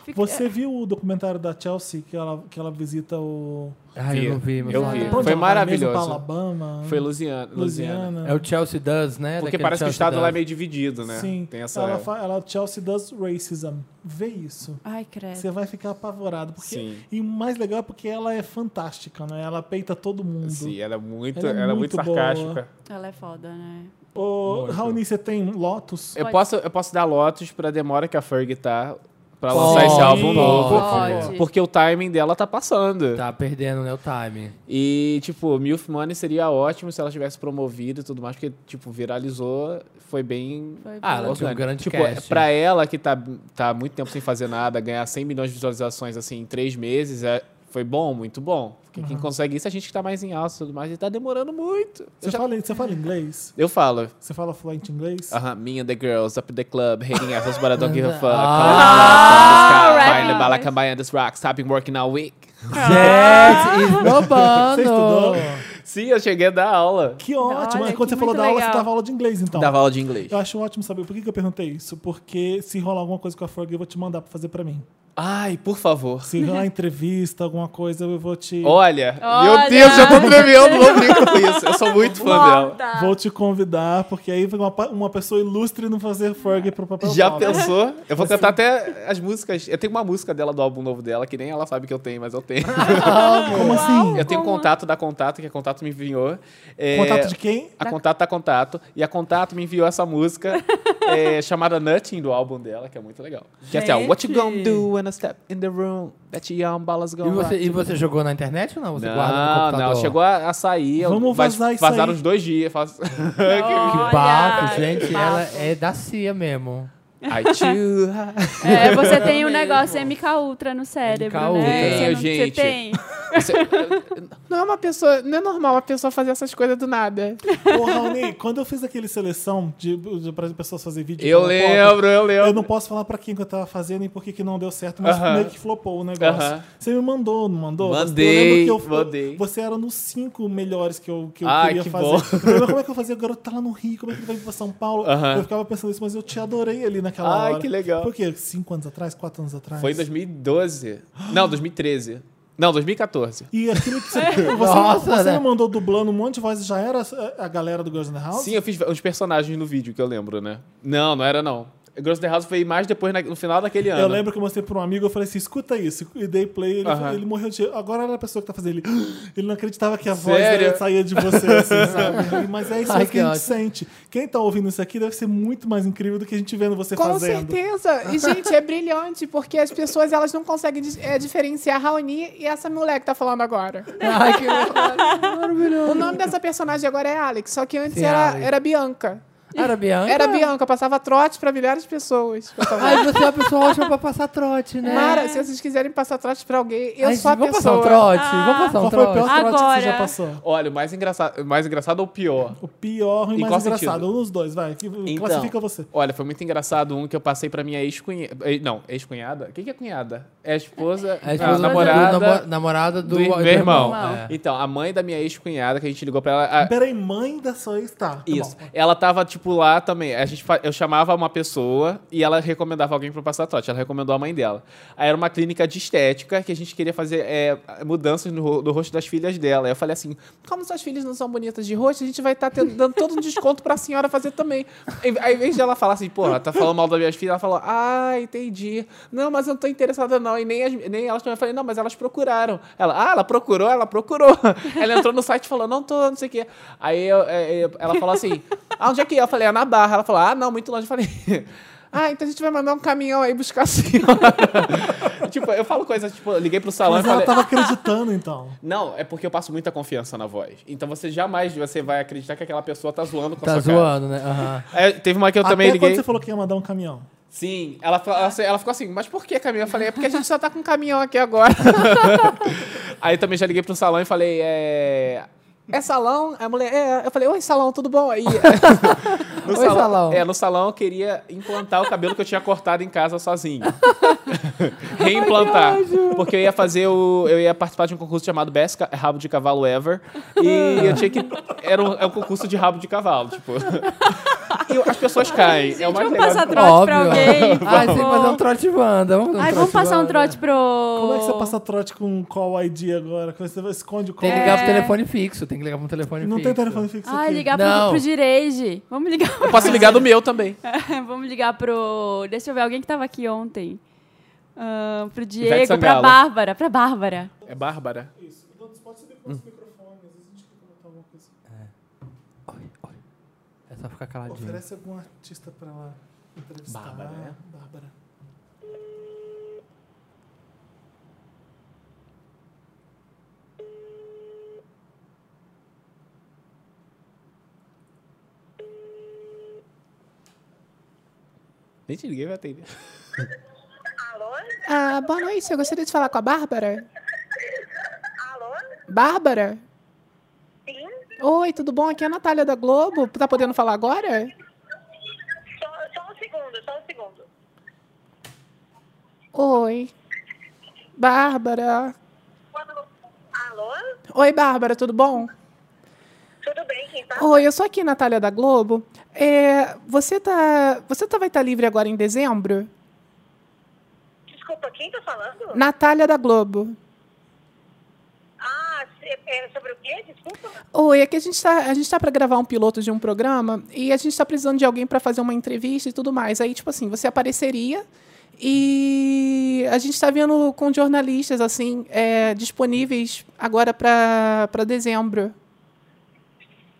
Speaker 3: Fica-
Speaker 2: Você viu o documentário da Chelsea que ela, que ela visita o.
Speaker 4: Ah, eu não vi, mas
Speaker 6: Eu
Speaker 3: não.
Speaker 6: vi.
Speaker 3: Onde
Speaker 2: Pra onde
Speaker 6: Foi
Speaker 2: ela vai mesmo? Pra
Speaker 6: maravilhoso.
Speaker 2: Alabama.
Speaker 6: Foi Luciana. Luciana.
Speaker 2: Louisiana.
Speaker 4: É o Chelsea Does, né?
Speaker 6: Porque
Speaker 4: Daquele
Speaker 6: parece que o
Speaker 4: Chelsea
Speaker 6: estado lá é
Speaker 4: Does.
Speaker 6: meio dividido, né?
Speaker 2: Sim.
Speaker 6: Tem essa.
Speaker 2: Ela, fa- ela Chelsea does racism. Vê isso.
Speaker 3: Ai, credo.
Speaker 2: Você vai ficar apavorado. Porque...
Speaker 6: Sim.
Speaker 2: E o mais legal é porque ela é fantástica, né? Ela peita todo mundo.
Speaker 6: Sim, ela é muito,
Speaker 2: Ela é
Speaker 6: ela é muito
Speaker 2: muito boa.
Speaker 6: sarcástica.
Speaker 3: Ela é foda, né?
Speaker 2: Ô,
Speaker 4: Muito.
Speaker 2: Raoni, você tem Lotus?
Speaker 6: Eu
Speaker 3: Pode.
Speaker 6: posso, eu posso dar lotos pra demora que a Ferg tá pra
Speaker 4: Pode,
Speaker 6: lançar esse álbum novo.
Speaker 3: Pode.
Speaker 4: pode.
Speaker 6: Porque o timing dela tá passando.
Speaker 4: Tá perdendo, né, o time.
Speaker 6: E, tipo, Milf Money seria ótimo se ela tivesse promovido e tudo mais, porque, tipo, viralizou, foi bem.
Speaker 3: Foi
Speaker 4: Ah,
Speaker 3: bom.
Speaker 4: ela tinha um grande
Speaker 6: tipo,
Speaker 4: cast.
Speaker 6: pra ela que tá, tá há muito tempo sem fazer nada, ganhar 100 milhões de visualizações assim em três meses, é, foi bom, muito bom. Porque
Speaker 2: Uhum.
Speaker 6: quem consegue isso é a gente que tá mais em alta e tudo mais, e tá demorando muito.
Speaker 2: Você, fala, você fala inglês?
Speaker 6: Eu falo,
Speaker 2: Você fala fluente inglês?
Speaker 6: aham, me and the girls up in the club, hating assholes but I don't give a fuck.
Speaker 3: Ah,
Speaker 6: Calling the shots from the sky,
Speaker 3: rapping.
Speaker 6: find the bala, come by and this rock, stop been working all week.
Speaker 4: Gente,
Speaker 6: <laughs>
Speaker 4: esnobando!
Speaker 2: Você estudou?
Speaker 6: Sim, eu cheguei a dar aula.
Speaker 2: Que ótimo!
Speaker 3: Olha,
Speaker 2: Quando
Speaker 3: que
Speaker 2: você falou
Speaker 3: muito
Speaker 2: da aula,
Speaker 3: legal.
Speaker 2: você dava aula de inglês, então.
Speaker 6: Dava aula de inglês.
Speaker 2: Eu acho ótimo saber. Por que, que eu perguntei isso? Porque se rolar alguma coisa com a Ferg, eu vou te mandar pra fazer pra mim.
Speaker 6: Ai, por
Speaker 3: <laughs>
Speaker 6: favor.
Speaker 2: Se rolar entrevista, alguma coisa, eu vou te.
Speaker 6: Olha,
Speaker 3: Olha.
Speaker 6: meu Deus, eu tô tremendo, não brinco com isso. Eu sou muito fã dela.
Speaker 3: Foda.
Speaker 2: Vou te convidar, porque aí vai uma, pa- uma pessoa ilustre não fazer Ferg pro papel.
Speaker 6: Já
Speaker 2: pop.
Speaker 6: pensou? Eu vou tentar até as músicas. Eu tenho uma música dela do álbum novo dela, que nem ela sabe que eu tenho, mas eu tenho.
Speaker 2: Como assim?
Speaker 6: Eu tenho
Speaker 3: Ah,
Speaker 6: um
Speaker 3: Como?
Speaker 6: contato da Contato, que a Contato me enviou. É,
Speaker 2: Contato de
Speaker 6: <laughs>
Speaker 2: quem?
Speaker 6: A Contato da Contato. E a Contato me enviou essa <laughs> música é, chamada Nothing do álbum dela, que é muito legal. Que é assim, ó, What you gonna do when I step in the room? That your umbrellas
Speaker 4: E
Speaker 6: gonna
Speaker 4: você,
Speaker 6: rock
Speaker 4: e você jogou na internet ou não? Você guarda
Speaker 6: Não,
Speaker 4: no computador?
Speaker 6: não, chegou a, a sair. eu-
Speaker 2: Vamos
Speaker 6: vai-
Speaker 2: vazar isso
Speaker 6: Vazaram
Speaker 2: aí.
Speaker 6: uns dois dias. faz- <laughs>
Speaker 4: Que
Speaker 3: Olha,
Speaker 4: bafo,
Speaker 3: que
Speaker 4: gente. é
Speaker 3: bafo. <laughs>
Speaker 4: Ela é da CIA mesmo.
Speaker 6: I too high.
Speaker 3: É, você tem um negócio MK Ultra no cérebro,
Speaker 4: MK
Speaker 3: né? Você
Speaker 4: Ultra.
Speaker 6: Tenho,
Speaker 3: não- Você
Speaker 6: gente.
Speaker 3: tem.
Speaker 6: Isso é- Não é uma pessoa. Não é normal uma pessoa fazer essas coisas do nada.
Speaker 2: Ô, Raoni, quando eu fiz aquele seleção de, de, pra pessoas fazerem vídeo.
Speaker 6: Eu
Speaker 2: pra uma foto,
Speaker 6: lembro, eu lembro.
Speaker 2: Eu não posso falar pra quem que eu tava fazendo e por que que não deu certo, mas
Speaker 6: Aham.
Speaker 2: meio que flopou o negócio.
Speaker 6: Aham.
Speaker 2: Você me mandou, não mandou? Você-
Speaker 6: Mandei,
Speaker 2: eu lembro que eu-
Speaker 6: mandei.
Speaker 2: Você era nos cinco melhores que eu, que eu
Speaker 6: Ai,
Speaker 2: queria
Speaker 6: que
Speaker 2: fazer.
Speaker 6: bom.
Speaker 2: Eu falei, mas como é que eu fazia? O garoto tá lá no Rio, como é que ele vai vir pra São Paulo?
Speaker 6: Aham.
Speaker 2: Eu ficava pensando isso, mas eu te adorei ali naquela
Speaker 6: Ai,
Speaker 2: hora.
Speaker 6: que legal.
Speaker 2: Por quê? Cinco anos atrás? Quatro anos atrás?
Speaker 6: Foi em 2012. Não, 2013. Não, 2014.
Speaker 2: E aquilo que você, você,
Speaker 4: Nossa,
Speaker 2: você
Speaker 4: né?
Speaker 2: me mandou dublando um monte de vozes, já era eh, a galera do Girls in the House?
Speaker 6: Sim, eu fiz uns personagens no vídeo que eu lembro, né? Não, não era não. Girls in the House foi mais depois, na- no final daquele ano.
Speaker 2: Eu lembro que eu mostrei pra um amigo, eu falei assim, escuta isso. E dei play, ele,
Speaker 6: Aham.
Speaker 2: ele morreu de... Agora era a pessoa que tá fazendo ele... <gasps> Ele não acreditava que a voz
Speaker 6: Sério?
Speaker 2: dele saía de você, assim, sabe? Mas é isso
Speaker 4: Ai,
Speaker 2: mesmo que a gente
Speaker 4: que
Speaker 2: sente. Quem tá ouvindo isso aqui deve ser muito mais incrível do que a gente vendo você
Speaker 1: Com
Speaker 2: fazendo.
Speaker 1: certeza. E,
Speaker 4: <laughs>
Speaker 1: gente, é brilhante, porque as pessoas elas não conseguem dis- é, diferenciar Raoni e essa mulher que tá falando agora.
Speaker 4: <laughs> Ai, que maravilhoso.
Speaker 1: O nome dessa personagem agora é Alex, só que antes
Speaker 4: Sim,
Speaker 1: era,
Speaker 4: Alex.
Speaker 1: era Bianca.
Speaker 4: Era Bianca?
Speaker 1: Era Bianca, passava trote pra milhares de pessoas.
Speaker 4: <laughs> Ai, você é uma pessoa ótima pra passar trote, né?
Speaker 1: Mara, se vocês quiserem passar trote pra alguém, eu
Speaker 4: Ai,
Speaker 1: sou a
Speaker 4: vamos
Speaker 1: pessoa.
Speaker 4: passar um trote?
Speaker 3: Ah.
Speaker 4: Vamos passar um
Speaker 2: Qual foi o
Speaker 4: trote?
Speaker 2: pior trote que você
Speaker 3: Agora.
Speaker 2: já passou?
Speaker 6: Olha, o mais engraçado, o mais engraçado ou o pior?
Speaker 2: O pior e
Speaker 6: Em
Speaker 2: mais
Speaker 6: qual
Speaker 2: engraçado.
Speaker 6: sentido?
Speaker 2: Um dos dois, vai. Que Classifica você.
Speaker 6: Olha, foi muito engraçado um que eu passei pra minha ex-cunhada. Não, ex-cunhada? O que, que é cunhada? É a esposa,
Speaker 4: É a esposa
Speaker 6: a
Speaker 4: do-
Speaker 6: namorada.
Speaker 4: do namo- namorada do,
Speaker 6: do, meu irmão.
Speaker 4: É.
Speaker 6: Então, a mãe da minha ex-cunhada, que a gente ligou pra ela. a-
Speaker 2: Peraí, mãe da sua ex, tá. tá
Speaker 6: isso.
Speaker 2: bom.
Speaker 6: Ela tava, tipo, lá também. A gente, fa- eu chamava uma pessoa e ela recomendava alguém pra passar trote. Ela recomendou a mãe dela. Aí era uma clínica de estética que a gente queria fazer é, mudanças no, ro- no rosto das filhas dela. Aí eu falei assim: como suas filhas não são bonitas de rosto, a gente vai estar dando todo um desconto pra senhora fazer também. Em- Aí, ao invés de ela falar assim, pô, ela tá falando mal das minhas filhas, ela falou, ah, entendi. Não, mas eu não tô interessada, não. E nem, as- nem elas também. Eu falei, não, mas elas procuraram. Ela, ah, ela procurou, ela procurou. <laughs> Ela entrou no site e falou, não tô, não sei o quê. Aí eu- é, é, ela falou assim, ah, onde é que é? Eu falei, é na barra. Ela falou, ah, não, muito longe. Eu falei. <laughs>
Speaker 1: Ah, então a gente vai mandar um caminhão aí buscar a senhora.
Speaker 6: <laughs> tipo, eu falo coisas, tipo, eu liguei pro salão
Speaker 2: Mas
Speaker 6: e
Speaker 2: ela
Speaker 6: falei.
Speaker 2: tava acreditando, então.
Speaker 6: Não, é porque eu passo muita confiança na voz. Então você jamais você vai acreditar que aquela pessoa tá zoando com a
Speaker 4: Tá
Speaker 6: sua cara.
Speaker 4: zoando, né? Aham.
Speaker 6: É, teve uma que eu também
Speaker 2: Até
Speaker 6: liguei.
Speaker 2: quando você falou que ia mandar um caminhão.
Speaker 6: Sim, ela, fa- ela, ela ficou assim, mas por que, caminhão? Eu falei, é porque a gente só tá com um caminhão aqui agora. Aí também já liguei pro salão e falei, é.
Speaker 1: É salão? A mulher. É. Eu falei, oi, salão, tudo bom? Aí.
Speaker 6: <laughs> No
Speaker 4: Oi, salão.
Speaker 6: É, no salão eu queria implantar o cabelo que eu tinha cortado em casa sozinho. Reimplantar. porque eu ia fazer o. Eu ia participar de um concurso chamado Best Ca- Rabo de Cavalo Ever. E eu tinha que. Era um, é um concurso de rabo de cavalo, tipo. E as pessoas caem. é o mais
Speaker 3: Vamos
Speaker 6: legal.
Speaker 3: passar trote
Speaker 4: Óbvio.
Speaker 3: pra alguém. por
Speaker 4: Ai, tem que fazer um
Speaker 3: favor.
Speaker 4: trote de banda. Vamos fazer um
Speaker 3: Ai, vamos
Speaker 4: trote
Speaker 3: passar um
Speaker 4: banda.
Speaker 3: trote pro...
Speaker 2: Como é que você passa trote com um call ID agora? Como é Você esconde o call
Speaker 4: Oh. Tem que
Speaker 2: ID?
Speaker 4: ligar
Speaker 3: É.
Speaker 4: pro telefone fixo. Tem que ligar pro telefone
Speaker 2: Não tem
Speaker 4: fixo.
Speaker 2: telefone fixo
Speaker 3: Ah,
Speaker 2: aqui.
Speaker 3: ligar
Speaker 4: Não.
Speaker 3: pro, pro Direige. Vamos ligar. <laughs>
Speaker 6: Eu posso ligar do meu também.
Speaker 3: Vamos ligar pro... Deixa eu ver, alguém que tava aqui ontem. Ah, pro
Speaker 6: Ivete
Speaker 3: Diego, pra
Speaker 6: Sangalo.
Speaker 3: Bárbara. Pra Bárbara.
Speaker 6: É Bárbara.
Speaker 4: É só ficar caladinho.
Speaker 2: Oferece algum artista pra ela entrevistar.
Speaker 6: Bárbara, né?
Speaker 2: Bárbara.
Speaker 6: Nem te liguei, vai atender.
Speaker 1: Ah, boa noite. Eu gostaria de falar com a Bárbara. Alô? Bárbara? Sim. Oi, tudo bom? Aqui é a Natália da Globo. Tá podendo falar agora?
Speaker 7: Só, só um segundo, só um segundo.
Speaker 1: Oi. Bárbara.
Speaker 7: Alô?
Speaker 1: Oi, Bárbara, tudo bom?
Speaker 7: Tudo bem, quem tá?
Speaker 1: Oi, eu sou aqui, Natália da Globo. É, você tá, você tá, vai estar livre agora em dezembro?
Speaker 7: Desculpa, quem tá falando?
Speaker 1: Natália da Globo.
Speaker 7: Ah, se- é sobre o quê? Desculpa.
Speaker 1: Oi, aqui a gente tá, a gente tá para gravar um piloto de um programa e a gente tá precisando de alguém para fazer uma entrevista e tudo mais. Aí, tipo assim, você apareceria e a gente tá vendo com jornalistas assim é, disponíveis agora para dezembro.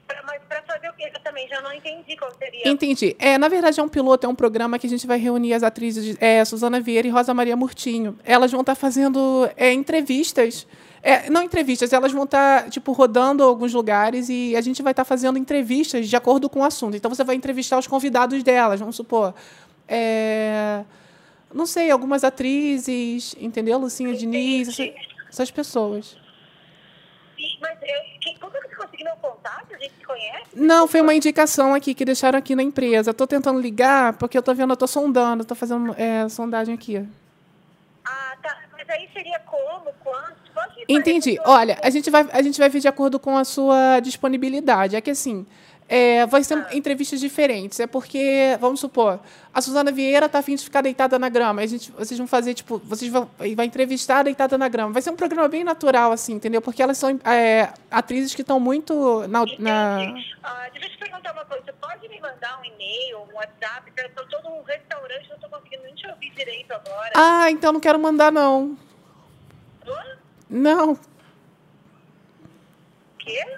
Speaker 7: Pra- mas pra fazer o quê? Eu também já não entendi qual seria.
Speaker 1: Entendi. É, na verdade, é um piloto, é um programa que a gente vai reunir as atrizes de- é, Suzana Vieira e Rosa Maria Murtinho. Elas vão estar fazendo é, entrevistas. É, não entrevistas, elas vão estar, tipo, rodando alguns lugares e a tá gente vai estar fazendo entrevistas de acordo com o assunto. Então você vai entrevistar os convidados delas, vamos supor. é, não sei, algumas atrizes, entendeu? Lucinha Diniz, essas, essas pessoas.
Speaker 8: E- mas eu, que, como é que você conseguiu meu contato? A gente se conhece?
Speaker 1: Não, foi uma indicação aqui que deixaram aqui na empresa. Tô tentando ligar porque eu tô vendo, eu tô sondando, tô fazendo é, sondagem aqui.
Speaker 8: Ah, tá. Mas aí seria como? Quanto? Quanto que
Speaker 1: Entendi.
Speaker 8: parece que eu-
Speaker 1: Olha, a gente vai, a gente vai ver de acordo com a sua disponibilidade. É que assim, é, vai
Speaker 8: Ah.
Speaker 1: ser entrevistas diferentes. É porque, vamos supor, a Suzana Vieira tá afim de ficar deitada na grama. A gente, vocês vão fazer, tipo, vocês vão e vai entrevistar deitada na grama. Vai ser um programa bem natural, assim, entendeu? Porque elas são é, atrizes que estão muito na- na,
Speaker 8: Ah, deixa eu te perguntar uma coisa. Você pode me mandar um e-mail, um WhatsApp? Eu tô todo um restaurante, não tô conseguindo nem te ouvir direito agora.
Speaker 1: Ah, então não quero mandar, não. Não,
Speaker 8: O quê?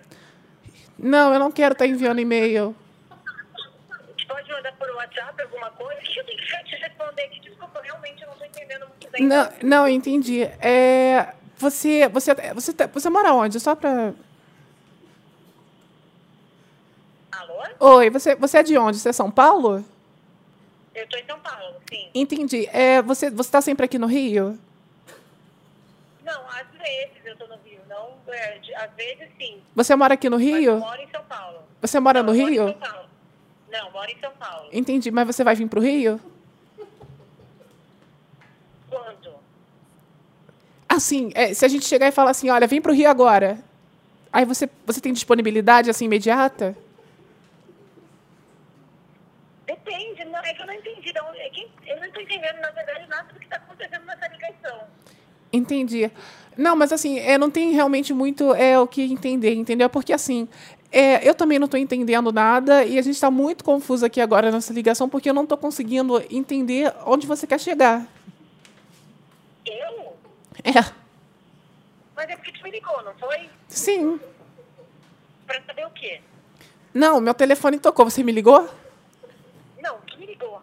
Speaker 1: não, eu não quero estar enviando e-mail.
Speaker 8: Você pode mandar por WhatsApp alguma coisa? O que eu tenho que ficar te responder aqui? Desculpa, eu realmente eu não tô entendendo muito bem.
Speaker 1: Não, não, eu entendi. É, você, você, você, tá- você mora onde? Só pra...
Speaker 8: Alô?
Speaker 1: Oi, você, você é de onde? Você é São Paulo?
Speaker 8: Eu tô em São Paulo, sim.
Speaker 1: Entendi. É, você, você tá sempre aqui no Rio?
Speaker 8: Não, às vezes eu tô no Rio. Não, é, de- às vezes sim.
Speaker 1: Você mora aqui no
Speaker 8: Mas eu
Speaker 1: Rio?
Speaker 8: moro em São Paulo.
Speaker 1: Você mora no
Speaker 8: Não, eu moro em
Speaker 1: Rio?
Speaker 8: São Paulo. Não, moro em São Paulo.
Speaker 1: Entendi, mas você vai vir pro Rio?
Speaker 8: Quando?
Speaker 1: Assim, é, se a gente chegar e falar assim, olha, vem pro Rio agora. Aí você, você tem disponibilidade, assim, imediata?
Speaker 8: Depende, não, é que eu não entendi. Não, é que eu não tô entendendo, na verdade, nada do que tá acontecendo nessa ligação.
Speaker 1: Entendi. Não, mas assim, é, não tem realmente muito é, o que entender, entendeu? Porque assim, é, eu também não estou entendendo nada e a gente está muito confuso aqui agora nessa ligação porque eu não estou conseguindo entender onde você quer chegar.
Speaker 8: Eu?
Speaker 1: É,
Speaker 8: Mas é porque tu me ligou, não foi?
Speaker 1: sim.
Speaker 8: Pra saber o quê?
Speaker 1: Não, meu telefone tocou. Você me ligou?
Speaker 8: Não, tu me ligou.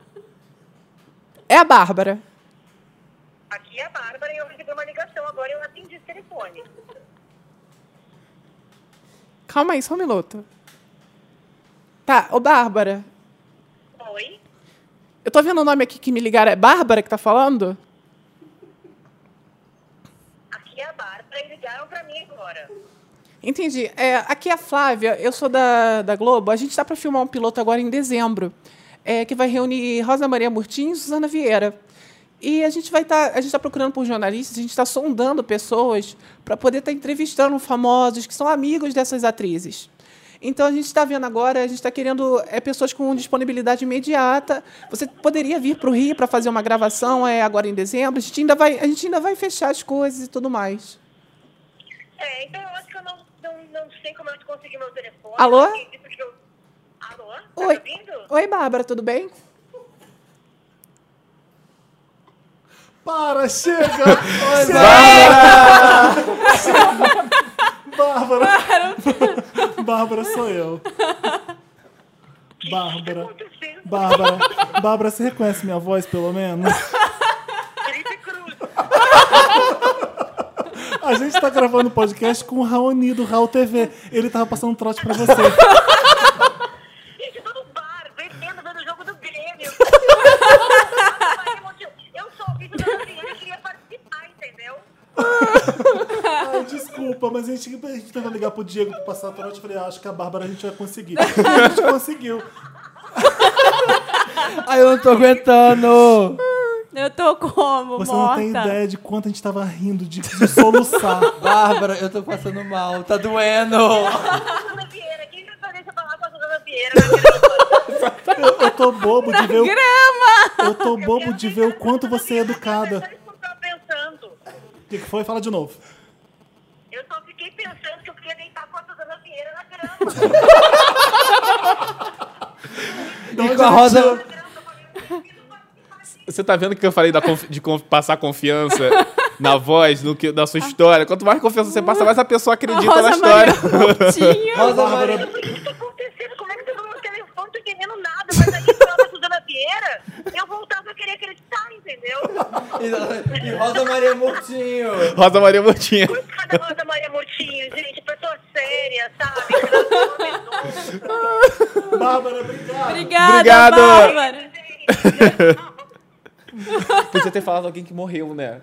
Speaker 1: É a Bárbara.
Speaker 8: Aqui é a Bárbara e eu recebi uma ligação agora eu atendi esse telefone.
Speaker 1: Calma aí, só um minuto. Tá, ô Bárbara,
Speaker 8: Oi?
Speaker 1: eu tô vendo o nome aqui que me ligaram. É Bárbara que tá falando?
Speaker 8: Aqui é a Bárbara e ligaram pra mim agora.
Speaker 1: Entendi. É, aqui é a Flávia, eu sou da, da Globo. A gente está para filmar um piloto agora em dezembro, é, que vai reunir Rosa Maria Murtinho e Suzana Vieira. E a gente vai estar, a gente está procurando por jornalistas, a gente está sondando pessoas para poder estar entrevistando famosos que são amigos dessas atrizes. Então a gente está vendo agora, a gente está querendo é, pessoas com disponibilidade imediata. Você poderia vir para o Rio para fazer uma gravação é, agora em dezembro? A gente ainda vai, a gente ainda vai fechar as coisas e tudo mais.
Speaker 8: É, então eu acho que eu não, não, não sei como eu consegui meu telefone.
Speaker 1: Alô?
Speaker 8: Eu acredito que eu- Alô? Tá me
Speaker 1: Oi.
Speaker 8: ouvindo?
Speaker 1: Oi, Bárbara, tudo bem?
Speaker 2: Para,
Speaker 6: <laughs>
Speaker 2: chega! Ai, Bárbara! Bárbara! Bárbara sou eu.
Speaker 8: O
Speaker 2: Bárbara.
Speaker 8: que aconteceu?
Speaker 2: Bárbara. Bárbara, você reconhece minha voz, pelo menos?
Speaker 8: Felipe Cruz.
Speaker 2: A gente tá gravando podcast com o Raoni do Raul TV. Ele tava passando um trote pra você.
Speaker 8: Gente, eu tô no bar, bebendo, vendo o jogo do
Speaker 2: <laughs>
Speaker 8: Grêmio. eu sou o Vitor da Adriana e assim, queria participar, entendeu?
Speaker 2: Ai, desculpa, mas a gente, a gente tentou ligar pro Diego pra passar trote. Eu falei, ah, acho que a Bárbara a gente vai conseguir. A gente conseguiu.
Speaker 4: Ai, eu não tô aguentando.
Speaker 3: Eu tô como?
Speaker 2: Você não
Speaker 3: morta.
Speaker 2: tem ideia de quanto a gente tava rindo, de, de soluçar.
Speaker 4: Bárbara, eu tô passando mal, tá doendo.
Speaker 8: Suzana Vieira, quem vai fazer essa falar com a Suzana Vieira? Eu
Speaker 2: Eu, eu tô bobo de ver o...
Speaker 3: Grama!
Speaker 2: Eu <laughs> tô bobo
Speaker 8: quero
Speaker 2: de
Speaker 8: ver
Speaker 2: ver o
Speaker 8: a
Speaker 2: quanto
Speaker 8: Suzana
Speaker 2: você é
Speaker 8: Vieira, Eu
Speaker 2: educada.
Speaker 8: quero saber o que eu tava pensando.
Speaker 2: O que que foi? Fala de novo.
Speaker 8: Eu só fiquei pensando que eu queria deitar com a Suzana Vieira na
Speaker 2: <laughs>
Speaker 8: grama.
Speaker 4: E com a Rosa.
Speaker 6: Você tá vendo que eu falei da confi- de conf- passar confiança na voz, no que, na sua história? Quanto mais confiança você passa, mais a pessoa
Speaker 3: A
Speaker 6: acredita na
Speaker 3: Rosa Maria
Speaker 6: história. <laughs>
Speaker 3: Murtinho.
Speaker 4: Rosa Maria.
Speaker 8: O que tá acontecendo? Como é que tá no meu telefone? Não tô entendendo nada. Mas aí, se eu tava Suzana Vieira, eu voltava a querer acreditar, entendeu?
Speaker 4: E, e Rosa Maria Murtinho.
Speaker 6: Rosa Maria Murtinho.
Speaker 8: Cada Rosa Maria Murtinho, gente, pessoa séria, sabe? Graças a Deus.
Speaker 2: Bárbara,
Speaker 3: Obrigada,
Speaker 2: obrigado.
Speaker 6: Obrigado.
Speaker 3: Bárbara.
Speaker 8: Gente,
Speaker 6: <laughs> Podia ter falado alguém que morreu, né?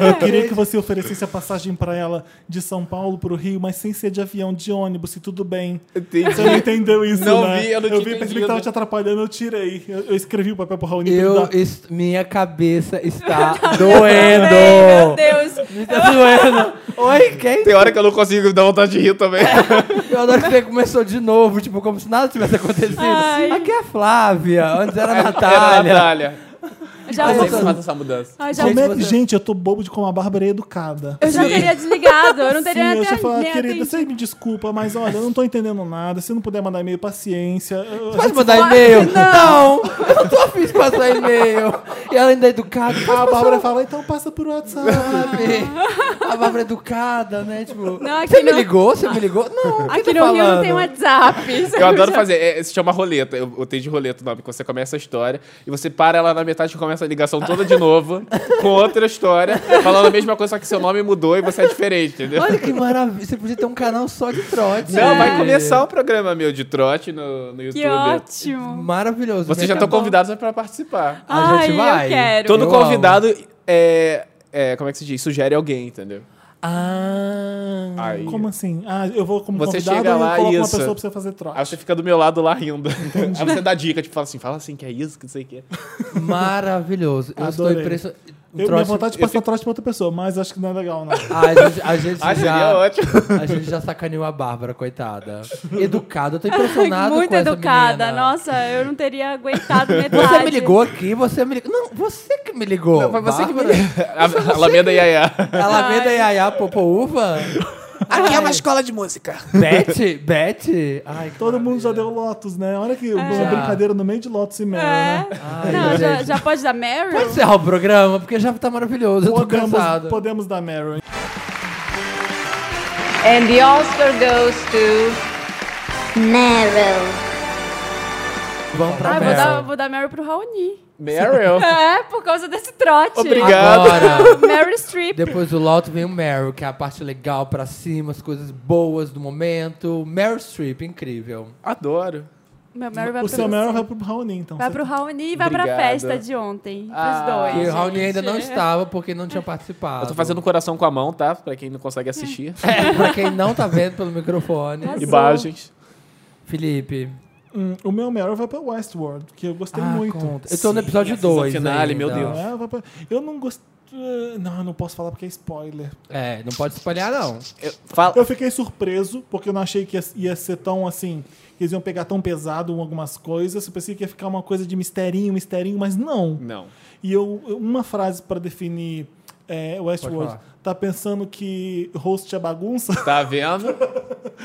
Speaker 2: Eu queria que você oferecesse a passagem pra ela de São Paulo pro Rio, mas sem ser de avião, de ônibus, e tudo bem.
Speaker 6: Entendi.
Speaker 2: Você não entendeu isso,
Speaker 6: Não
Speaker 2: né?
Speaker 6: vi, eu não
Speaker 2: eu
Speaker 6: tinha
Speaker 2: vi, pensei que
Speaker 6: entendido.
Speaker 2: tava te atrapalhando, eu tirei. Eu, eu escrevi o papel pro Raoni pra
Speaker 4: Eu,
Speaker 2: ele dar.
Speaker 4: est- minha cabeça está
Speaker 3: Meu
Speaker 4: doendo.
Speaker 3: Deus.
Speaker 4: Me tá doendo. Oi, quem?
Speaker 6: Tem hora que eu não consigo dar vontade de rir também.
Speaker 4: Tipo, Eu adoro que você começou de novo, tipo, como se nada tivesse acontecido.
Speaker 3: Ai.
Speaker 4: Aqui é a Flávia, antes era a
Speaker 6: Era a
Speaker 4: Natália.
Speaker 6: Natália.
Speaker 3: Já
Speaker 6: Eu
Speaker 3: vou-
Speaker 6: sempre faço essa mudança.
Speaker 3: Ai, já
Speaker 2: Como
Speaker 3: vou-
Speaker 2: é que, gente, eu tô bobo de como a Bárbara é educada.
Speaker 3: Eu já teria desligado. Eu não teria
Speaker 2: Sim, eu
Speaker 3: até
Speaker 2: já falo,
Speaker 3: nem
Speaker 2: querida,
Speaker 3: atendido.
Speaker 2: você me desculpa, mas olha, eu não tô entendendo nada. Se não puder mandar e-mail, paciência. Eu-
Speaker 4: Pode mandar e-mail? Não! Eu não tô afim de passar e-mail. E ela ainda é educada.
Speaker 2: A Bárbara fala, então passa por WhatsApp.
Speaker 4: sabe? A Bárbara é educada, né? Tipo,
Speaker 3: Não, aqui
Speaker 4: você me
Speaker 3: não-
Speaker 4: ligou? Você me ligou? Não, quem
Speaker 3: Aqui
Speaker 4: tá
Speaker 3: no Rio não tem
Speaker 4: falando?
Speaker 3: WhatsApp. <laughs>
Speaker 6: Eu adoro fazer, é, se chama roleta, eu, eu tenho de roleta o nome, que você começa a história e você para ela na metade e começa a ligação toda de novo, com outra história, falando a mesma coisa, só que seu nome mudou e você é diferente, entendeu?
Speaker 4: Olha que maravilha. Você podia ter um canal só de trote.
Speaker 6: Não, vai
Speaker 4: É.
Speaker 6: começar o programa meu de trote no, no YouTube.
Speaker 3: Que ótimo.
Speaker 4: Maravilhoso.
Speaker 6: Vocês
Speaker 4: Minha
Speaker 6: já estão
Speaker 4: acabou.
Speaker 6: convidados pra participar.
Speaker 4: A gente
Speaker 3: Ai,
Speaker 4: vai.
Speaker 3: eu quero.
Speaker 6: Todo
Speaker 4: Eu
Speaker 6: convidado é, é, Como é que se diz? Sugere alguém, entendeu?
Speaker 4: Ah.
Speaker 6: Aí,
Speaker 2: Como assim? Ah, eu vou como
Speaker 6: Você
Speaker 2: convidado
Speaker 6: chega lá,
Speaker 2: eu coloco
Speaker 6: isso.
Speaker 2: uma pessoa pra você fazer troca.
Speaker 6: aí você fica do meu lado lá rindo. <laughs> Aí você dá dica, tipo, fala assim, fala assim, que é isso, que não sei o que.
Speaker 4: Maravilhoso. Eu estou
Speaker 2: Adorei.
Speaker 4: impressionado.
Speaker 2: Eu, minha vontade de passar trote pra outra pessoa, mas acho que não é legal, não.
Speaker 4: A gente, a
Speaker 6: <laughs>
Speaker 4: gente já,
Speaker 6: Ah, seria ótimo.
Speaker 4: A gente já sacaneou a Bárbara, coitada. Educada, eu tô
Speaker 3: <laughs>
Speaker 4: impressionado
Speaker 3: Muito
Speaker 4: com essa
Speaker 3: educada.
Speaker 4: menina.
Speaker 3: Nossa, eu não teria aguentado metade.
Speaker 4: Você me ligou aqui, você me ligou. Não, você que me ligou.
Speaker 6: Não, foi você que me
Speaker 4: Bárbara.
Speaker 6: A- a Alameda Yaya.
Speaker 4: Alameda
Speaker 3: Ai.
Speaker 4: Yaya Popouva?
Speaker 1: Aqui é uma escola de música.
Speaker 4: Beth? Beth? Ai, que
Speaker 2: Todo mundo já
Speaker 4: maravilha.
Speaker 2: deu Lotus, né? Olha que
Speaker 4: Já.
Speaker 2: uma brincadeira no meio de Lotus e Mel,
Speaker 3: É.
Speaker 2: né?
Speaker 4: Ai,
Speaker 3: não, já,
Speaker 4: gente.
Speaker 3: já pode dar Meryl?
Speaker 4: Pode encerrar o programa, porque já tá maravilhoso. Eu tô cansado.
Speaker 2: Podemos, podemos dar Meryl.
Speaker 7: And the Oscar goes to.
Speaker 5: Meryl.
Speaker 4: Vamos pra
Speaker 3: Ah,
Speaker 4: ah,
Speaker 3: vou dar, vou dar Meryl pro Raoni.
Speaker 6: Meryl.
Speaker 3: É, por causa desse trote.
Speaker 6: Obrigado.
Speaker 4: Agora.
Speaker 3: Meryl Streep.
Speaker 4: Depois do Lotus vem o Meryl, que é a parte legal pra cima, as coisas boas do momento. Meryl Streep, incrível.
Speaker 6: Ah, Adoro.
Speaker 3: Meu Meryl vai
Speaker 2: O
Speaker 3: pra
Speaker 2: seu Meryl
Speaker 3: você.
Speaker 2: vai pro Raoni, então.
Speaker 3: Vai pro Raoni e vai pra
Speaker 6: Obrigado.
Speaker 3: festa de ontem.
Speaker 6: Ah,
Speaker 3: pros
Speaker 4: Que
Speaker 3: dois.
Speaker 4: o Raoni ainda não
Speaker 3: gente.
Speaker 4: estava, porque não tinha participado.
Speaker 6: Eu tô fazendo coração com a mão, tá? Pra quem não consegue assistir.
Speaker 4: É, <laughs> pra quem não tá vendo pelo microfone.
Speaker 3: Nossa.
Speaker 6: Imagens.
Speaker 4: Felipe.
Speaker 2: Hum, o meu Meryl vai pra Westworld, que eu gostei
Speaker 4: ah,
Speaker 2: muito.
Speaker 4: conta. Eu tô no episódio
Speaker 6: Sim, a season
Speaker 4: 2.
Speaker 6: finale, meu
Speaker 2: Não,
Speaker 6: Deus.
Speaker 2: é, vai pra- Eu não gostei. Não, eu não posso falar porque é spoiler.
Speaker 4: É, não pode espalhar, não.
Speaker 6: Eu, fala,
Speaker 2: Eu fiquei surpreso, porque eu não achei que ia, ia ser tão assim. Que eles iam pegar tão pesado em algumas coisas. Eu pensei que ia ficar uma coisa de misterinho, misterinho, mas não.
Speaker 6: Não.
Speaker 2: E eu, uma frase pra definir é,
Speaker 4: Pode
Speaker 2: Westworld.
Speaker 4: falar.
Speaker 2: Tá pensando que host é bagunça? <laughs>
Speaker 6: Tá vendo?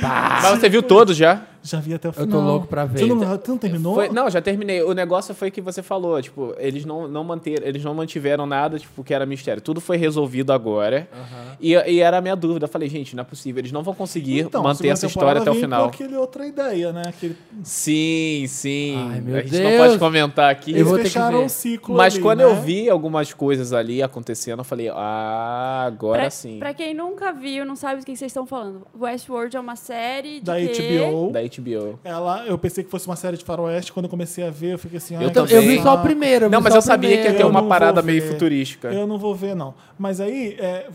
Speaker 6: Mas você viu todos já?
Speaker 2: Já vi até o
Speaker 4: tô
Speaker 2: final.
Speaker 4: louco pra ver.
Speaker 2: Você não, você não terminou?
Speaker 6: Foi- não, já terminei. O negócio foi que você falou, tipo, eles não, não manteram, eles não mantiveram nada, tipo, que era mistério. Tudo foi resolvido agora. E, e era a minha dúvida. Eu falei, gente, não é possível. Eles não vão conseguir
Speaker 2: Então,
Speaker 6: manter
Speaker 2: a segunda
Speaker 6: essa história
Speaker 2: temporada
Speaker 6: até o
Speaker 2: vem
Speaker 6: final.
Speaker 2: Com aquele outra ideia, né? Aquele,
Speaker 6: Sim, sim.
Speaker 4: Ai, meu
Speaker 6: a gente não
Speaker 4: Deus.
Speaker 6: pode comentar aqui.
Speaker 4: Eu
Speaker 2: eles
Speaker 4: vou ter que
Speaker 2: fecharam
Speaker 4: ver.
Speaker 2: o ciclo.
Speaker 6: Mas
Speaker 2: ali,
Speaker 6: quando
Speaker 2: né?
Speaker 6: eu vi algumas coisas ali acontecendo, eu falei, ah, agora
Speaker 3: Pra,
Speaker 6: sim.
Speaker 3: pra quem nunca viu, não sabe do que vocês estão falando. Westworld é uma série de
Speaker 2: da
Speaker 3: quê?
Speaker 2: HBO,
Speaker 6: Da HBO.
Speaker 2: ela, eu pensei que fosse uma série de faroeste. Quando eu comecei a ver, eu fiquei assim...
Speaker 6: Eu
Speaker 2: ai,
Speaker 6: também.
Speaker 4: Então, Eu vi só
Speaker 2: ah,
Speaker 4: o primeiro. vi
Speaker 6: Não, mas
Speaker 4: só
Speaker 6: eu
Speaker 4: o
Speaker 6: sabia que ia ter um
Speaker 4: primeiro.
Speaker 2: eu
Speaker 6: uma
Speaker 2: não
Speaker 6: parada
Speaker 2: vou
Speaker 6: meio
Speaker 2: ver.
Speaker 6: futurística.
Speaker 2: Eu não vou ver, não. Mas aí, é,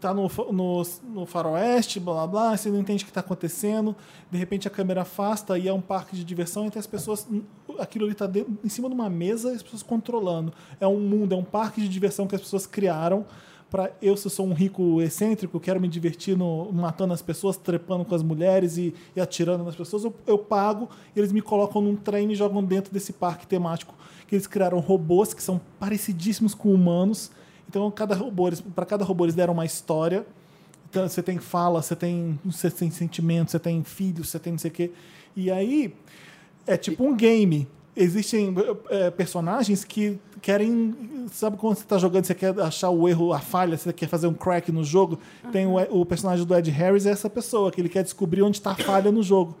Speaker 2: tá no, fa- no, no faroeste, blá, blá, blá, você não entende o que tá acontecendo. De repente, a câmera afasta e é um parque de diversão. Então, as pessoas... Aquilo ali tá dentro, em cima de uma mesa e as pessoas controlando. É um mundo, é um parque de diversão que as pessoas criaram para eu, se eu sou um rico excêntrico, quero me divertir no, matando as pessoas, trepando com as mulheres e, e atirando nas pessoas, eu, eu pago e eles me colocam num trem e me jogam dentro desse parque temático. Que eles criaram robôs que são parecidíssimos com humanos. Então, cada robô, para cada robô, eles deram uma história. Então, você tem fala, você tem, você tem sentimento, você tem filhos, você tem não sei o quê. E aí, é tipo um game. Existem eh, eh, personagens que querem. Sabe quando você tá jogando, você quer achar o erro, a falha, você quer fazer um crack no jogo? Tem o, E- o personagem do Ed Harris, é essa tá pessoa, que ele quer descobrir onde está a falha no jogo.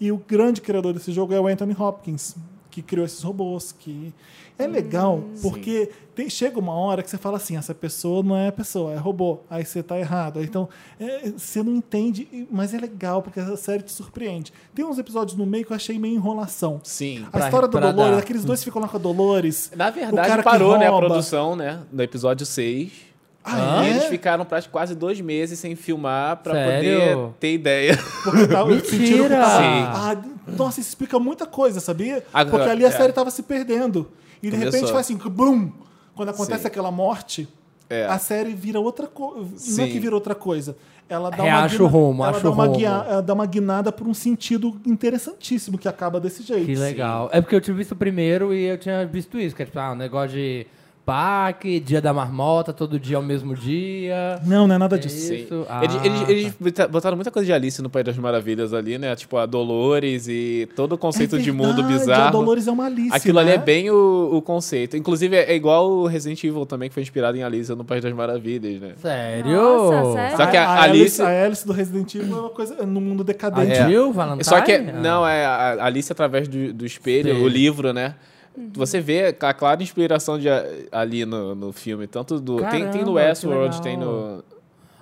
Speaker 2: E o grande criador desse jogo é o Anthony Hopkins, que criou esses robôs. que É legal, porque tem, chega uma hora que você fala assim: essa pessoa não é pessoa, é robô. Aí você tá errado. Aí Então, é, você não entende, e- mas é legal, porque essa série te surpreende. Tem uns episódios no meio que eu achei meio enrolação.
Speaker 6: Sim.
Speaker 2: A
Speaker 4: Pra-
Speaker 2: história do
Speaker 4: pra
Speaker 2: Dolores,
Speaker 4: dar-
Speaker 2: aqueles dois que ficam lá com a Dolores.
Speaker 6: Na
Speaker 2: o cara
Speaker 6: verdade,
Speaker 2: que
Speaker 6: parou, né, a
Speaker 2: rouba.
Speaker 6: produção, né? No episódio 6.
Speaker 2: Ah,
Speaker 6: E
Speaker 2: é?
Speaker 6: eles ficaram praticamente quase dois meses sem filmar pra
Speaker 4: Sério?
Speaker 6: poder ter ideia.
Speaker 2: Porque tava
Speaker 4: Mentira!
Speaker 2: sentindo que tava-
Speaker 4: Sim.
Speaker 2: Ah, nossa, isso explica muita coisa, sabia?
Speaker 6: Agora,
Speaker 2: Porque ali a
Speaker 6: é.
Speaker 2: série tava se perdendo. E de
Speaker 6: Começou.
Speaker 2: repente faz assim, bum! Quando acontece
Speaker 6: Sim.
Speaker 2: aquela morte,
Speaker 6: É.
Speaker 2: a série vira outra coisa. Não é
Speaker 6: Sim.
Speaker 2: que vira outra coisa. Ela dá
Speaker 4: Reacha
Speaker 2: uma
Speaker 4: o rumo,
Speaker 2: ela
Speaker 4: acha
Speaker 2: dá
Speaker 4: o
Speaker 2: uma
Speaker 4: rumo.
Speaker 2: guia- ela dá uma guinada por um sentido interessantíssimo que acaba desse jeito.
Speaker 4: Que legal. É porque eu tinha visto o primeiro e eu tinha visto isso, que é tipo, ah, um negócio de parque, dia da marmota, todo dia é o mesmo dia.
Speaker 2: Não, não é nada disso.
Speaker 6: Sim.
Speaker 4: Isso. Ah,
Speaker 6: <laughs> eles, eles-
Speaker 2: tá.
Speaker 6: eles bota- botaram muita coisa de Alice no País das Maravilhas ali, né? Tipo, a Dolores e todo o conceito
Speaker 2: É
Speaker 6: de mundo
Speaker 2: verdade, A
Speaker 6: bizarro.
Speaker 2: Dolores é uma Alice.
Speaker 6: Aquilo
Speaker 2: né?
Speaker 6: ali é bem o, o conceito. Inclusive, é é igual o Resident Evil também, que foi inspirado em Alice no País das Maravilhas, né?
Speaker 4: Sério?
Speaker 3: Nossa, sério?
Speaker 6: Só que a Alice-
Speaker 2: a Alice do Resident Evil é uma coisa é no mundo decadente.
Speaker 6: É.
Speaker 4: Viu, Valentine?
Speaker 6: Só que,
Speaker 4: Ah.
Speaker 6: não, é a a Alice através do, do espelho,
Speaker 4: Espelho.
Speaker 6: o livro, né?
Speaker 3: Uhum.
Speaker 6: Você vê a clara inspiração de, a- ali no, no filme, tanto do... tem, tem
Speaker 4: Caramba,
Speaker 6: no
Speaker 4: que
Speaker 6: Westworld,
Speaker 4: legal.
Speaker 6: tem no... no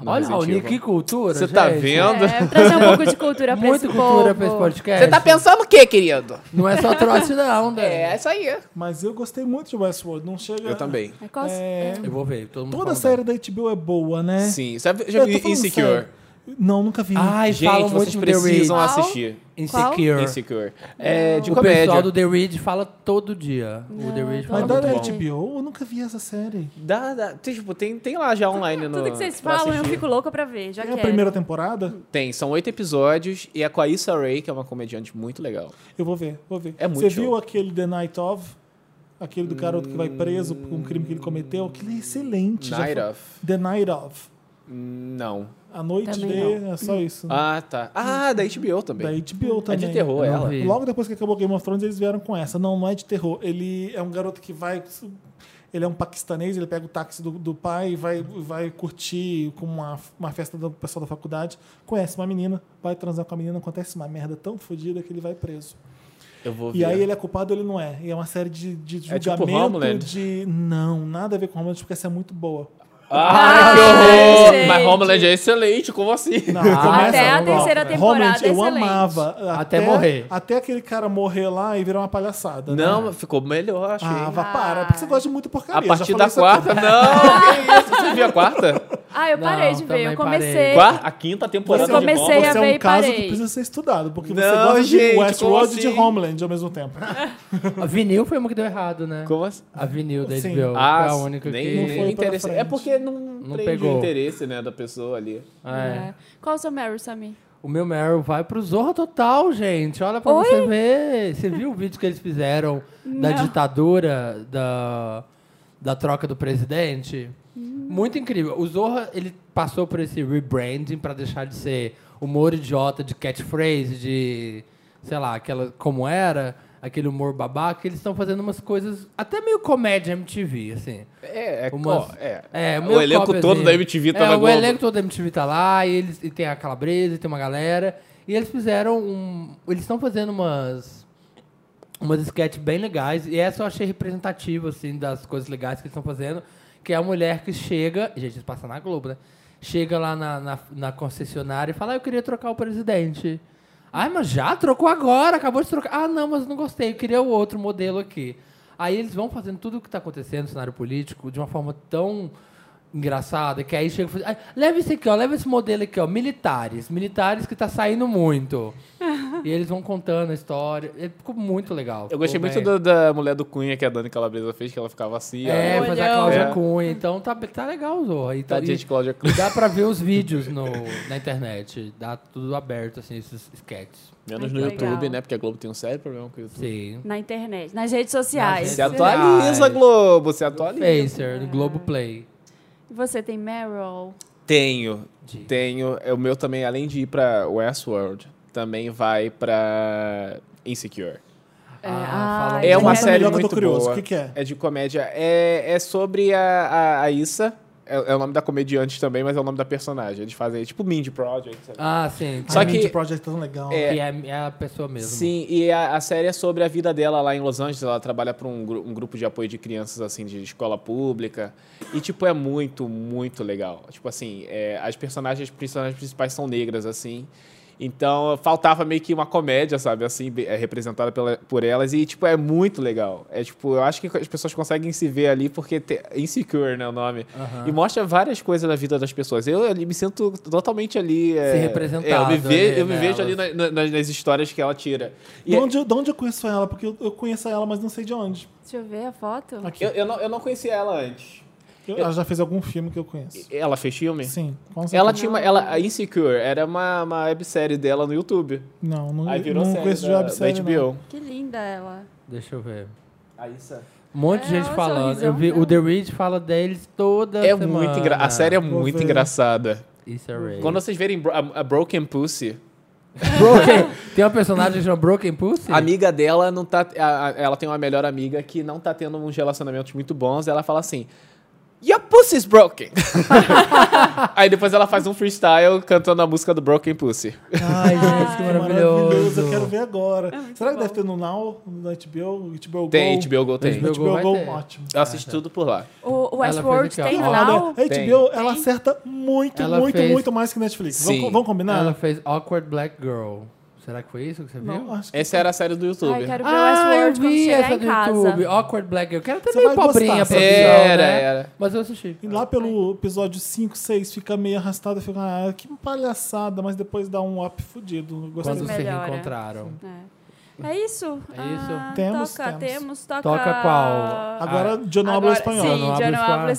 Speaker 4: Olha,
Speaker 6: Resident
Speaker 4: Raoni,
Speaker 6: Evil.
Speaker 4: que cultura.
Speaker 6: Você tá
Speaker 4: gente.
Speaker 6: vendo?
Speaker 3: É, trazer um pouco de cultura pra
Speaker 4: Muito
Speaker 3: esse
Speaker 4: cultura
Speaker 3: povo.
Speaker 4: pra esse podcast.
Speaker 1: Você tá pensando o quê, querido?
Speaker 4: Não é só trote,
Speaker 6: <laughs>
Speaker 4: não, né?
Speaker 1: É, isso aí.
Speaker 2: Mas eu gostei muito de Westworld. Não chega.
Speaker 6: Eu também.
Speaker 3: É, qual-
Speaker 2: É,
Speaker 4: Eu vou ver. Todo mundo
Speaker 2: Toda
Speaker 4: falando
Speaker 2: série da HBO é boa, né?
Speaker 6: Sim. Já, vi-
Speaker 2: Eu
Speaker 6: já
Speaker 2: tô
Speaker 6: vi
Speaker 2: falando
Speaker 6: Insecure.
Speaker 2: sério. Não, nunca vi.
Speaker 4: Ai, falam muito
Speaker 6: Gente, vocês
Speaker 4: de The Reed.
Speaker 6: precisam
Speaker 3: Qual?
Speaker 6: assistir.
Speaker 4: Insecure.
Speaker 6: Insecure. É de
Speaker 4: o
Speaker 6: comédia.
Speaker 4: pessoal do The Reed fala todo dia. o The Reed fala
Speaker 2: Mas
Speaker 3: é
Speaker 2: da
Speaker 4: muito
Speaker 2: da
Speaker 4: bom.
Speaker 3: bom.
Speaker 2: HBO, eu nunca vi essa série.
Speaker 6: Dá, dá. Tem, tipo, tem, tem lá já online no.
Speaker 3: Tudo que vocês
Speaker 6: pra
Speaker 3: falam, eu
Speaker 6: assistir.
Speaker 3: fico louca pra ver. Já
Speaker 2: É a
Speaker 3: quero.
Speaker 2: primeira temporada?
Speaker 6: Tem, são oito episódios e é com a Issa Rae, que é uma comediante muito legal.
Speaker 2: Eu vou ver, vou ver.
Speaker 6: É muito
Speaker 2: Você
Speaker 6: show.
Speaker 2: viu aquele The Night Of? Aquele do garoto que vai preso por um crime que ele cometeu? Aquele é excelente. já
Speaker 6: Night
Speaker 2: foi-
Speaker 6: of.
Speaker 2: The Night Of.
Speaker 6: Não.
Speaker 2: A noite
Speaker 3: Também
Speaker 2: de... É só isso.
Speaker 6: Ah, tá. Ah, da HBO também.
Speaker 2: Da HBO
Speaker 6: É
Speaker 2: também.
Speaker 6: de terror
Speaker 4: Eu não
Speaker 6: ela.
Speaker 4: vi.
Speaker 2: Logo depois que acabou Game of Thrones, eles vieram com essa. Não, não é de terror. Ele é um garoto que vai. Ele é um paquistanês, ele pega o táxi do, do pai e vai, vai curtir com uma, uma festa do pessoal da faculdade. Conhece uma menina, vai transar com a menina, acontece uma merda tão fodida que ele vai preso.
Speaker 6: Eu vou ver.
Speaker 2: E aí ele é culpado ele não é. E é uma série de, de
Speaker 6: É tipo
Speaker 2: julgamento
Speaker 6: Homeland?
Speaker 2: de. Não, nada a ver com Homeland, porque essa é muito boa.
Speaker 6: Ah, que horror!
Speaker 3: gente.
Speaker 6: Mas Homeland é excelente, como assim?
Speaker 2: Não,
Speaker 4: Ah,
Speaker 3: Até Ah, é a
Speaker 2: ó,
Speaker 3: terceira temporada
Speaker 2: Homeland, eu
Speaker 3: excelente.
Speaker 2: amava.
Speaker 4: Até morrer.
Speaker 2: Até aquele cara morrer lá e virar uma palhaçada. né?
Speaker 6: Não, ficou melhor, achei.
Speaker 2: Ah, vá, para. Porque você gosta de muito porcaria.
Speaker 6: a
Speaker 2: já
Speaker 6: partir
Speaker 2: falei
Speaker 6: da
Speaker 2: isso aqui.
Speaker 6: quarta, né? não! que isso? Você viu a quarta?
Speaker 3: Ah, eu
Speaker 4: Não,
Speaker 3: parei de ver. Eu
Speaker 4: também
Speaker 3: comecei.
Speaker 6: Quarta? A quinta
Speaker 2: Você
Speaker 6: temporada
Speaker 2: é um-
Speaker 3: Eu comecei
Speaker 2: você
Speaker 3: a
Speaker 2: é um
Speaker 3: ver e
Speaker 2: caso
Speaker 3: parei.
Speaker 2: que precisa ser estudado, porque você
Speaker 6: Não,
Speaker 2: gosta de
Speaker 6: gente,
Speaker 2: Westworld
Speaker 6: como
Speaker 2: e de
Speaker 6: assim?
Speaker 2: Homeland ao mesmo tempo.
Speaker 4: A vinil foi uma que deu errado, né?
Speaker 6: Como assim?
Speaker 4: A vinil da
Speaker 2: Sim.
Speaker 4: HBO.
Speaker 6: Ah,
Speaker 4: foi a única
Speaker 6: nem,
Speaker 4: que...
Speaker 6: nem
Speaker 2: foi pra
Speaker 6: interessa.
Speaker 2: frente.
Speaker 6: É porque não, prende
Speaker 4: pegou.
Speaker 6: o interesse, né, da pessoa ali.
Speaker 4: É.
Speaker 3: É. Qual o seu Meryl, Samir?
Speaker 4: O meu Meryl vai pro Zorra Total, gente. Olha pra
Speaker 3: Oi?
Speaker 4: você ver. Você viu o vídeo que eles fizeram da
Speaker 3: Não.
Speaker 4: ditadura, da, da troca do presidente?
Speaker 3: Hum.
Speaker 4: Muito incrível. O Zorra, ele passou por esse rebranding pra deixar de ser humor idiota de catchphrase, de, sei lá, aquela como era, aquele humor babaca. Eles estão fazendo umas coisas até meio comédia MTV, assim.
Speaker 6: É, é,
Speaker 4: Umas-
Speaker 6: ó, é.
Speaker 4: É,
Speaker 6: o
Speaker 4: meu
Speaker 6: elenco
Speaker 4: cópia
Speaker 6: todo
Speaker 4: dele.
Speaker 6: da MTV tá
Speaker 4: é,
Speaker 6: na
Speaker 4: o
Speaker 6: Globo.
Speaker 4: elenco todo da MTV tá lá, e, eles, e tem a Calabresa, e tem uma galera. E eles fizeram um... Eles estão fazendo umas... Umas sketches bem legais. E essa eu achei representativa, assim, das coisas legais que eles estão fazendo. Que é a mulher que chega... Gente, isso passa na Globo, né? Chega lá na, na, na concessionária e fala, ah, eu queria trocar o presidente. Ai, mas já trocou agora, acabou de trocar. Ah, não, mas não gostei, eu queria o outro modelo aqui. Aí eles vão fazendo tudo o que está acontecendo no cenário político de uma forma tão engraçada que aí chega e fala, assim, "Ai, leva esse aqui, ó, leva esse modelo aqui, ó, militares, militares que tá saindo muito. e eles vão contando a história. E Ficou muito legal.
Speaker 6: Eu gostei
Speaker 4: ficou
Speaker 6: muito
Speaker 4: bem.
Speaker 6: do- da mulher do Cunha que a Dani Calabresa fez, que ela ficava assim.
Speaker 4: É,
Speaker 6: ó.
Speaker 4: fazer a
Speaker 3: Olhão.
Speaker 4: Cláudia
Speaker 6: É.
Speaker 4: Cunha, então tá, tá legal, Zorra. E, tá,
Speaker 6: Tadinha
Speaker 4: e,
Speaker 6: de Cláudia
Speaker 4: e
Speaker 6: Cunha.
Speaker 4: dá pra ver os vídeos no, na internet. Dá tudo aberto, assim, esses sketches.
Speaker 6: Menos
Speaker 3: Ai,
Speaker 6: no
Speaker 3: que
Speaker 6: YouTube,
Speaker 3: legal.
Speaker 6: né? Porque a Globo tem um sério problema com o YouTube.
Speaker 4: Sim.
Speaker 3: Na internet, nas redes sociais.
Speaker 6: Se
Speaker 4: Nas redes
Speaker 6: atualiza,
Speaker 4: Ai.
Speaker 6: Globo, se atualiza.
Speaker 4: Facer, do Globoplay.
Speaker 3: E Você tem Meryl?
Speaker 6: Tenho,
Speaker 4: De-
Speaker 6: tenho. É, O meu também, além de ir pra Westworld, também vai pra Insecure.
Speaker 4: Ah, fala
Speaker 3: ai,
Speaker 4: aí.
Speaker 6: É uma
Speaker 2: Comenta
Speaker 6: série
Speaker 2: melhor que é?
Speaker 6: É
Speaker 2: eu tô
Speaker 6: muito
Speaker 2: curioso.
Speaker 6: boa.
Speaker 2: O que que é?
Speaker 6: É de comédia. É, é sobre a, a, a Issa, É, é o nome da comediante também, mas é o nome da personagem. Eles fazem tipo Mindy Project. sabe?
Speaker 4: Ah, sim.
Speaker 6: Só
Speaker 2: Só
Speaker 6: que-
Speaker 2: que. Esse projeto é tão legal.
Speaker 6: É.
Speaker 4: Que é, é a pessoa mesmo.
Speaker 6: Sim, e a, a série é sobre a vida dela lá em Los Angeles. Ela trabalha para um, gru- um grupo de apoio de crianças, assim, de escola pública. E, tipo, é muito, muito legal. Tipo, assim, é, as personagens, as personagens principais são negras, assim. Então, faltava meio que uma comédia, sabe? Assim, be- é, representada pela, por elas. E, tipo, é muito legal. É, tipo, eu acho que as pessoas conseguem se ver ali, porque... Te, insecure, né, o nome.
Speaker 4: Aham.
Speaker 6: E mostra várias coisas da vida das pessoas. Eu, ali, me sinto totalmente ali... é,
Speaker 4: Se
Speaker 6: é, eu
Speaker 4: representado
Speaker 6: me, ve-
Speaker 4: ali né,
Speaker 6: eu me vejo
Speaker 4: nelas.
Speaker 6: ali na- na- nas, nas histórias que ela tira. E é
Speaker 2: De, onde, eu- de onde eu conheço ela? Porque eu, eu conheço ela, mas não sei de onde.
Speaker 3: Deixa eu ver a foto.
Speaker 2: Aqui.
Speaker 6: eu, eu não, eu não conhecia ela antes.
Speaker 2: Eu- ela já fez algum filme que eu conheço.
Speaker 6: Ela fez filme?
Speaker 2: Sim, com certeza.
Speaker 6: Ela tinha uma. Ela, a Insecure era uma, uma websérie dela no YouTube.
Speaker 2: Não, não,
Speaker 6: Aí virou
Speaker 2: Hum, não
Speaker 6: série
Speaker 2: conheço de
Speaker 6: da,
Speaker 2: websérie,
Speaker 6: da
Speaker 2: não.
Speaker 6: HBO.
Speaker 3: Que linda ela.
Speaker 4: Deixa eu ver.
Speaker 6: A Issa.
Speaker 4: Um monte de
Speaker 3: É,
Speaker 4: gente
Speaker 3: o
Speaker 4: falando. Eu
Speaker 3: sorrisão
Speaker 4: vi,
Speaker 3: dela.
Speaker 4: o The Reach fala deles toda
Speaker 6: É
Speaker 4: semana.
Speaker 6: muito engra... A série é
Speaker 2: Vou
Speaker 6: muito
Speaker 2: ver.
Speaker 6: engraçada.
Speaker 4: Isso é Ray.
Speaker 6: Quando vocês verem Bro- a, a Broken Pussy,
Speaker 4: Broken... Tem uma personagem que chama Broken Pussy?
Speaker 6: a amiga dela não tá. a- a- ela tem uma melhor amiga que não tá tendo uns relacionamentos muito bons. Ela fala assim. Your pussy's
Speaker 2: <laughs>
Speaker 6: broken. Aí depois ela faz um freestyle cantando a música do Broken Pussy.
Speaker 2: Ai,
Speaker 4: gente, que maravilhoso.
Speaker 2: Eu quero ver agora. Será que deve ter no Now, no HBO, HBO
Speaker 6: Tem,
Speaker 2: Go?
Speaker 6: HBO Go tem.
Speaker 2: No
Speaker 4: HBO Go
Speaker 2: HBO
Speaker 4: vai
Speaker 2: Go,
Speaker 4: ter.
Speaker 2: ótimo.
Speaker 6: Eu assisto tudo por lá.
Speaker 3: O, o
Speaker 4: Ela
Speaker 3: Westworld
Speaker 4: fez aqui, ó.
Speaker 3: tem
Speaker 2: Olha,
Speaker 3: now?
Speaker 2: a HBO, ela
Speaker 3: Tem.
Speaker 2: acerta muito,
Speaker 4: Ela
Speaker 2: muito,
Speaker 4: fez-
Speaker 2: muito mais que Netflix. Vamos,
Speaker 6: Sim.
Speaker 2: co- vamos combinar?
Speaker 4: Ela fez Awkward Black Girl. Será que foi isso que você viu?
Speaker 2: Não, acho que
Speaker 4: é
Speaker 6: Essa era a série do YouTube.
Speaker 3: Ai, quero ver o
Speaker 4: Ah, eu
Speaker 3: Westworld quando
Speaker 4: vi
Speaker 3: chegar
Speaker 4: essa
Speaker 3: em
Speaker 4: do
Speaker 3: casa.
Speaker 4: YouTube. Awkward Black Girl. Que era
Speaker 2: Você
Speaker 4: também
Speaker 2: vai
Speaker 4: pobrinha
Speaker 2: gostar.
Speaker 4: a produção,
Speaker 6: Era,
Speaker 4: né?
Speaker 6: era.
Speaker 4: Mas eu assisti.
Speaker 2: E lá pelo episódio 5, 6, fica meio arrastado e fica, ah, que palhaçada, mas depois dá um up fudido. Gostei
Speaker 4: Quando
Speaker 2: desse-
Speaker 4: se
Speaker 3: melhora.
Speaker 4: reencontraram.
Speaker 3: É. É isso?
Speaker 4: É isso?
Speaker 3: Ah,
Speaker 2: Temos,
Speaker 3: toca,
Speaker 2: temos.
Speaker 3: temos, toca.
Speaker 4: Toca qual?
Speaker 2: Agora, John Abra
Speaker 3: Sim,
Speaker 2: espanhol.
Speaker 4: Não
Speaker 3: não
Speaker 4: abre
Speaker 3: já não
Speaker 4: espanhol.
Speaker 3: hablo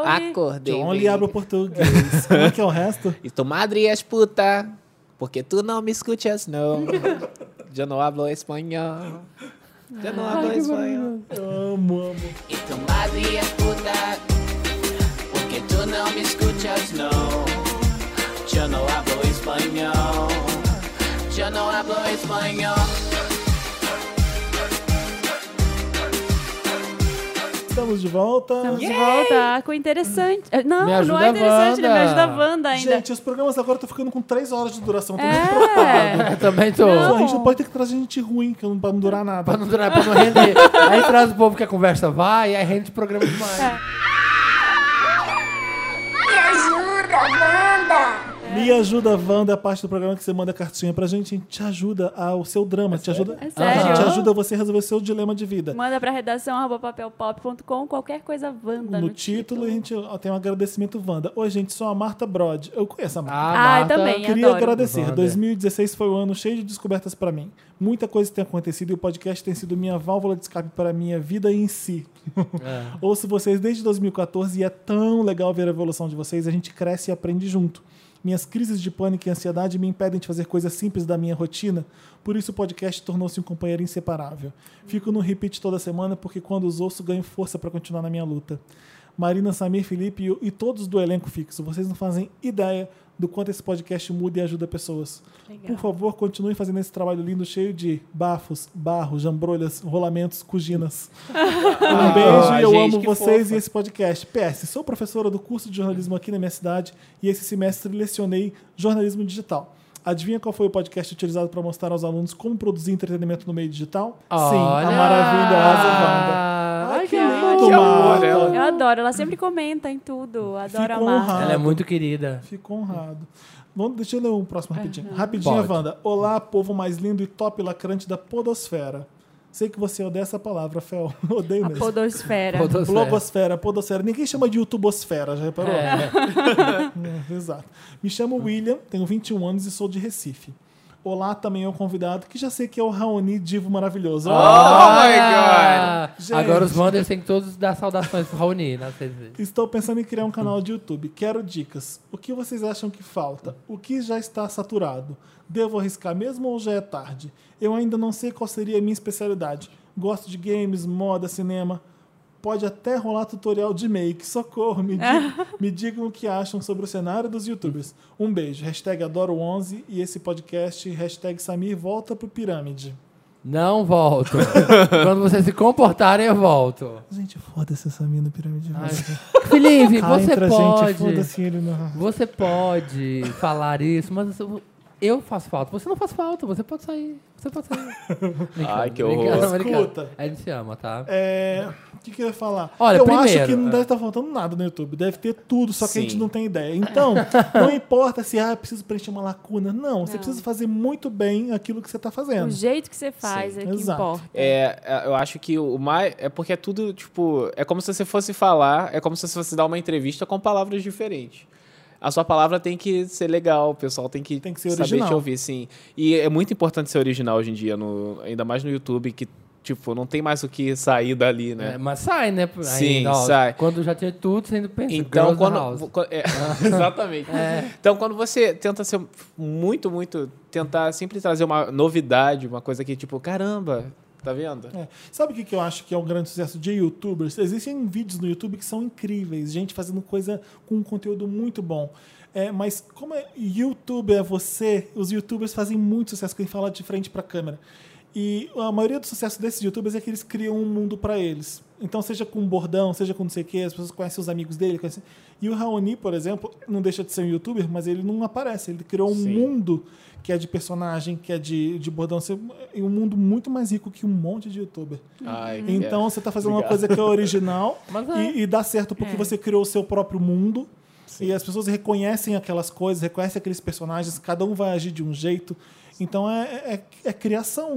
Speaker 3: espanhol. e-
Speaker 6: Acordei.
Speaker 2: John lhe abre o português. Como é que é o resto?
Speaker 6: E tu madre és puta, porque tu não me escutas, <laughs> não. Já não hablo espanhol. Já não hablo espanhol.
Speaker 2: Amo, amo.
Speaker 1: Y tu madre es puta, porque tú no me escuchas, no. Yo no hablo español, yo no hablo español.
Speaker 2: Estamos de volta.
Speaker 3: Estamos de volta com interessante. Eh, Não,
Speaker 4: Me
Speaker 3: não
Speaker 4: ajuda
Speaker 3: é
Speaker 4: a
Speaker 3: interessante, né? me
Speaker 4: Wanda.
Speaker 3: ajuda a Wanda ainda.
Speaker 2: Gente, os programas agora estão ficando com 3 horas de duração. Tô muito preocupado.
Speaker 3: é.
Speaker 4: <laughs> Eu também tô.
Speaker 2: A
Speaker 3: Não.
Speaker 2: gente não pode ter que trazer gente ruim, que não, pra não durar nada.
Speaker 4: Pra não durar, pra não render. aí traz o povo que a conversa vai, aí rende o programa demais.
Speaker 3: É.
Speaker 5: Me ajuda, Wanda!
Speaker 2: Me ajuda, Wanda, é a parte do programa que você manda cartinha pra gente. A gente te ajuda ao seu drama, te ajuda.
Speaker 3: É sério?
Speaker 2: Te ajuda você a resolver o seu dilema de vida.
Speaker 3: Manda pra redação arroba papelpop.com, qualquer coisa Wanda
Speaker 2: No título, a gente ó, tem um agradecimento, Wanda. Oi, gente, sou a Marta Brod. Eu conheço a Marta.
Speaker 3: Ah,
Speaker 4: Marta,
Speaker 3: também.
Speaker 2: Queria
Speaker 3: adoro.
Speaker 2: agradecer.
Speaker 4: Wanda.
Speaker 2: 2016 foi um ano cheio de descobertas pra mim. Muita coisa tem acontecido e o podcast tem sido minha válvula de escape para a minha vida em si. <laughs> Ouço vocês desde 2014 e é tão legal ver a evolução de vocês. A gente cresce e aprende junto. Minhas crises de pânico e ansiedade me impedem de fazer coisas simples da minha rotina, por isso o podcast tornou-se um companheiro inseparável. Fico no repeat toda semana porque quando os ouço ganho força para continuar na minha luta. Marina, Samir, Felipe e- e todos do elenco fixo, vocês não fazem ideia do quanto esse podcast muda e ajuda pessoas. Por favor, continuem fazendo esse trabalho lindo, cheio de bafos, barro, jambrolhas, rolamentos, cuginas. <laughs> Um beijo,
Speaker 6: Ah,
Speaker 2: eu
Speaker 6: gente,
Speaker 2: amo
Speaker 6: que
Speaker 2: vocês
Speaker 6: fofa.
Speaker 2: e esse podcast. PS, sou professora do curso de jornalismo aqui na minha cidade e esse semestre lecionei jornalismo digital. Adivinha qual foi o podcast utilizado para mostrar aos alunos como produzir entretenimento no meio digital? Sim, a
Speaker 4: Olha!
Speaker 2: maravilhosa Wanda.
Speaker 4: Ai, que
Speaker 2: lindo,
Speaker 6: que amor
Speaker 2: Wanda.
Speaker 6: ela.
Speaker 3: Eu adoro, ela sempre comenta em tudo. Adoro a
Speaker 2: Fico honrado.
Speaker 3: Marta.
Speaker 4: Ela é muito querida.
Speaker 2: Ficou honrado. Vamos, deixa eu ler um próximo rapidinho. Rapidinho,
Speaker 4: Pode.
Speaker 2: Wanda. Olá, povo mais lindo e top lacrante da podosfera. Sei que você odeia essa palavra, Fel. <laughs> Odeio
Speaker 3: A
Speaker 2: mesmo.
Speaker 4: <laughs>
Speaker 3: podosfera.
Speaker 4: Todas elas.
Speaker 2: Blogosfera, podosfera. Ninguém chama de youtubosfera, já reparou?
Speaker 4: É.
Speaker 2: É, <laughs> Exato. Me chamo William, tenho 21 anos e sou de Recife. Olá também ao convidado, que já sei que é o Raoni Divo maravilhoso.
Speaker 6: Oh
Speaker 4: Ah,
Speaker 2: God.
Speaker 4: Agora
Speaker 2: Gente.
Speaker 4: os Wanders têm que todos dar saudações pro Raoni né? nas TV.
Speaker 2: Estou pensando em criar um canal de YouTube. Quero dicas. O que vocês acham que falta? O que já está saturado? Devo arriscar mesmo ou já é tarde? Eu ainda não sei qual seria a minha especialidade. Gosto de games, moda, cinema. Pode até rolar tutorial de make. Socorro, me, di-
Speaker 4: <laughs>
Speaker 2: me digam o que acham sobre o cenário dos youtubers. Um beijo. Hashtag adoro11 e esse podcast. Hashtag Samir volta pro pirâmide.
Speaker 4: Não volto. <laughs> Quando vocês se comportarem, eu volto.
Speaker 2: Gente, foda-se essa mina pirâmide.
Speaker 4: Ai, Felipe,
Speaker 2: Cai
Speaker 4: você
Speaker 2: entre a gente,
Speaker 4: pode.
Speaker 2: foda-se ele. Não.
Speaker 4: Você pode falar isso, mas eu- eu faço falta. Você não faz falta, você pode sair. Você pode
Speaker 1: <laughs>
Speaker 4: sair.
Speaker 1: Ai, que
Speaker 4: Brincando,
Speaker 1: horror.
Speaker 4: brincando.
Speaker 2: Escuta.
Speaker 4: A gente se ama, tá?
Speaker 2: É, o que, que eu ia falar?
Speaker 4: Olha,
Speaker 2: eu acho
Speaker 4: primeiro,
Speaker 2: que não
Speaker 4: é.
Speaker 2: deve estar faltando nada no YouTube. Deve ter tudo, só que a gente
Speaker 1: Sim.
Speaker 2: não tem ideia.
Speaker 4: <laughs>
Speaker 2: Então, não importa se ah, eu preciso preencher uma lacuna. Não, você
Speaker 3: Não.
Speaker 2: precisa fazer muito bem aquilo que você está
Speaker 3: O
Speaker 2: fazendo.
Speaker 3: jeito que você faz é que
Speaker 2: Exato.
Speaker 3: importa.
Speaker 1: É, é, eu acho que o mais. É porque é tudo, tipo. É como se você fosse falar, é como se você fosse dar uma entrevista com palavras diferentes. A sua palavra tem que ser legal, o pessoal tem que,
Speaker 2: Tem que ser
Speaker 1: saber
Speaker 2: original.
Speaker 1: te ouvir, sim. E é muito importante ser original hoje em dia, no- ainda mais no YouTube, que, tipo, não tem mais o que sair dali, né?
Speaker 4: É, mas sai, né?
Speaker 1: Sim,
Speaker 4: ainda, ó,
Speaker 1: sai.
Speaker 4: Quando já tinha tudo, você ainda pensa.
Speaker 1: Então,
Speaker 4: Girls
Speaker 1: quando.
Speaker 4: House. Ah. É.
Speaker 1: vo- co- é, <laughs> exatamente. Então, quando você tenta ser muito, muito. Tentar sempre trazer uma novidade, uma coisa que, tipo, caramba, tá vendo?
Speaker 2: É. Sabe o que, que eu acho que é um grande sucesso de youtubers? Existem vídeos no YouTube que são incríveis, gente fazendo coisa com um conteúdo muito bom. É, mas como é YouTube é você, os youtubers fazem muito sucesso quem fala de frente pra câmera. E a maioria do sucesso desses youtubers é que eles criam um mundo pra eles. Então, seja com bordão, seja com não sei o quê, as pessoas conhecem os amigos dele. Conhecem... E o Raoni, por exemplo, não deixa de ser um youtuber, mas ele não aparece. Ele criou um
Speaker 1: Sim.
Speaker 2: mundo mundo que é de personagem, que é de, de bordão, você- é um mundo muito mais rico que um monte de youtuber.
Speaker 1: Ai, é. que-
Speaker 2: Então você tá fazendo uma
Speaker 1: Obrigado.
Speaker 2: coisa que é
Speaker 3: <laughs>
Speaker 2: original
Speaker 4: Mas é.
Speaker 2: e, e dá certo porque você criou o seu próprio mundo. E as pessoas reconhecem aquelas coisas, reconhecem aqueles personagens, cada um vai agir de um jeito. Então é, é- é criação.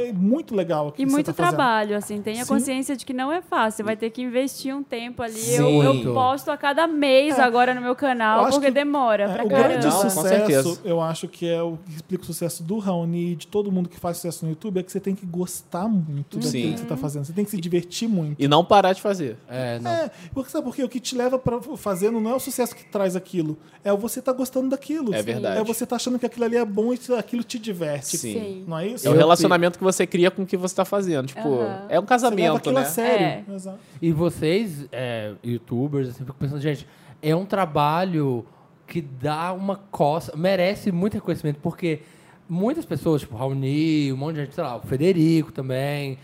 Speaker 2: É, é muito legal. o
Speaker 3: Uhum.
Speaker 2: que
Speaker 3: E
Speaker 2: você
Speaker 3: muito
Speaker 2: tá fazendo.
Speaker 3: trabalho, assim. Tenha
Speaker 2: Sim.
Speaker 3: consciência de que não é fácil. Você vai ter que investir um tempo ali. Eu,
Speaker 4: Sim.
Speaker 3: eu posto a cada mês agora no meu
Speaker 2: Eu
Speaker 3: canal,
Speaker 2: acho
Speaker 3: porque
Speaker 2: que-
Speaker 3: demora
Speaker 2: É,
Speaker 3: pra
Speaker 2: o
Speaker 3: caramba.
Speaker 2: grande
Speaker 1: Não, Ah, com
Speaker 2: sucesso,
Speaker 1: certeza.
Speaker 2: eu acho que é o que explica o sucesso do Raoni e de todo mundo que faz sucesso no YouTube, é que você tem que gostar muito daquilo
Speaker 1: Sim.
Speaker 2: que você tá fazendo. Você tem que se divertir muito.
Speaker 1: E não parar de fazer.
Speaker 4: É, não.
Speaker 2: É, porque sabe por quê? O que te leva pra fazendo não é o sucesso que traz aquilo, é você tá gostando daquilo.
Speaker 1: É verdade.
Speaker 2: É você tá achando que aquilo ali é bom e aquilo te diverte.
Speaker 1: Sim.
Speaker 3: Sim.
Speaker 2: Não é isso?
Speaker 1: É o
Speaker 4: Eu-
Speaker 1: relacionamento que você cria com o que você tá fazendo. Tipo,
Speaker 3: Aham.
Speaker 1: é um
Speaker 2: Você leva
Speaker 1: casamento,
Speaker 2: aquilo
Speaker 1: né?
Speaker 2: a
Speaker 3: É.
Speaker 2: sério. Exato.
Speaker 4: E vocês, é, youtubers, assim, fico pensando, gente, é um trabalho que dá uma costa, merece muito reconhecimento, porque muitas pessoas, tipo Raoni, um monte de gente, sei lá, o Federico também,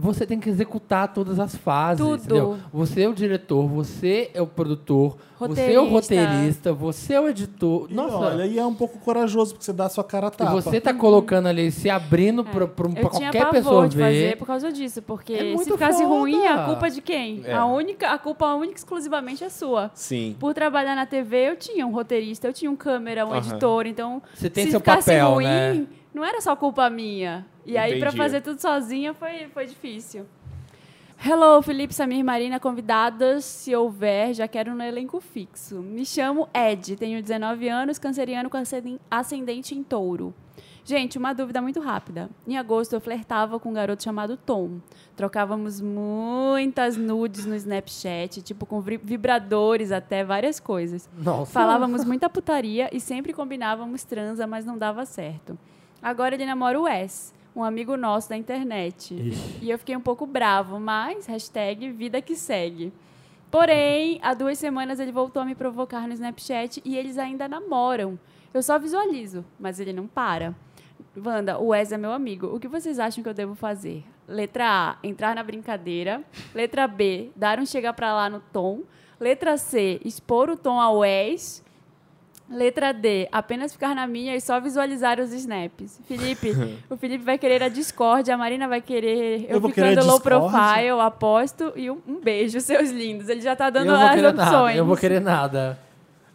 Speaker 4: você tem que executar todas as fases,
Speaker 3: Tudo.
Speaker 4: entendeu? Você é o diretor, você é o produtor, você é o
Speaker 3: Roteirista.
Speaker 4: roteirista, você é o editor.
Speaker 2: E
Speaker 4: Nossa,
Speaker 2: olha, e é um pouco corajoso, porque você dá a sua cara a
Speaker 4: e
Speaker 2: tapa.
Speaker 4: você tá colocando ali, se abrindo pra, é pra- um, pra
Speaker 3: É. Eu tinha
Speaker 4: qualquer
Speaker 3: pavor
Speaker 4: pessoa
Speaker 3: de
Speaker 4: ver.
Speaker 3: fazer por causa disso, porque
Speaker 4: É
Speaker 3: se
Speaker 4: muito
Speaker 3: ficasse
Speaker 4: foda.
Speaker 3: ruim, a culpa é de quem?
Speaker 1: É.
Speaker 3: A única, a culpa única e exclusivamente é sua.
Speaker 1: Sim.
Speaker 3: Por trabalhar na TV, eu tinha um roteirista, eu tinha um câmera, um
Speaker 1: Aham.
Speaker 3: editor, então
Speaker 4: Você tem
Speaker 3: se
Speaker 4: seu
Speaker 3: ficasse
Speaker 4: papel,
Speaker 3: ruim,
Speaker 4: né?
Speaker 3: não era só culpa minha. E aí pra
Speaker 1: Entendi.
Speaker 3: fazer tudo sozinha foi foi difícil. Hello, Felipe, Samir, Marina, convidadas, se houver, já quero no elenco fixo. Me chamo Ed, tenho 19 anos, canceriano com ascenden- ascendente em touro. Gente, uma dúvida muito rápida. Em agosto eu flertava com um garoto chamado Tom. Trocávamos muitas nudes no Snapchat, tipo com vri- vibradores até várias coisas.
Speaker 4: Nossa.
Speaker 3: Falávamos muita putaria e sempre combinávamos transa, mas não dava certo. Agora ele namora o Wes, um amigo nosso da internet.
Speaker 4: Ixi.
Speaker 3: E eu fiquei um pouco bravo, mas hashtag vida que segue. Porém, há duas semanas ele voltou a me provocar no Snapchat e eles ainda namoram. Eu só visualizo, mas ele não para. Wanda, o Wes é meu amigo. O que vocês acham que eu devo fazer? Letra A, entrar na brincadeira. Letra B, dar um chega pra lá no tom. Letra C, expor o tom ao Wes. Letra D, apenas ficar na minha e só visualizar os snaps.
Speaker 4: <laughs>
Speaker 3: Felipe, o Felipe vai queerer a Discord, a Marina vai querer eu,
Speaker 2: Eu vou querer
Speaker 3: ficando
Speaker 2: a
Speaker 3: low
Speaker 2: Discord?
Speaker 3: profile, aposto. E um, um beijo, <laughs> seus lindos. Ele já tá dando
Speaker 4: eu vou
Speaker 3: as
Speaker 4: querer nada,
Speaker 3: opções.
Speaker 4: eu vou querer nada.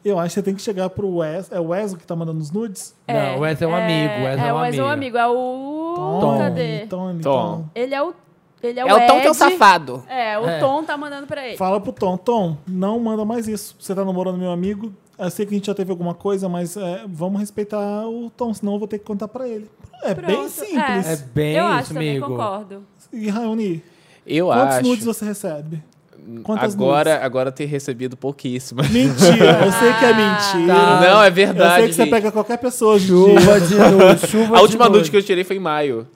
Speaker 2: Eu acho que você tem que chegar pro Wes. É o Wes que tá mandando os nudes?
Speaker 4: Não, o Wes é um amigo, o Wes é um
Speaker 3: o Wes é um amigo,
Speaker 4: amigo.
Speaker 3: é o...
Speaker 2: Tom,
Speaker 3: Cadê?
Speaker 2: Tom,
Speaker 1: Tom.
Speaker 3: Ele é o... Ele é,
Speaker 6: É o tom teu
Speaker 3: Ed.
Speaker 6: safado.
Speaker 3: É, o
Speaker 4: É.
Speaker 3: Tom tá mandando pra ele.
Speaker 2: Fala pro Tom, Tom, não manda mais isso. Você tá namorando meu amigo. Eu sei que a gente já teve alguma coisa, mas é, vamos respeitar o Tom, senão eu vou ter que contar pra ele. É
Speaker 3: Pronto,
Speaker 2: bem simples.
Speaker 4: É bem
Speaker 3: Eu
Speaker 4: isso,
Speaker 3: acho, também
Speaker 4: amigo.
Speaker 3: concordo.
Speaker 2: E Raoni,
Speaker 1: Eu
Speaker 2: quantos
Speaker 1: acho.
Speaker 2: nudes você recebe? Quantas
Speaker 1: agora, agora eu tenho recebido pouquíssimas.
Speaker 2: <laughs> nudes? Mentira, eu sei
Speaker 3: <laughs>
Speaker 2: que é
Speaker 3: Ah,
Speaker 2: mentira.
Speaker 4: Tá.
Speaker 1: Não, é
Speaker 2: eu
Speaker 1: verdade.
Speaker 2: sei que você
Speaker 1: gente.
Speaker 2: pega qualquer pessoa hoje em dia.
Speaker 4: Chuva <laughs> de nude, chuva
Speaker 1: A última
Speaker 4: de
Speaker 1: nude que eu tirei foi em
Speaker 6: <laughs>
Speaker 1: maio.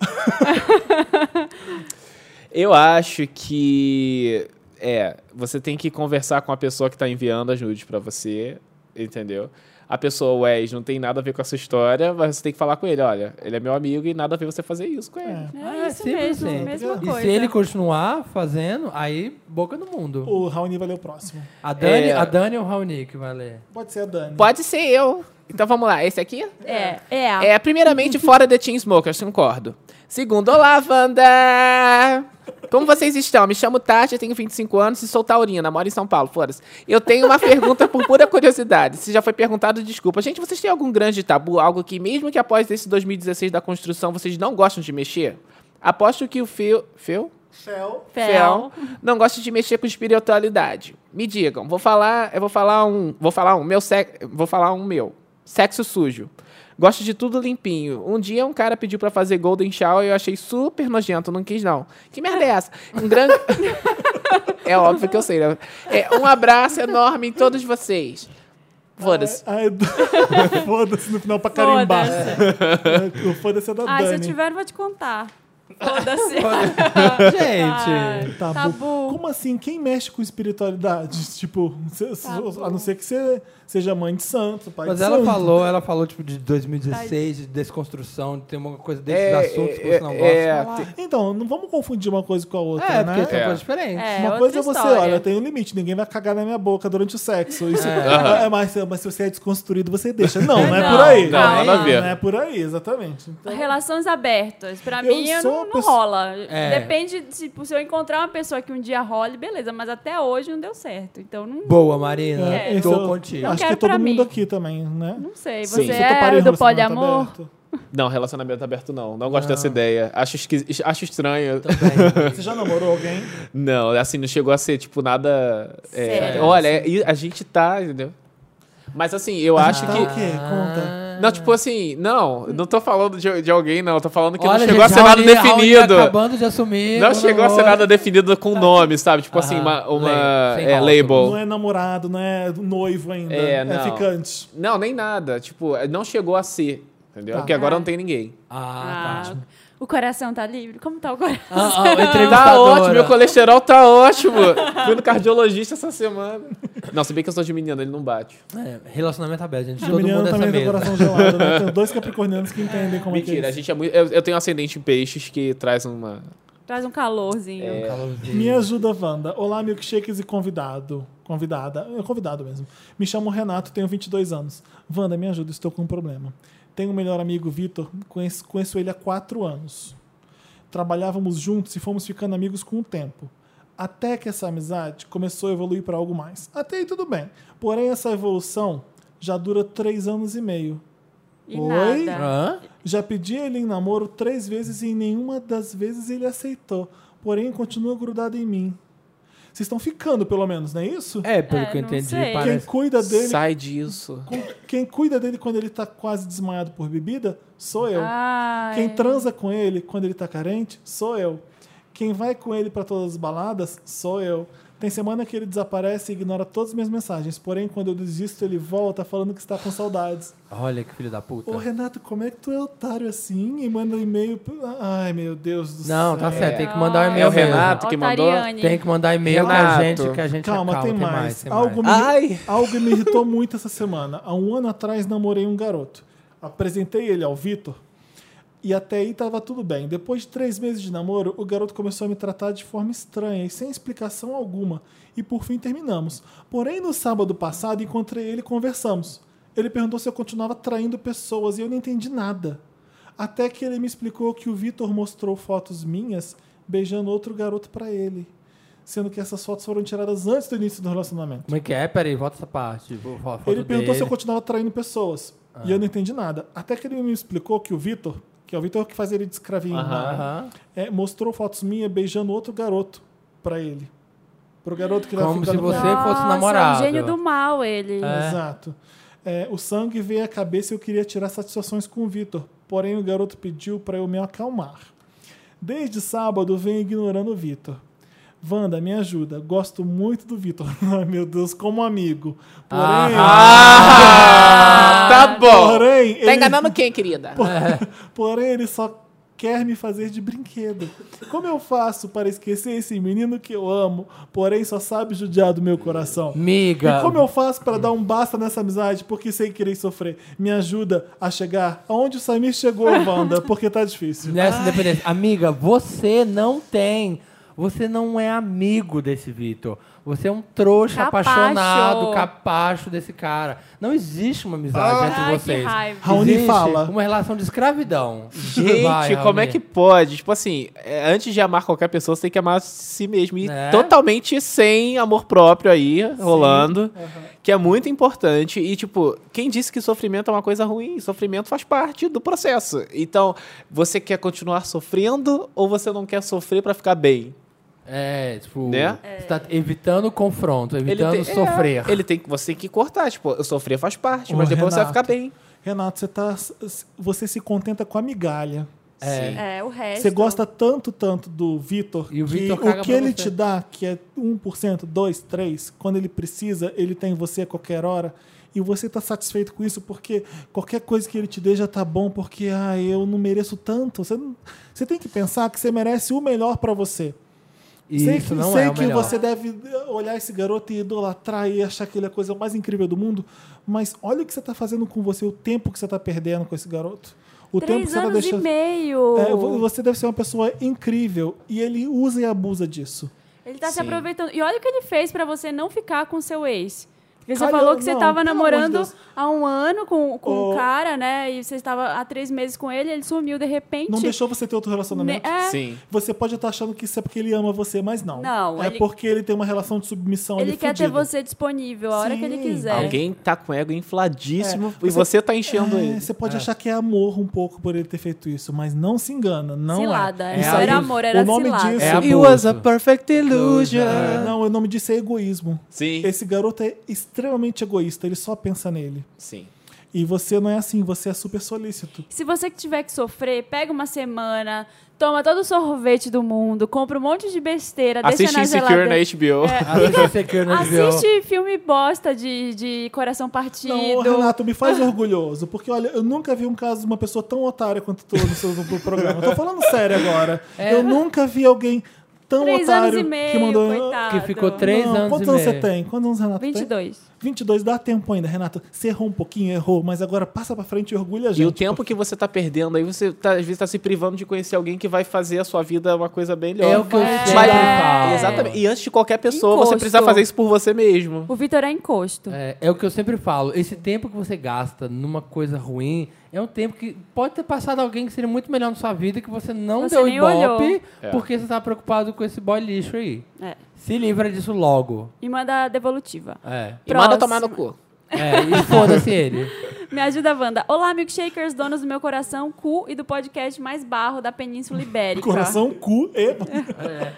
Speaker 1: eu acho que. É, você tem que conversar com a pessoa que tá enviando as nudes pra você, entendeu?
Speaker 6: a pessoa, Wes, não tem nada a ver com essa história, mas você tem que falar com ele, olha, ele é meu amigo e nada a ver você fazer isso com ele.
Speaker 3: É
Speaker 4: Ah,
Speaker 3: isso
Speaker 4: simples,
Speaker 3: mesmo,
Speaker 4: gente.
Speaker 3: mesma
Speaker 2: E
Speaker 4: E
Speaker 3: coisa.
Speaker 4: se ele continuar fazendo, aí boca do mundo.
Speaker 2: O Raoni vai ler o próximo.
Speaker 4: A Dani,
Speaker 6: É.
Speaker 4: a Dani ou o Raoni que vai ler?
Speaker 2: Pode ser a Dani.
Speaker 1: Pode ser eu. Então vamos lá, esse aqui?
Speaker 3: É, é.
Speaker 6: Tá.
Speaker 3: a-
Speaker 1: É,
Speaker 6: <laughs>
Speaker 1: primeiramente, fora The Chainsmokers, concordo. Segundo, olá, Wanda! Como vocês estão? Me chamo Tati, tenho 25 anos e sou taurina, moro em São Paulo, foda-se. Eu tenho uma pergunta por pura curiosidade. Se já foi perguntado, desculpa. Gente, vocês têm algum grande tabu? Algo que, mesmo que após esse 2016 da construção, vocês não gostam de mexer? Aposto que o Phil... Phil?
Speaker 2: Shell.
Speaker 3: Fel.
Speaker 1: Fel, não gosta de mexer com espiritualidade. Me digam, vou falar, eu vou falar um, vou falar um meu sexo, vou falar um meu. Sexo sujo. Gosto de tudo limpinho. Um dia um cara pediu pra fazer golden shower e eu achei super nojento, não quis não. Que merda é essa? Um grande <laughs> É óbvio que eu sei, né? É, um abraço enorme em todos vocês. Foda-se.
Speaker 2: A- a Edu- <laughs> Foda-se no final pra carimbar. O foda-se é da
Speaker 3: Ah, se eu
Speaker 2: Dani.
Speaker 3: tiver, eu vou te
Speaker 2: <laughs>
Speaker 3: contar. Foda-se.
Speaker 4: <laughs> Gente,
Speaker 3: Ah, tabu.
Speaker 2: Tá Como assim? Quem mexe com espiritualidade? <laughs> Tipo, cê-
Speaker 3: Tá
Speaker 2: a não ser que você seja mãe de santo, pai
Speaker 4: mas
Speaker 2: de
Speaker 4: ela
Speaker 2: santo.
Speaker 4: falou, ela falou tipo de 2016, de desconstrução, de ter uma coisa desses
Speaker 6: É,
Speaker 4: assuntos que você não
Speaker 6: é,
Speaker 4: gosta.
Speaker 6: é,
Speaker 4: Falar.
Speaker 2: Então, não vamos confundir uma coisa com a outra,
Speaker 4: É,
Speaker 2: né?
Speaker 4: porque são
Speaker 6: É.
Speaker 4: coisas diferentes.
Speaker 3: É,
Speaker 2: Uma
Speaker 3: outra
Speaker 2: coisa é você,
Speaker 3: história.
Speaker 2: olha, tem um limite, ninguém vai cagar na minha boca durante o sexo. Isso,
Speaker 6: Aham.
Speaker 2: é, mas, mas se você é desconstruído, você deixa. Não,
Speaker 3: <laughs>
Speaker 2: não, é
Speaker 3: Não,
Speaker 2: por aí.
Speaker 6: não, nada a ver.
Speaker 2: Não é por aí, exatamente. Então,
Speaker 3: Relações abertas. Pra
Speaker 2: Eu
Speaker 3: mim, eu
Speaker 2: sou
Speaker 3: não,
Speaker 2: uma
Speaker 3: não
Speaker 2: pessoa-
Speaker 3: rola.
Speaker 4: É.
Speaker 3: Depende, tipo, se eu encontrar uma pessoa que um dia role, beleza. Mas até hoje não deu certo. Então, não,
Speaker 4: Boa, Marina.
Speaker 2: é,
Speaker 4: Tô
Speaker 2: esse eu-
Speaker 4: contigo.
Speaker 2: Acho que
Speaker 3: quero
Speaker 2: é todo
Speaker 3: pra
Speaker 2: mundo
Speaker 3: mim.
Speaker 2: aqui também, né?
Speaker 3: não sei.
Speaker 6: Sim.
Speaker 3: Você
Speaker 6: Se
Speaker 2: Eu
Speaker 3: é
Speaker 2: em
Speaker 3: do
Speaker 2: relacionamento
Speaker 3: poliamor?
Speaker 2: aberto.
Speaker 6: Não, relacionamento aberto não. Não gosto dessa ideia. Acho, esquis- acho estranho.
Speaker 4: Então.
Speaker 2: Você já namorou alguém?
Speaker 6: <laughs> Não, assim, não chegou a ser, tipo, nada. é,
Speaker 3: Sério.
Speaker 6: olha, é, e a gente tá, entendeu? Mas assim, eu acho
Speaker 2: tá
Speaker 4: então,
Speaker 6: que.
Speaker 2: o quê? Conta.
Speaker 4: tá.
Speaker 6: Não, tipo assim, não, não tô falando de, de alguém, não. Tô falando que
Speaker 4: Olha,
Speaker 6: não chegou a
Speaker 4: gente,
Speaker 6: ser nada
Speaker 4: Raoni- Raoni
Speaker 6: definido.
Speaker 4: acabando de assumir.
Speaker 6: Não chegou a ser nada definido com nome, sabe? Tipo assim,
Speaker 4: Aham,
Speaker 6: uma, uma
Speaker 4: label, sem
Speaker 6: é,
Speaker 4: rótulo.
Speaker 6: label.
Speaker 2: Não é namorado, não é noivo ainda.
Speaker 6: É,
Speaker 2: É,
Speaker 6: não.
Speaker 2: ficante.
Speaker 6: Não, nem nada. Tipo, não chegou a ser. Entendeu?
Speaker 2: Tá.
Speaker 6: Porque agora não tem ninguém.
Speaker 3: Ah,
Speaker 4: Ah, tá.
Speaker 3: o coração tá livre? Como tá o coração?
Speaker 2: <laughs>
Speaker 4: Ah, ah,
Speaker 6: Tá
Speaker 4: entrevistadora.
Speaker 6: ótimo, meu colesterol tá ótimo. Fui no cardiologista essa semana. Não, se bem que eu sou de menino, ele não bate.
Speaker 4: É, relacionamento aberto, gente. Todo
Speaker 2: Geminiano
Speaker 4: mundo é essa
Speaker 2: também tem tá o
Speaker 4: mesa.
Speaker 2: coração gelado, né? <laughs> Tem dois capricornianos que entendem como é que é
Speaker 6: Mentira, a
Speaker 2: isso.
Speaker 6: gente é muito. Eu, eu tenho ascendente em peixes que traz uma.
Speaker 3: Traz um calorzinho.
Speaker 2: É. Me ajuda, Wanda. Olá, milkshakers e convidado. Convidada. É convidado mesmo. Me chamo Renato, tenho 22 anos. Wanda, me ajuda, estou com um problema. Tenho um melhor amigo, Vitor. Conheço, conheço ele há 4 anos. Trabalhávamos juntos e fomos ficando amigos com o tempo. Até que essa amizade começou a evoluir para algo mais. Até aí tudo bem. Porém, essa evolução já dura 3 anos e meio.
Speaker 3: E
Speaker 2: Oi? Ah,
Speaker 3: nada.
Speaker 4: Hã?
Speaker 2: Já pedi ele em namoro três vezes e em nenhuma das vezes ele aceitou. Porém, continua grudado em mim. Vocês estão ficando, pelo menos, não é isso?
Speaker 4: É, pelo
Speaker 3: É,
Speaker 4: que eu
Speaker 3: não
Speaker 4: entendi,
Speaker 3: sei.
Speaker 2: Quem
Speaker 4: parece.
Speaker 2: cuida dele.
Speaker 6: Sai disso.
Speaker 2: com- Quem cuida dele quando ele tá quase desmaiado por bebida sou eu.
Speaker 4: Ah,
Speaker 3: Ai.
Speaker 4: é.
Speaker 2: Quem tá transa com ele quando ele tá carente sou eu. Quem vai com ele pra todas as baladas sou eu. Tem semana que ele desaparece e ignora todas as minhas mensagens. Porém, quando eu desisto, ele volta falando que está com saudades.
Speaker 4: Olha que filho da puta.
Speaker 2: Ô, Renato, como é que tu é otário assim e manda e-mail? pro- Ai, meu Deus do céu.
Speaker 4: Não, tá certo, tem que mandar um
Speaker 3: Ai,
Speaker 4: e-mail.
Speaker 6: É o
Speaker 4: mesmo.
Speaker 6: Renato que mandou?
Speaker 3: Otariane.
Speaker 4: Tem que mandar e-mail que a
Speaker 6: Renato.
Speaker 4: gente, que a gente
Speaker 2: Calma, tem, mais.
Speaker 4: tem
Speaker 2: algo,
Speaker 4: mais.
Speaker 2: Me, algo me irritou muito essa semana. Há um ano atrás namorei um garoto. Apresentei ele ao Vitor e até aí tava tudo bem. Depois de três meses de namoro, o garoto começou a me tratar de forma estranha e sem explicação alguma. E por fim terminamos. Porém, no sábado passado encontrei ele e conversamos. Ele perguntou se eu continuava traindo pessoas e eu não entendi nada. Até que ele me explicou que o Vitor mostrou fotos minhas beijando outro garoto pra ele. Sendo que essas fotos foram tiradas antes do início do relacionamento.
Speaker 4: Como é que é? Peraí, volta essa parte. Vou falar a foto
Speaker 2: Ele perguntou se eu
Speaker 4: dele. Ah.
Speaker 2: continuava traindo pessoas. E eu não entendi nada. Até que ele me explicou que o Vitor, que é o Vitor que faz ele de escravinho, né?
Speaker 4: Aham.
Speaker 2: É, mostrou fotos minhas beijando outro garoto pra ele. Pro garoto que tava
Speaker 4: Como se
Speaker 2: ficando com
Speaker 4: você É.
Speaker 2: ela.
Speaker 4: fosse
Speaker 3: Nossa,
Speaker 4: namorado.
Speaker 3: um gênio do mal ele.
Speaker 2: Exato. É, o sangue veio à cabeça e eu queria tirar satisfações com o Vitor. Porém, o garoto pediu pra eu me acalmar. Desde sábado, venho ignorando o Vitor. Wanda, me ajuda. Gosto muito do Vitor. <laughs> Ai, meu Deus, como amigo. Porém,
Speaker 6: Ah, tá bom.
Speaker 2: porém
Speaker 1: Tá
Speaker 2: ele-
Speaker 1: enganando quem, querida?
Speaker 2: <laughs> Porém, ele só quer me fazer de brinquedo. Como eu faço para esquecer esse menino que eu amo, porém só sabe judiar do meu coração?
Speaker 4: Miga.
Speaker 2: E como eu faço para dar um basta nessa amizade, porque sei que irei sofrer? Me ajuda a chegar aonde o Samir chegou, Wanda, porque tá difícil.
Speaker 4: Nessa independência. Amiga, você não tem. Você não é amigo desse Vitor. Você é um trouxa
Speaker 3: Capacho.
Speaker 4: apaixonado, capacho desse cara. Não existe uma amizade entre
Speaker 3: Ai, que
Speaker 4: vocês.
Speaker 3: raiva.
Speaker 2: Raoni
Speaker 4: Existe
Speaker 2: fala.
Speaker 4: Uma relação de escravidão.
Speaker 1: Gente,
Speaker 4: Vai,
Speaker 1: como é
Speaker 4: Raoni.
Speaker 1: que pode? Tipo assim, é, antes de amar qualquer pessoa, você tem que amar si mesmo. E
Speaker 4: Né?
Speaker 1: totalmente sem amor próprio aí, rolando. Que é muito importante. E, tipo, quem disse que sofrimento é uma coisa ruim? Sofrimento faz parte do processo. Então, você quer continuar sofrendo ou você não quer sofrer pra ficar bem?
Speaker 4: É, tipo,
Speaker 1: Né?
Speaker 4: você tá evitando o confronto, evitando
Speaker 1: é,
Speaker 4: sofrer.
Speaker 1: ele tem, você tem que cortar. Tipo, eu sofrer faz parte,
Speaker 2: Ô,
Speaker 1: mas depois você vai
Speaker 2: Renato.
Speaker 1: ficar bem.
Speaker 2: Renato, você, tá, você se contenta com a migalha.
Speaker 1: É.
Speaker 3: É, o resto.
Speaker 2: Você gosta tanto, tanto do Vitor
Speaker 4: E
Speaker 2: que
Speaker 4: o Vitor caga
Speaker 2: o que
Speaker 4: pra
Speaker 2: ele
Speaker 4: você.
Speaker 2: te dá, que é 1%, 2%, 3%, quando ele precisa, ele tem você a qualquer hora. E você tá satisfeito com isso porque qualquer coisa que ele te dê já tá bom, porque ah, eu não mereço tanto. Você, não- você tem que pensar que você merece o melhor pra você.
Speaker 4: E
Speaker 2: sei
Speaker 4: isso
Speaker 2: que,
Speaker 4: não
Speaker 2: sei
Speaker 4: é o
Speaker 2: que
Speaker 4: melhor.
Speaker 2: você deve eh, olhar esse garoto e idolatrar e achar que ele é a coisa mais incrível do mundo, mas olha o que você tá fazendo com você, o tempo que você tá perdendo com esse garoto. O tempo que
Speaker 3: Três
Speaker 2: você tá
Speaker 3: anos
Speaker 2: deixando.
Speaker 3: e meio.
Speaker 2: É, vo- você deve ser uma pessoa incrível e ele usa e abusa disso.
Speaker 3: Ele tá se
Speaker 1: Sim.
Speaker 3: aproveitando. E olha o que ele fez pra você não ficar com seu ex. Porque você
Speaker 2: Cara,
Speaker 3: falou
Speaker 2: eu-
Speaker 3: que você
Speaker 2: não,
Speaker 3: tava
Speaker 2: pelo amor de
Speaker 3: namorando
Speaker 2: Deus.
Speaker 3: há um ano com, com
Speaker 2: Ô.
Speaker 3: o cara, né? E você estava há três meses com ele, ele sumiu de repente.
Speaker 2: Não deixou você ter outro
Speaker 3: né?
Speaker 2: relacionamento?
Speaker 3: É,
Speaker 1: Sim.
Speaker 2: Você pode estar achando que isso é porque ele ama você, mas não.
Speaker 3: Não,
Speaker 2: é
Speaker 3: ele-
Speaker 2: porque ele tem uma relação de submissão. Ele,
Speaker 3: ele quer ter
Speaker 2: fudido.
Speaker 3: você disponível a hora que ele
Speaker 2: Sim.
Speaker 3: quiser.
Speaker 1: Alguém tá com o ego infladíssimo
Speaker 2: É,
Speaker 1: e você tá enchendo
Speaker 2: É,
Speaker 1: ele.
Speaker 2: Você pode achar que é amor um pouco por ele ter feito isso, mas não se engana. Não
Speaker 3: Cilada,
Speaker 2: é.
Speaker 3: é.
Speaker 2: Isso
Speaker 3: Não era
Speaker 2: aí-
Speaker 3: amor, era
Speaker 2: o nome
Speaker 3: cilada.
Speaker 2: Disso,
Speaker 4: É
Speaker 1: It
Speaker 4: abuso.
Speaker 1: was a perfect illusion.
Speaker 2: É, Não, o nome disso é egoísmo.
Speaker 1: Sim,
Speaker 2: Esse garoto é extremamente egoísta, ele só pensa nele.
Speaker 1: sim.
Speaker 2: E você não é assim, você é super solícito.
Speaker 3: Se você que tiver que sofrer, pega uma semana, toma todo o sorvete do mundo, compra um monte de besteira,
Speaker 1: Assiste
Speaker 3: deixa na
Speaker 1: Insecure
Speaker 3: geladeira.
Speaker 1: na HBO.
Speaker 4: Assiste Secure no HBO.
Speaker 3: Assiste filme bosta de, de coração partido.
Speaker 2: Não, Renato, me faz orgulhoso, porque olha, eu nunca vi um caso de uma pessoa tão otária quanto tu no seu no programa. Tô falando sério agora. Eu nunca vi alguém tão
Speaker 3: É. Três anos
Speaker 2: é um otário
Speaker 3: e meio,
Speaker 2: que mandou.
Speaker 3: coitado.
Speaker 4: que ficou três
Speaker 2: Não,
Speaker 4: anos
Speaker 2: Quantos
Speaker 4: e
Speaker 2: anos
Speaker 4: meio.
Speaker 2: você tem? Quantos anos, Renato? tem?
Speaker 3: 22.
Speaker 2: 22, dá tempo ainda, Renato. Você errou um pouquinho, errou, mas agora passa pra frente e orgulha a gente.
Speaker 1: E o tempo que você tá perdendo aí, você tá, às vezes tá se privando de conhecer alguém que vai fazer a sua vida uma coisa melhor.
Speaker 4: É o que eu sempre
Speaker 1: Mas- É.
Speaker 4: falo.
Speaker 1: Exatamente. E antes de qualquer pessoa, você
Speaker 3: Encosto.
Speaker 1: precisa fazer isso por você mesmo.
Speaker 3: O Vitor é encosto.
Speaker 4: É, é o que eu sempre falo. Esse tempo que você gasta numa coisa ruim é um tempo que pode ter passado alguém que seria muito melhor na sua vida que você não
Speaker 3: Você
Speaker 4: deu
Speaker 3: nem
Speaker 4: ibope
Speaker 3: olhou.
Speaker 4: porque você tá preocupado com esse boy lixo aí.
Speaker 3: É.
Speaker 4: Se livra disso logo.
Speaker 3: E manda devolutiva.
Speaker 4: É.
Speaker 1: E manda
Speaker 3: Próximo.
Speaker 1: tomar no cu.
Speaker 4: É, e foda-se ele.
Speaker 3: Me ajuda, Wanda. Olá, milkshakers, donos do meu coração, cu e do podcast mais barro da Península Ibérica.
Speaker 2: <laughs> Coração, cu e.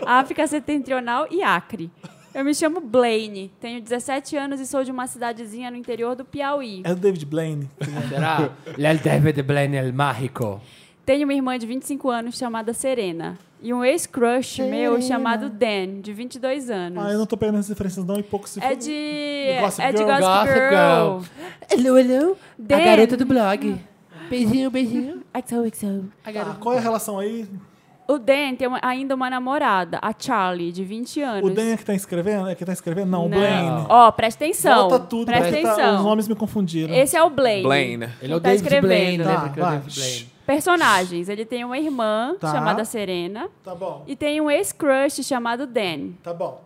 Speaker 3: África Setentrional e Acre. Eu me chamo Blaine, tenho 17 anos e sou de uma cidadezinha no interior do Piauí.
Speaker 2: É do David Blaine.
Speaker 4: <laughs> Será? Lel deve de Blaine el mágico.
Speaker 3: Tenho uma irmã de 25 anos chamada Serena e um ex-crush meu chamado Dan, de 22 anos.
Speaker 2: Ah, eu não tô pegando essas referências, não, e pouco se
Speaker 3: É
Speaker 2: for-
Speaker 3: de.
Speaker 2: Gossip
Speaker 3: é de
Speaker 2: Girl.
Speaker 3: Gossip
Speaker 4: Gossip
Speaker 3: Girl.
Speaker 4: Hello, hello.
Speaker 3: Dan.
Speaker 4: A garota do blog. Beijinho, beijinho.
Speaker 3: XOXO.
Speaker 4: A
Speaker 2: Ah,
Speaker 4: garota.
Speaker 2: qual é a relação aí?
Speaker 3: O Dan tem uma- ainda uma namorada, a Charlie, de 20 anos.
Speaker 2: O Dan é que tá escrevendo? É que tá escrevendo? Não, o
Speaker 3: Não.
Speaker 2: Blaine.
Speaker 3: Ó, presta atenção.
Speaker 2: Volta tudo,
Speaker 3: presta
Speaker 2: porque tá- os
Speaker 3: atenção.
Speaker 2: nomes me confundiram.
Speaker 3: Esse é o Blaine.
Speaker 4: Ele é o
Speaker 3: Tá
Speaker 4: David
Speaker 3: escrevendo.
Speaker 4: Blaine, né?
Speaker 2: Tá,
Speaker 4: Porque é o
Speaker 2: vai.
Speaker 4: David Blaine.
Speaker 3: Personagens. Ele tem uma irmã
Speaker 2: Tá.
Speaker 3: chamada Serena
Speaker 2: Tá bom,
Speaker 3: e tem um ex-crush chamado Dan.
Speaker 2: tá bom.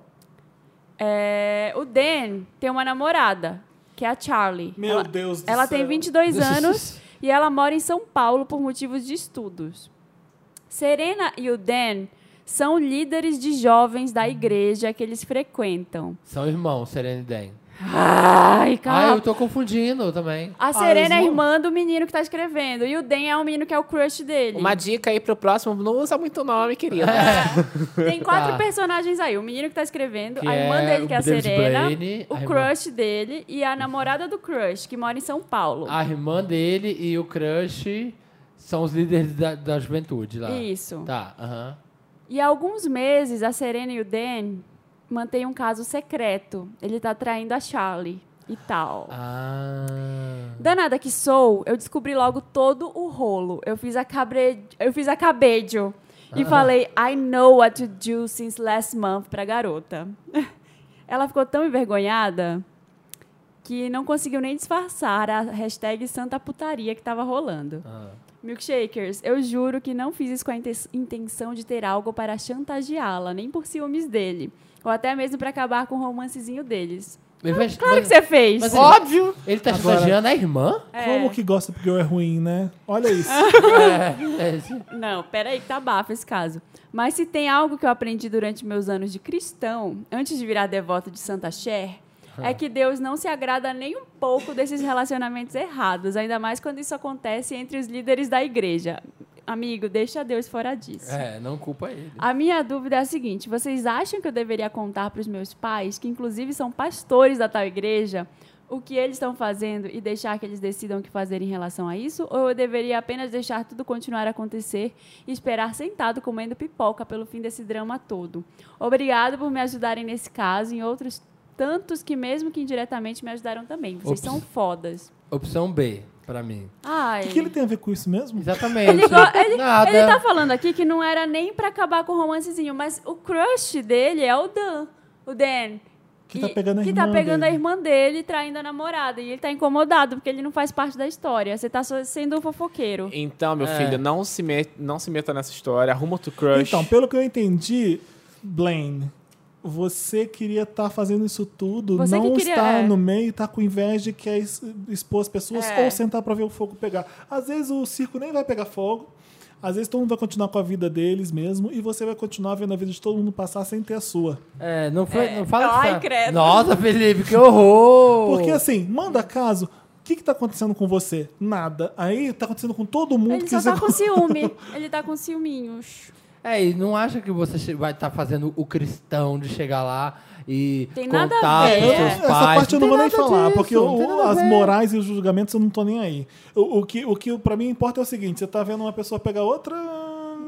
Speaker 3: É, o Dan tem uma namorada, que é a Charlie.
Speaker 2: Meu
Speaker 3: ela,
Speaker 2: Deus do
Speaker 3: Ela
Speaker 2: céu.
Speaker 3: tem 22 anos e ela mora em São Paulo por motivos de estudos. Serena e o Dan são líderes de jovens da igreja que eles frequentam.
Speaker 4: São irmãos, Serena e Dan.
Speaker 3: Ai,
Speaker 4: Ah,
Speaker 3: cara.
Speaker 4: eu tô confundindo também.
Speaker 3: A Serena
Speaker 2: Ah,
Speaker 3: é
Speaker 2: eles não-
Speaker 3: irmã do menino que tá escrevendo. E o Dan é o menino que é o crush dele.
Speaker 1: Uma dica aí pro próximo, não usa muito nome, querida.
Speaker 3: Tem quatro
Speaker 4: Tá.
Speaker 3: personagens aí. O menino que tá escrevendo,
Speaker 4: Que
Speaker 3: a irmã
Speaker 4: é
Speaker 3: dele, que é a
Speaker 4: o David
Speaker 3: Serena,
Speaker 4: Blaine,
Speaker 3: o
Speaker 4: a irmã-
Speaker 3: crush dele e a namorada do crush, que mora em São Paulo.
Speaker 4: A irmã dele e o crush são os líderes da, da juventude lá.
Speaker 3: Isso.
Speaker 4: Tá, aham.
Speaker 3: E há alguns meses, a Serena e o Dan mantêm um caso secreto. Ele tá traindo a Charlie. e tal.
Speaker 4: Ah.
Speaker 3: Danada que sou, eu descobri logo todo o rolo. Eu fiz a cabre... eu fiz a cabedio
Speaker 4: Ah.
Speaker 3: e falei I know what to do since last month pra garota. <laughs> Ela ficou tão envergonhada que não conseguiu nem disfarçar a hashtag Santa Putaria que tava rolando.
Speaker 4: Ah.
Speaker 3: Milkshakers, eu juro que não fiz isso com a inten- intenção de ter algo para chantageá-la, nem por ciúmes dele, ou até mesmo pra acabar com o romancezinho deles.
Speaker 4: Mas vai-
Speaker 3: Claro
Speaker 4: mas-
Speaker 3: que você fez!
Speaker 4: mas-
Speaker 1: Óbvio!
Speaker 4: Ele tá
Speaker 2: Agora-
Speaker 4: chantageando a irmã?
Speaker 3: É. Ah,
Speaker 2: Como que Gossip Girl é ruim, né? Olha isso.
Speaker 4: <laughs> É, é.
Speaker 3: Não, peraí, que tá bafo esse caso. Mas se tem algo que eu aprendi durante meus anos de cristão, antes de virar devoto de Santa Cher, é que Deus não se agrada nem um pouco desses relacionamentos errados, ainda mais quando isso acontece entre os líderes da igreja. Amigo, deixa Deus fora disso.
Speaker 4: É, não culpa ele.
Speaker 3: A minha dúvida é a seguinte: vocês acham que eu deveria contar para os meus pais, que inclusive são pastores da tal igreja, o que eles estão fazendo e deixar que eles decidam o que fazer em relação a isso? Ou eu deveria apenas deixar tudo continuar a acontecer e esperar sentado comendo pipoca pelo fim desse drama todo? Obrigado por me ajudarem nesse caso e em outros tantos que, mesmo que indiretamente, me ajudaram também. Vocês
Speaker 4: Ops.
Speaker 3: são fodas.
Speaker 4: Opção B, pra mim.
Speaker 3: Ai.
Speaker 2: O que, que ele tem a ver com isso mesmo?
Speaker 4: Exatamente.
Speaker 3: Ele, go- ele-
Speaker 4: Nada.
Speaker 3: ele tá falando aqui que não era nem pra acabar com o romancezinho, mas o crush dele é o Dan. O Dan.
Speaker 2: Que tá pegando a
Speaker 3: que
Speaker 2: irmã
Speaker 3: tá pegando
Speaker 2: dele.
Speaker 3: a irmã dele e traindo a namorada. E ele tá incomodado, porque ele não faz parte da história. Você tá só sendo um fofoqueiro.
Speaker 6: Então, meu
Speaker 4: É.
Speaker 6: filho, não se, met, não se meta nessa história. Arruma outro crush.
Speaker 2: Então, pelo que eu entendi, Blaine, você queria estar fazendo isso tudo,
Speaker 3: Você que
Speaker 2: não
Speaker 3: queria- é.
Speaker 2: estar no meio e estar com inveja de quer es- expor as pessoas
Speaker 3: É.
Speaker 2: ou sentar pra ver o fogo pegar. Às vezes o circo nem vai pegar fogo. Às vezes todo mundo vai continuar com a vida deles mesmo e você vai continuar vendo a vida de todo mundo passar sem ter a sua.
Speaker 4: É, não, foi, não fala
Speaker 3: Ai,
Speaker 4: essa-
Speaker 3: credo.
Speaker 4: Nossa, Felipe, que horror!
Speaker 2: Porque assim, manda caso, o que, que tá acontecendo com você? Nada. Aí tá acontecendo com todo mundo
Speaker 3: Ele
Speaker 2: que
Speaker 3: só
Speaker 2: você
Speaker 3: tá
Speaker 2: <laughs>
Speaker 3: com ciúme. Ele tá com ciúminhos.
Speaker 4: É, e não acha que você che- vai estar fazendo o cristão de chegar lá e
Speaker 3: Tem
Speaker 4: contar
Speaker 3: nada a ver.
Speaker 4: pros
Speaker 3: É,
Speaker 4: seus
Speaker 2: Essa
Speaker 4: pais.
Speaker 2: parte eu não vou
Speaker 4: tem
Speaker 2: nem
Speaker 4: nada
Speaker 2: falar,
Speaker 4: disso,
Speaker 2: porque
Speaker 4: não
Speaker 2: o-
Speaker 4: tem nada a
Speaker 2: as
Speaker 4: ver.
Speaker 2: morais e os julgamentos eu não tô nem aí. O, o que, o que pra mim importa é o seguinte: você tá vendo uma pessoa pegar outra.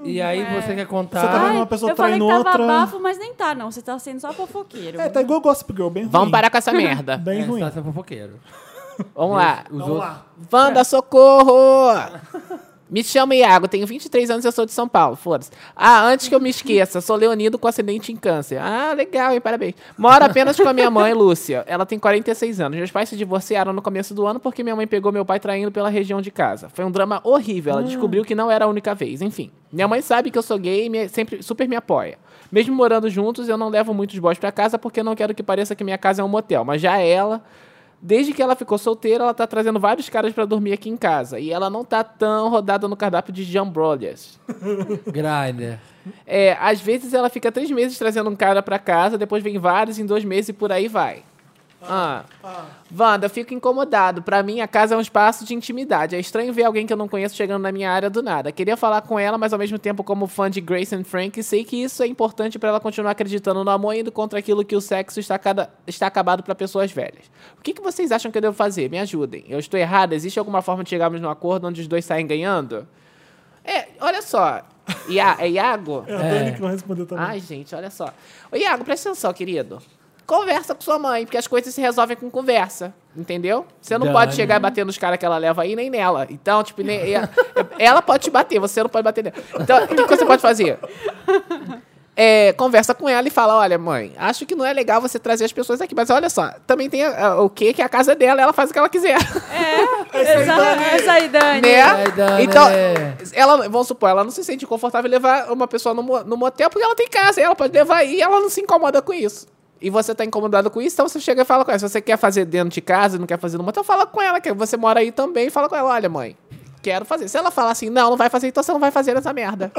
Speaker 4: E
Speaker 3: Uhum.
Speaker 4: aí
Speaker 3: É.
Speaker 4: você quer contar.
Speaker 2: Você tá vendo
Speaker 3: Ai,
Speaker 2: uma pessoa
Speaker 3: eu falei que
Speaker 2: traindo
Speaker 3: tava
Speaker 2: outra.
Speaker 3: bafo, mas nem tá, não. Você tá sendo só fofoqueiro.
Speaker 2: <laughs> É, tá igual Gossip Girl, bem ruim.
Speaker 1: Vamos parar com essa merda.
Speaker 2: Bem
Speaker 4: É,
Speaker 2: ruim. Então
Speaker 4: você tá sendo fofoqueiro.
Speaker 1: Vamos lá.
Speaker 4: Os
Speaker 2: Vamos
Speaker 4: outros-
Speaker 2: lá.
Speaker 1: Wanda, socorro! Me chamo Iago, tenho 23 anos e eu sou de São Paulo, foda-se. Ah, antes que eu me esqueça, sou leonido com ascendente em câncer. Ah, legal, hein? Parabéns. Moro apenas com a minha mãe, Lúcia. Ela tem 46 anos. Meus pais se divorciaram no começo do ano porque minha mãe pegou meu pai traindo pela região de casa. Foi um drama horrível. Ela descobriu que não era a única vez. Enfim, minha mãe sabe que eu sou gay e me- sempre super me apoia. Mesmo morando juntos, eu não levo muitos boys pra casa porque eu não quero que pareça que minha casa é um motel. Mas já ela... Desde que ela ficou solteira, ela tá trazendo vários caras pra dormir aqui em casa. E ela não tá tão rodada no cardápio de jambrolhas.
Speaker 2: <laughs>
Speaker 4: Grindr.
Speaker 1: É, às vezes ela fica três meses trazendo um cara pra casa, depois vem vários em dois meses e por aí vai. Ah. Wanda, eu fico incomodado. Pra mim, a casa é um espaço de intimidade. É estranho ver alguém que eu não conheço chegando na minha área do nada. Queria falar com ela, mas ao mesmo tempo, como fã de Grace and Frank, sei que isso é importante pra ela continuar acreditando no amor e indo contra aquilo que o sexo está, cada- está acabado pra pessoas velhas. O que, que vocês acham que eu devo fazer? Me ajudem. Eu estou errada? Existe alguma forma de chegarmos num acordo onde os dois saem ganhando? É, olha só. Ia- é Iago? <laughs>
Speaker 2: É a Dani que vai responder também.
Speaker 3: Ah,
Speaker 1: Ai, gente, olha só. Ô, Iago, presta atenção, querido. Conversa com sua mãe, porque as coisas se resolvem com conversa. Entendeu? Você não
Speaker 4: Dani.
Speaker 1: pode chegar e bater nos caras que ela leva aí, nem nela. Então, tipo, nem, ela, ela pode te bater, você não pode bater nela. Então, o que que você pode fazer? É, conversa com ela e fala: Olha, mãe, acho que não é legal você trazer as pessoas aqui, mas olha só, também tem a- a- o que que é a casa dela, ela faz o que ela quiser.
Speaker 2: tá, é
Speaker 3: Essa, essa é aí, Dani.
Speaker 1: Né?
Speaker 4: Ai, Dani.
Speaker 1: Então, ela, vamos supor, ela não se sente confortável em levar uma pessoa no, mo- no motel porque ela tem casa, e ela pode levar aí e ela não se incomoda com isso. E você tá incomodado com isso, então você chega e fala com ela. Se você quer fazer dentro de casa e não quer fazer no motel, fala com ela, que você mora aí também, e fala com ela, olha, mãe, quero fazer. Se ela falar assim, não, não vai fazer, então você não vai fazer essa merda.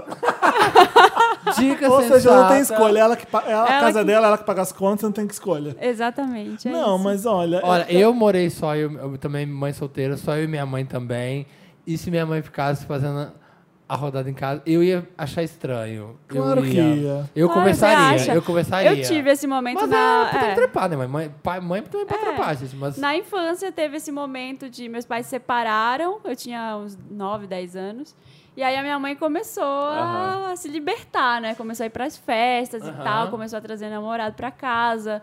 Speaker 4: Dica
Speaker 2: Ou seja, ela não tem
Speaker 4: sensata.
Speaker 2: escolha. Ela que, pa-
Speaker 3: é
Speaker 2: é a
Speaker 3: Ela
Speaker 2: casa
Speaker 3: que-
Speaker 2: dela, ela que paga as contas, você não tem que escolha.
Speaker 3: Exatamente. é
Speaker 2: não,
Speaker 3: isso.
Speaker 2: mas olha.
Speaker 4: Olha,
Speaker 2: é-
Speaker 4: eu morei só, eu, eu também mãe solteira, só eu e minha mãe também. E se minha mãe ficasse fazendo a rodada em casa, eu ia achar estranho.
Speaker 2: Claro
Speaker 4: eu
Speaker 2: que ia.
Speaker 3: Claro, você
Speaker 4: Eu conversaria,
Speaker 3: acha?
Speaker 4: eu conversaria.
Speaker 3: Eu tive esse momento
Speaker 4: Mas
Speaker 3: na.
Speaker 4: é, pra
Speaker 3: é.
Speaker 4: trepar, né, mãe? Mãe, pai, mãe também pra trepar, gente. Mas
Speaker 3: Na infância teve esse momento de meus pais se separaram, eu tinha uns 9, 10 anos. E aí a minha mãe começou a se libertar, né? Começou a ir pras festas e
Speaker 4: Aham.
Speaker 3: tal, começou a trazer namorado pra casa.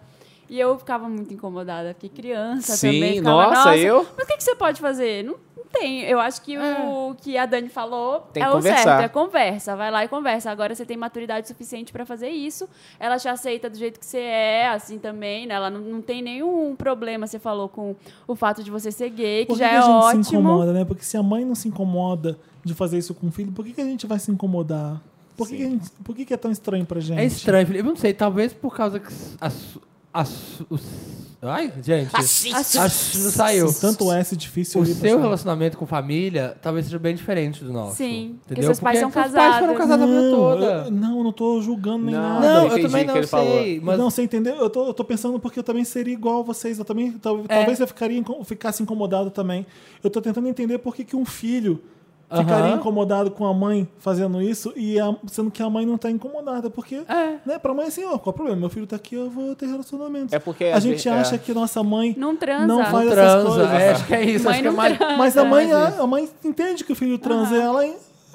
Speaker 3: E eu ficava muito incomodada, porque criança
Speaker 1: Sim,
Speaker 3: também. Ficava,
Speaker 1: nossa, eu-
Speaker 3: Mas o que, que você pode fazer? Não, não tem. Eu acho que o que a Dani falou
Speaker 1: É. Tem
Speaker 3: é
Speaker 1: que
Speaker 3: o
Speaker 1: conversar.
Speaker 3: certo. É conversa. Vai lá e conversa. Agora você tem maturidade suficiente pra fazer isso. Ela te aceita do jeito que você é, assim também, né? Ela não, não tem nenhum problema, você falou, com o fato de você ser gay, que
Speaker 2: Por que,
Speaker 3: já
Speaker 2: que
Speaker 3: é
Speaker 2: a gente
Speaker 3: ótimo.
Speaker 2: se incomoda, né? Porque se a mãe não se incomoda de fazer isso com o filho, por que, que a gente vai se incomodar? Por, que, que, a gente- por que, que é tão estranho pra gente?
Speaker 4: É estranho, Felipe. Eu não sei, talvez por causa que. s- As, as, os- ai,
Speaker 3: <laughs>
Speaker 4: gente. As- não saiu.
Speaker 2: Tem tanto S difícil
Speaker 4: O
Speaker 2: ali,
Speaker 4: seu
Speaker 2: pessoal.
Speaker 4: relacionamento com família talvez seja bem diferente do nosso.
Speaker 3: Sim, porque
Speaker 4: Entendeu?
Speaker 3: seus pais são
Speaker 4: seus pais foram
Speaker 3: casados.
Speaker 4: casados a vida
Speaker 2: Não,
Speaker 4: toda.
Speaker 2: eu, não, eu não tô julgando nem
Speaker 1: Não,
Speaker 2: nada.
Speaker 4: Não, eu
Speaker 1: entendi
Speaker 4: também
Speaker 1: o que
Speaker 4: não
Speaker 1: ele
Speaker 4: sei. Mas
Speaker 2: Não, você entendeu? Eu tô, eu tô pensando porque eu também seria igual a vocês. Eu também, tal-
Speaker 4: É.
Speaker 2: Talvez eu ficaria, inco- ficasse incomodado também. Eu tô tentando entender por que, que um filho
Speaker 4: Aham.
Speaker 2: ficaria incomodado com a mãe fazendo isso, e a- sendo que a mãe não tá incomodada. Porque, né, pra mãe é assim, ó, qual é o problema? Meu filho tá aqui, eu vou ter relacionamento.
Speaker 1: É porque
Speaker 2: a
Speaker 1: às
Speaker 2: gente
Speaker 1: ve- é.
Speaker 2: acha que nossa mãe
Speaker 3: Não transa.
Speaker 2: não faz essas
Speaker 4: transa.
Speaker 2: coisas.
Speaker 4: É, acho que é isso.
Speaker 3: Mãe
Speaker 4: acho que é
Speaker 3: não
Speaker 4: mais.
Speaker 2: Mas a mãe,
Speaker 4: Faz isso.
Speaker 2: a, a mãe entende que o filho transa. Ela,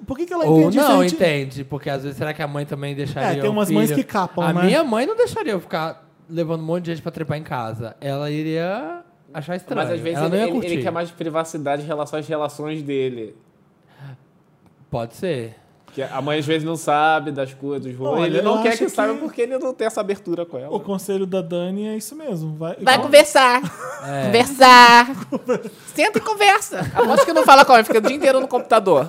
Speaker 2: por que, que ela
Speaker 4: Ou
Speaker 2: entende isso?
Speaker 4: não
Speaker 2: A gente-
Speaker 4: entende, porque às vezes será que a mãe também deixaria.
Speaker 2: É, tem
Speaker 4: o
Speaker 2: umas mães
Speaker 4: filho-
Speaker 2: que capam,
Speaker 4: A
Speaker 2: né?
Speaker 4: minha mãe não deixaria eu ficar levando um monte de gente pra trepar em casa. Ela iria achar estranho.
Speaker 1: Mas às vezes
Speaker 4: Ela
Speaker 1: ele,
Speaker 4: não ia
Speaker 1: ele- ele
Speaker 4: curtir.
Speaker 1: quer mais privacidade em relação às relações dele.
Speaker 4: Pode ser. <laughs>
Speaker 1: Que a mãe às vezes não sabe das coisas, dos rolês.
Speaker 2: Olha,
Speaker 1: Ele
Speaker 2: eu
Speaker 1: não quer
Speaker 2: acho
Speaker 1: que,
Speaker 2: que-
Speaker 1: saiba porque ele não tem essa abertura com ela.
Speaker 2: O conselho da Dani é isso mesmo. Vai,
Speaker 6: Vai conversar. Conversar. Senta e conversa. Aposto que não fala com ela, fica o dia inteiro no computador.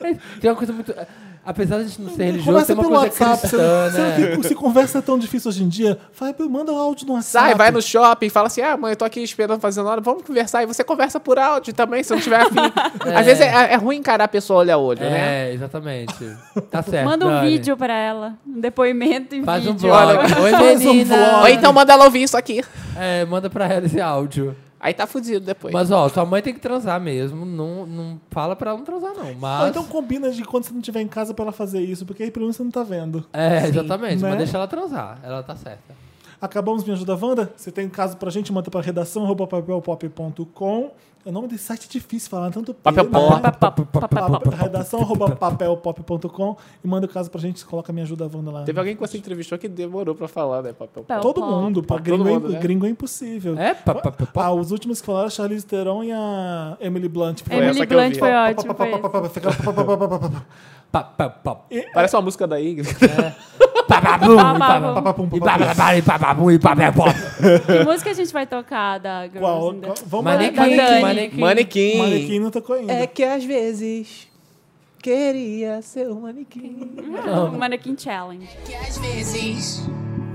Speaker 4: É, Tem uma coisa muito. Apesar de a gente não ser
Speaker 2: Conversa
Speaker 4: religioso, tem uma
Speaker 2: pelo
Speaker 4: coisa
Speaker 2: WhatsApp. você
Speaker 4: cristã,
Speaker 2: não- você não
Speaker 4: né?
Speaker 2: tem- Se conversa é tão difícil hoje em dia, vai, manda um áudio no WhatsApp.
Speaker 6: Sai, vai no shopping, fala assim: ah, mãe, eu tô aqui esperando fazendo hora, vamos conversar. E você conversa por áudio também, se não tiver afim. Às vezes é, é ruim encarar a pessoa olho a olho, né?
Speaker 4: É, exatamente. Tá certo.
Speaker 3: Manda um
Speaker 4: Dani.
Speaker 3: vídeo pra ela. Um depoimento em
Speaker 4: Faz um
Speaker 3: vídeo.
Speaker 4: blog. Oi, menina.
Speaker 6: Ou então manda ela ouvir isso aqui.
Speaker 4: É, manda pra ela esse áudio.
Speaker 6: Aí tá fudido depois.
Speaker 4: Mas, ó, sua mãe tem que transar mesmo. Não, não fala pra ela não transar, não. Mas.
Speaker 2: Ou então combina de quando você não estiver em casa pra ela fazer isso, porque aí pelo menos você não tá vendo.
Speaker 4: É, exatamente.
Speaker 2: Né?
Speaker 4: Mas deixa ela transar. Ela tá certa.
Speaker 2: Acabamos Me Ajuda Wanda? Você tem caso pra gente, manda pra redação arroba papelpop.com. O nome desse site é difícil falar, tanto P,
Speaker 1: Papel
Speaker 2: né?
Speaker 1: Pop.
Speaker 2: Papel- Redação arroba papelpop.com e manda o caso pra gente, coloca Me Ajuda Wanda lá.
Speaker 1: Teve alguém que você entrevistou que demorou pra falar, né, papel?
Speaker 3: Papel.
Speaker 2: Todo
Speaker 3: Pop.
Speaker 2: mundo, pra
Speaker 1: Todo
Speaker 2: gringo, é
Speaker 1: mundo,
Speaker 2: imp-
Speaker 1: né?
Speaker 2: gringo é impossível.
Speaker 4: É, pá, pá, pá, pá.
Speaker 2: Ah, os últimos que falaram, a Charlize Theron e a Emily Blunt.
Speaker 1: essa
Speaker 3: Emily
Speaker 1: que eu
Speaker 3: É. Blunt
Speaker 1: vi.
Speaker 3: foi ótimo. foi esse.
Speaker 4: Pá, pá, pá.
Speaker 1: Parece uma música da
Speaker 6: <laughs>
Speaker 1: Ingrid.
Speaker 4: Pá, pá, bum,
Speaker 3: Pá, pá, bum.
Speaker 4: e pá, pá, pá,
Speaker 2: Papapum,
Speaker 4: e pá, pá, pá, e pá, pá, bum, e pá, pá, pá.
Speaker 3: Que música a gente vai tocar da Girls
Speaker 2: Qual?
Speaker 3: in the-
Speaker 2: Qual- Vamos
Speaker 4: Manequim,
Speaker 3: Da Dani.
Speaker 4: manequim.
Speaker 1: Manequim.
Speaker 2: Manequim não tá tocou ainda.
Speaker 6: que às vezes queria ser um manequim.
Speaker 3: Manequim Challenge.
Speaker 7: Que às vezes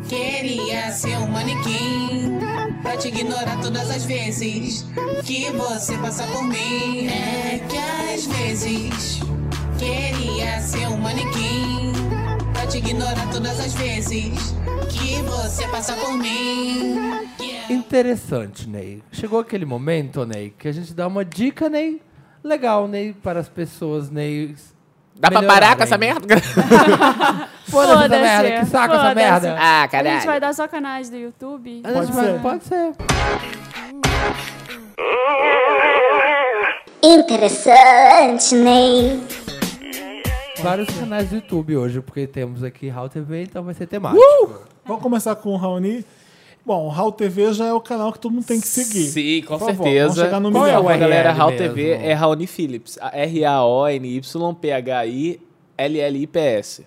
Speaker 7: queria ser um manequim pra te ignorar todas as vezes que você passa por mim. É que às vezes queria ser um manequim pra te ignorar todas as vezes que você passa por mim. Yeah.
Speaker 4: Interessante, Ney. Chegou aquele momento, Ney, que a gente dá uma dica, Ney, legal, Ney, para as pessoas, Ney.
Speaker 6: Dá pra parar com essa
Speaker 4: melhorarem. né?
Speaker 6: merda? <laughs>
Speaker 4: Foda-se essa
Speaker 3: Foda-se,
Speaker 4: merda, que saco essa
Speaker 3: foda-se.
Speaker 4: merda.
Speaker 6: ah,
Speaker 3: A gente vai
Speaker 6: caralho.
Speaker 3: dar só canais do YouTube.
Speaker 4: A gente
Speaker 2: Pode
Speaker 4: vai-
Speaker 2: ser.
Speaker 4: Pode ser.
Speaker 5: Interessante, Ney.
Speaker 4: Vários canais do YouTube hoje, porque temos aqui Hall TV, então vai ser temático. Uh!
Speaker 2: Vamos começar com o Raoni. Bom, o Raul TV já é o canal que todo mundo tem que seguir.
Speaker 1: Sim, com
Speaker 2: Por favor, vamos
Speaker 1: certeza.
Speaker 2: chegar no
Speaker 1: Qual
Speaker 2: milhão.
Speaker 1: é a galera
Speaker 4: URL
Speaker 1: Raul TV?
Speaker 4: mesmo.
Speaker 1: É Raoni Phillips. A- R-A-O-N-Y-P-H-I-L-L-I-P-S.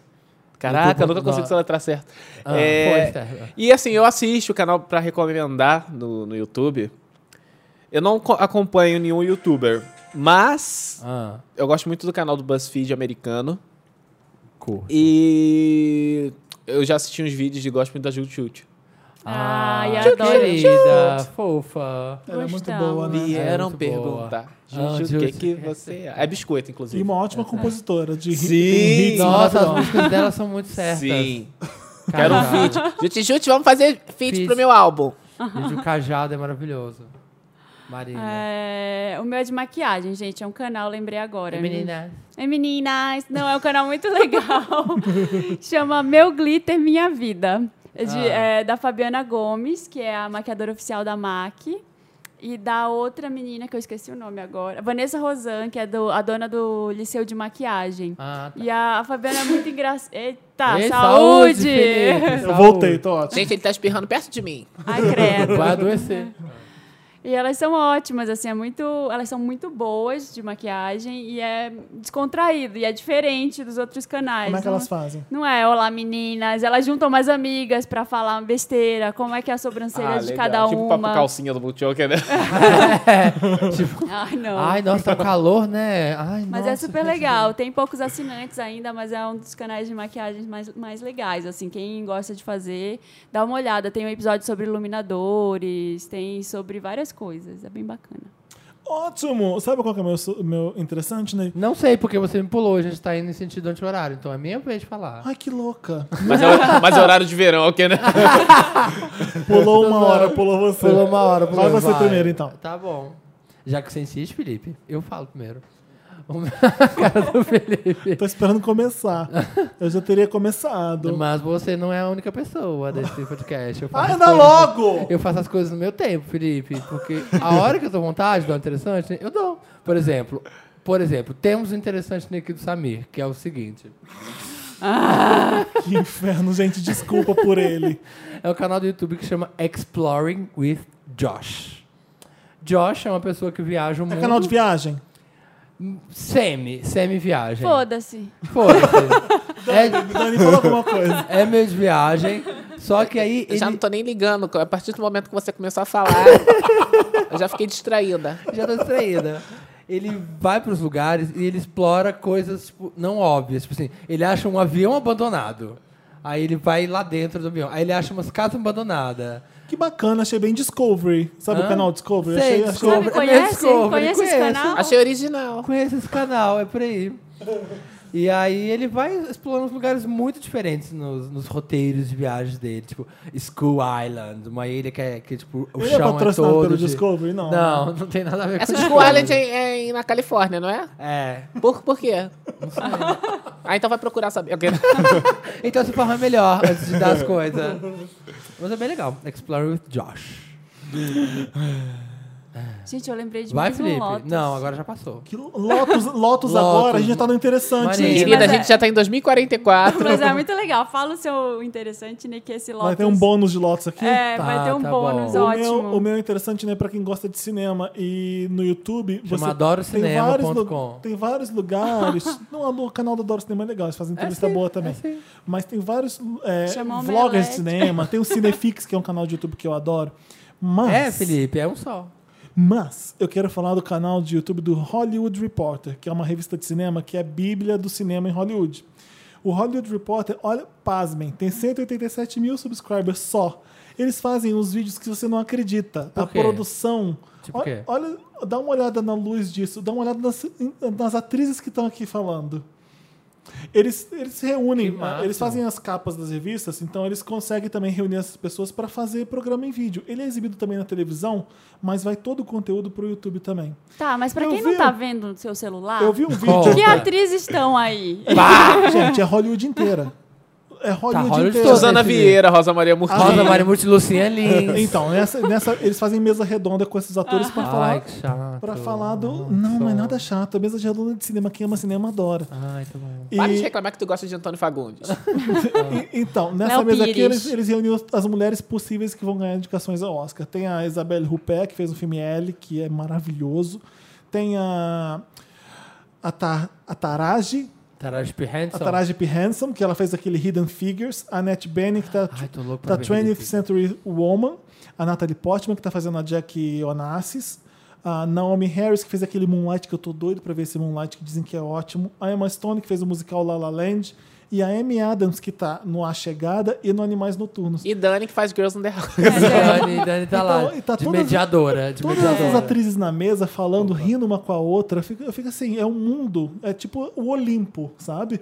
Speaker 1: Caraca, eu nunca
Speaker 4: YouTube.com.
Speaker 1: consigo soletrar certo.
Speaker 4: Ah,
Speaker 1: É,
Speaker 4: foi, Sérgio.
Speaker 1: e assim, eu assisto o canal pra recomendar no, no YouTube. Eu não co- acompanho nenhum youtuber, mas
Speaker 4: Ah,
Speaker 1: eu gosto muito do canal do BuzzFeed americano.
Speaker 4: cool.
Speaker 1: E eu já assisti uns vídeos e gosto muito da Juju Chute.
Speaker 3: Ai,
Speaker 4: Ah,
Speaker 3: adoro.
Speaker 4: querida, fofa.
Speaker 2: Ela é muito
Speaker 3: Gostamos.
Speaker 2: boa, né?
Speaker 1: Vieram
Speaker 4: muito
Speaker 1: perguntar.
Speaker 4: boa.
Speaker 1: Juju,
Speaker 4: Ah,
Speaker 1: o que,
Speaker 4: Juju,
Speaker 1: que
Speaker 4: que
Speaker 1: você. É biscoito, inclusive.
Speaker 2: E uma ótima compositora de
Speaker 1: Sim.
Speaker 2: tem hits
Speaker 4: Nossa, as
Speaker 2: maravilhosos.
Speaker 4: músicas dela são muito certas.
Speaker 1: Sim. Quero um
Speaker 4: Cajado.
Speaker 1: feat.
Speaker 6: Jute, jute, vamos fazer feat
Speaker 4: Fiz.
Speaker 6: pro meu álbum.
Speaker 4: Gente, o cajado é maravilhoso. Marina.
Speaker 3: É, o meu é de maquiagem, gente. É um canal, lembrei agora.
Speaker 4: É, menina.
Speaker 3: É meninas. Não, é um canal muito <laughs> legal. Chama Meu Glitter Minha Vida. É de-
Speaker 4: Ah.
Speaker 3: é da Fabiana Gomes, que é a maquiadora oficial da MAC. E da outra menina, que eu esqueci o nome agora. Vanessa Rosan, que é do- a dona do Liceu de Maquiagem.
Speaker 4: Ah,
Speaker 3: E a Fabiana é muito engraçada. Eita,
Speaker 4: Ei,
Speaker 3: Ah, saúde!
Speaker 4: Felipe,
Speaker 2: Eu
Speaker 4: saúde.
Speaker 2: voltei, tô ótimo.
Speaker 6: Gente, ele tá espirrando perto de mim.
Speaker 3: Ai, credo.
Speaker 4: Vai adoecer.
Speaker 3: E elas são ótimas, assim, é muito, elas são muito boas de maquiagem e é descontraído e é diferente dos outros canais.
Speaker 2: Como é que
Speaker 3: não-
Speaker 2: elas fazem?
Speaker 3: Não é, olá meninas, elas juntam mais amigas pra falar besteira, como é que é a sobrancelha
Speaker 1: Ah,
Speaker 3: de
Speaker 1: legal.
Speaker 3: cada
Speaker 1: Tipo papo
Speaker 3: <laughs> uma.
Speaker 1: calcinha do Multijoker, né?
Speaker 3: Ai, Ah, não.
Speaker 4: Ai, nossa, tá um calor, né? Ai,
Speaker 3: mas
Speaker 4: nossa,
Speaker 3: é super
Speaker 4: gente.
Speaker 3: legal, tem poucos assinantes ainda, mas é um dos canais de maquiagem mais, mais legais, assim, quem gosta de fazer, dá uma olhada, tem um episódio sobre iluminadores, tem sobre várias coisas, é bem bacana.
Speaker 2: Ótimo! Sabe qual que é o meu, su- meu interessante, né? Ney?
Speaker 4: Não sei, porque você me pulou. A gente tá indo em sentido anti-horário, então é minha vez de falar.
Speaker 2: Ai, que louca.
Speaker 1: Mas é, hor- mas é horário de verão, ok, né?
Speaker 2: Pulou uma hora, pulou você.
Speaker 4: Pulou uma hora, pulou
Speaker 2: Vai você primeiro, então.
Speaker 4: Tá bom. Já que você insiste, Felipe, eu falo primeiro. <laughs> A cara do Felipe.
Speaker 2: Tô esperando começar. Eu já teria começado.
Speaker 4: Mas você não é a única pessoa
Speaker 2: <laughs>
Speaker 4: desse podcast. Eu faço
Speaker 2: Ai,
Speaker 4: as
Speaker 2: dá
Speaker 4: coisas-
Speaker 2: logo!
Speaker 4: Eu faço as coisas no meu tempo, Felipe. Porque a hora que eu tô à vontade, dá um interessante, eu dou. Por exemplo, por exemplo, temos um interessante aqui do Samir, que é o seguinte.
Speaker 2: Que inferno, gente. Desculpa por ele.
Speaker 4: É um canal do YouTube que chama Exploring with Josh. Josh é uma pessoa que viaja o mundo.
Speaker 2: É canal de viagem?
Speaker 4: Semi, semi-viagem.
Speaker 3: Foda-se.
Speaker 4: Foda-se.
Speaker 2: O Dani falou alguma coisa.
Speaker 4: é, é meio de viagem. Só que aí.
Speaker 6: Eu já não
Speaker 4: Ele...
Speaker 6: tô nem ligando. A partir do momento que você começou
Speaker 4: <laughs>
Speaker 6: a falar, eu já fiquei distraída.
Speaker 4: já tá distraída. Ele vai pros lugares e ele explora coisas tipo, não óbvias. Tipo assim, ele acha um avião abandonado. Aí ele vai lá dentro do avião. Aí ele acha umas casas abandonadas.
Speaker 2: Que bacana, achei bem Discovery. Sabe
Speaker 4: Hã?
Speaker 2: o canal Discovery? achei,
Speaker 4: Sei,
Speaker 2: achei-
Speaker 4: Discovery.
Speaker 3: Sabe,
Speaker 4: É meio
Speaker 3: conhece?
Speaker 4: Discovery,
Speaker 3: Conhece esse
Speaker 4: conheço.
Speaker 3: canal?
Speaker 6: Achei original.
Speaker 4: Conheça esse canal, é por aí. E aí ele vai explorando uns lugares muito diferentes nos, nos roteiros de viagens dele. Tipo, School Island, uma ilha que, é, que tipo, o
Speaker 2: Ele é
Speaker 4: chão é,
Speaker 2: patrocinado
Speaker 4: todo...
Speaker 2: pelo
Speaker 4: de-
Speaker 2: Discovery? Não.
Speaker 4: Não, não tem nada a ver
Speaker 6: Essa
Speaker 4: com
Speaker 6: School Island é, é na Califórnia, não é?
Speaker 4: É.
Speaker 6: Por, por quê? Ah, então vai procurar
Speaker 4: <laughs>
Speaker 6: saber. Ok.
Speaker 4: Então se forma melhor antes de dar as coisas. Mas é bem legal. Explore with Josh.
Speaker 3: Gente, eu lembrei de
Speaker 4: Vai,
Speaker 3: mais um
Speaker 4: Felipe.
Speaker 3: Lotus.
Speaker 4: Não, agora já passou.
Speaker 2: Que Lotus, Lotus agora, a gente tá no interessante.
Speaker 4: Maria.
Speaker 2: gente.
Speaker 6: Querida, a
Speaker 3: Mas é-
Speaker 6: gente já tá em 2044.
Speaker 3: Mas é muito legal. Fala o seu interessante, né? Que esse Lotus...
Speaker 2: Então. Vai ter um bônus de Lotus aqui.
Speaker 3: É,
Speaker 4: Tá,
Speaker 3: vai ter um
Speaker 4: tá
Speaker 3: bônus
Speaker 4: bom.
Speaker 2: O
Speaker 3: ótimo.
Speaker 2: meu, o meu é interessante, né, pra quem gosta de cinema. E no YouTube.
Speaker 4: Chama
Speaker 2: você
Speaker 4: adorocinema.com.
Speaker 2: tem vários lu- Tem vários
Speaker 3: <laughs>
Speaker 2: lugares. não, o canal do Adoro Cinema é legal, eles fazem entrevista boa também. Mas tem vários é,
Speaker 3: é Chama
Speaker 2: vloggers
Speaker 3: Omelete.
Speaker 2: de cinema.
Speaker 3: <laughs>
Speaker 2: Tem o Cinefix, que é um canal de YouTube que eu adoro. Mas,
Speaker 4: É, Felipe, é um só.
Speaker 2: mas eu quero falar do canal de YouTube do Hollywood Reporter, que é uma revista de cinema que é a bíblia do cinema em Hollywood. O Hollywood Reporter, olha, pasmem, tem 187 mil subscribers só. Eles fazem uns vídeos que você não acredita.
Speaker 4: Por
Speaker 2: a
Speaker 4: quê?
Speaker 2: produção.
Speaker 4: Tipo
Speaker 2: Ol-
Speaker 4: quê?
Speaker 2: olha, dá uma olhada na luz disso, dá uma olhada nas, nas atrizes que estão aqui falando. Eles, eles se reúnem, ah,
Speaker 4: Que massa.
Speaker 2: eles fazem as capas das revistas, então eles conseguem também reunir essas pessoas para fazer programa em vídeo. Ele é exibido também na televisão, mas vai todo o conteúdo pro YouTube também.
Speaker 3: Tá, mas pra
Speaker 2: Eu
Speaker 3: quem
Speaker 2: vi
Speaker 3: não tá
Speaker 2: um-
Speaker 3: vendo no seu celular,
Speaker 2: Eu vi um vídeo.
Speaker 4: Conta.
Speaker 3: Ah. que atrizes estão
Speaker 2: <laughs>
Speaker 3: aí?
Speaker 2: Gente, é Hollywood inteira. É Hollywood,
Speaker 4: Tá Hollywood
Speaker 2: inteira.
Speaker 4: toda. né?
Speaker 1: Suzana Vieira, Rosa Maria Murtinho.
Speaker 4: Rosa Maria Multilucinha é Lins.
Speaker 2: Ah, Então, nessa, nessa- eles fazem mesa redonda com esses atores para
Speaker 4: Ah. Ai,
Speaker 2: falar.
Speaker 4: que chato.
Speaker 2: Pra falar do.
Speaker 4: Nossa.
Speaker 2: Não, não é nada chato. É mesa redonda de cinema. Quem ama cinema adora.
Speaker 4: Ai, tá bom.
Speaker 2: E-
Speaker 6: Para de reclamar que tu gosta de
Speaker 4: <laughs>
Speaker 6: Antônio Fagundes.
Speaker 2: E- Então, nessa
Speaker 3: Léo
Speaker 2: mesa aqui,
Speaker 3: Pires.
Speaker 2: eles, eles reuniram as mulheres possíveis que vão ganhar indicações ao Oscar. Tem a Isabelle Huppert, que fez o filme L, que é maravilhoso. Tem a, a, Ta- a Taraji,
Speaker 4: Taraji P.
Speaker 2: a
Speaker 4: Henson.
Speaker 2: Taraji P. Hanson, que ela fez aquele Hidden Figures. A Annette Bening, que tá,
Speaker 4: Ai, tô louco
Speaker 2: tá
Speaker 4: pra ver
Speaker 2: 20th
Speaker 4: Hidden
Speaker 2: Century Woman. A Natalie Portman, que tá fazendo a Jackie Onassis. A Naomi Harris, que fez aquele Moonlight, que eu tô doido pra ver esse Moonlight, que dizem que é ótimo. A Emma Stone, que fez o musical La La Land. E a Amy Adams, que tá no A Chegada e no Animais Noturnos.
Speaker 6: E Dani, que faz Girls in the House.
Speaker 4: É.
Speaker 2: <laughs>
Speaker 4: Dani, Dani tá lá.
Speaker 2: Então, e tá
Speaker 4: de
Speaker 2: todas-
Speaker 4: mediadora. De
Speaker 2: Todas as
Speaker 4: mediadora.
Speaker 2: atrizes na mesa falando, rindo uma com a outra, eu fico, eu fico assim, é um mundo, é tipo o Olimpo, sabe?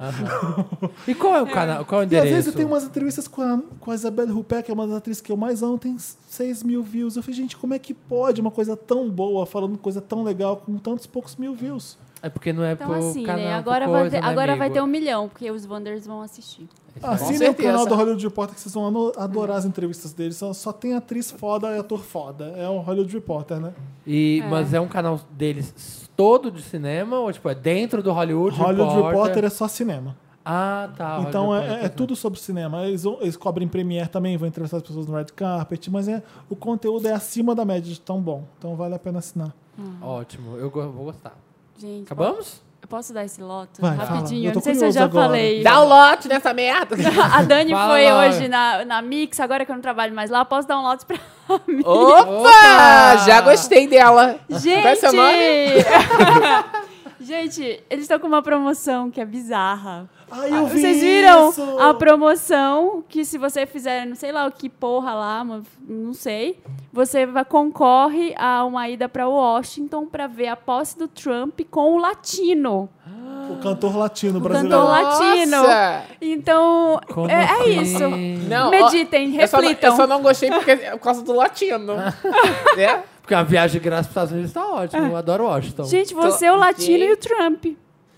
Speaker 4: E qual é o canal? Qual é
Speaker 2: E
Speaker 4: o
Speaker 2: às
Speaker 4: endereço?
Speaker 2: vezes eu tenho umas entrevistas com a, com a Isabelle Huppert, que é uma das atrizes que eu mais amo, tem 6 mil views. Eu falei, gente, como é que pode uma coisa tão boa, falando coisa tão legal, com tantos poucos mil views?
Speaker 4: É porque não é
Speaker 3: Então
Speaker 4: pro
Speaker 3: assim,
Speaker 4: canal.
Speaker 3: né?
Speaker 4: pro
Speaker 3: Agora,
Speaker 4: coisa,
Speaker 3: vai, ter,
Speaker 4: né,
Speaker 3: agora vai
Speaker 4: amigo? Ah,
Speaker 3: ter um milhão, porque os Wonders vão assistir.
Speaker 4: É
Speaker 2: Assinem Ah, o
Speaker 1: certeza.
Speaker 2: canal do Hollywood Reporter que vocês vão ano- adorar as entrevistas deles. Só, só tem atriz foda e ator foda. É o Hollywood Reporter, né?
Speaker 4: E, Mas é um canal deles todo de cinema? Ou tipo, é dentro do Hollywood
Speaker 2: Hollywood
Speaker 4: Reporter?
Speaker 2: Reporter é só cinema.
Speaker 4: Ah, tá. Hollywood
Speaker 2: Então é-
Speaker 4: Reporter,
Speaker 2: é, tudo sobre cinema. Eles, vão- eles cobrem Premiere também, vão entrevistar as pessoas no Red Carpet, mas é, o conteúdo é acima da média de tão bom. Então vale a pena assinar.
Speaker 4: Ótimo, eu go- vou gostar.
Speaker 3: Gente,
Speaker 4: Acabamos?
Speaker 3: po- eu posso dar esse loto?
Speaker 2: Vai, fala.
Speaker 3: Rapidinho.
Speaker 2: Eu
Speaker 3: Eu
Speaker 2: tô
Speaker 3: não sei se eu
Speaker 2: curioso
Speaker 3: já
Speaker 2: agora. um-
Speaker 3: falei. <laughs>
Speaker 1: Dá o lote nessa
Speaker 4: <laughs>
Speaker 1: merda.
Speaker 3: A Dani
Speaker 4: Fala,
Speaker 3: foi
Speaker 4: Laura.
Speaker 3: hoje na, na Mix, agora que eu não trabalho mais lá, posso dar um lote pra <laughs> mim.
Speaker 1: Opa!
Speaker 4: Opa!
Speaker 1: Já gostei dela.
Speaker 3: Gente!
Speaker 1: Qual é seu
Speaker 3: <laughs>
Speaker 2: <laughs>
Speaker 3: Gente, eles estão com uma promoção que é bizarra.
Speaker 2: Ai, eu vi
Speaker 3: Vocês viram
Speaker 2: isso!
Speaker 3: a promoção que se você fizer, não sei lá o que porra lá, mas não sei, você vai- concorre a uma ida pra Washington pra ver a posse do Trump com o latino.
Speaker 2: O cantor latino brasileiro.
Speaker 3: cantor latino.
Speaker 1: Nossa!
Speaker 3: Então,
Speaker 4: Como
Speaker 3: é, é
Speaker 4: assim?
Speaker 3: isso.
Speaker 1: Não,
Speaker 3: Meditem,
Speaker 1: ó, eu só não-
Speaker 3: reflitam.
Speaker 1: Eu só não gostei porque, é por causa do latino. né?
Speaker 4: Porque uma viagem de graça para os Estados Unidos tá ótimo. Eu adoro Washington.
Speaker 3: É. Gente, você, é o latino e o Trump.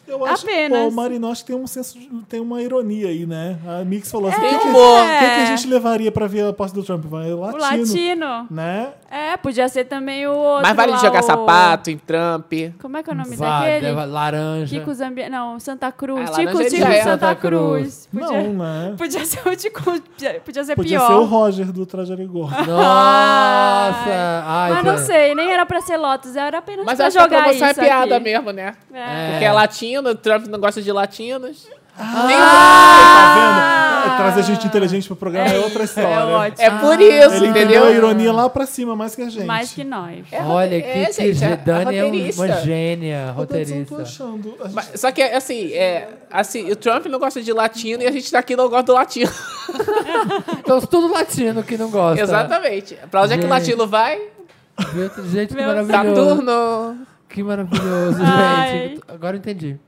Speaker 2: Eu acho,
Speaker 3: Apenas.
Speaker 2: Pô, o Marino, acho que tem um senso, de- tem uma ironia aí, né? A Mix falou assim, o que, que,
Speaker 1: humor.
Speaker 2: o que que a gente levaria pra ver a posse do Trump? Vai,
Speaker 3: É, O
Speaker 2: latino,
Speaker 3: latino.
Speaker 2: né?
Speaker 3: É, podia ser também o outro.
Speaker 1: Mas vale
Speaker 3: lá,
Speaker 1: jogar
Speaker 3: o-
Speaker 1: sapato em Trump.
Speaker 3: Como é que é o nome
Speaker 4: Vá,
Speaker 3: daquele?
Speaker 4: deva- laranja.
Speaker 3: Tico Zambia. Não, Santa Cruz.
Speaker 1: Ah, lá
Speaker 3: Tico,
Speaker 1: na
Speaker 3: Tico
Speaker 1: Jandiaí.
Speaker 3: Santa
Speaker 4: é. Santa
Speaker 3: Cruz.
Speaker 4: Cruz.
Speaker 3: Podia, <laughs>
Speaker 2: Não, né?
Speaker 3: podia ser o Tico. Podia ser
Speaker 2: Podia
Speaker 3: pior.
Speaker 2: ser o Roger do Trajari Gordo.
Speaker 4: Nossa! Ai,
Speaker 3: Mas
Speaker 4: tá-
Speaker 3: Ah, não
Speaker 2: né?
Speaker 3: sei, nem era pra ser Lotus, era apenas
Speaker 1: Mas
Speaker 3: pra
Speaker 1: acho que a
Speaker 3: jogar isso.
Speaker 1: promoção é piada
Speaker 3: aqui.
Speaker 1: mesmo, né?
Speaker 3: É.
Speaker 1: Porque é latino, o Trump não gosta de latinos.
Speaker 2: Tá vendo? É, Trazer gente inteligente pro programa é,
Speaker 3: Ah! É
Speaker 2: outra
Speaker 3: isso,
Speaker 2: história.
Speaker 3: é ótimo.
Speaker 1: É por isso,
Speaker 2: Ele entendeu
Speaker 1: entendeu?
Speaker 2: a ironia lá pra cima, mais que a gente.
Speaker 3: Mais que nós.
Speaker 1: É,
Speaker 4: Olha, que,
Speaker 1: é,
Speaker 4: que
Speaker 1: gente, é- é
Speaker 4: Dani é
Speaker 1: roteirista.
Speaker 4: uma gênia
Speaker 2: Eu tô dizendo o que eu tô
Speaker 4: roteirista.
Speaker 2: achando. A gente-
Speaker 1: Mas- Só que, assim, é, assim, o Trump não gosta de latino e a gente tá aqui não gosta do latino.
Speaker 4: Então, tudo latino que não gosta.
Speaker 1: Exatamente. Pra onde é que o
Speaker 4: Gente.
Speaker 1: latino vai?
Speaker 4: Viu? Gente, que
Speaker 3: Meu
Speaker 4: maravilhoso.
Speaker 1: Saturno.
Speaker 4: Que maravilhoso,
Speaker 3: Ai.
Speaker 4: gente. Agora eu entendi.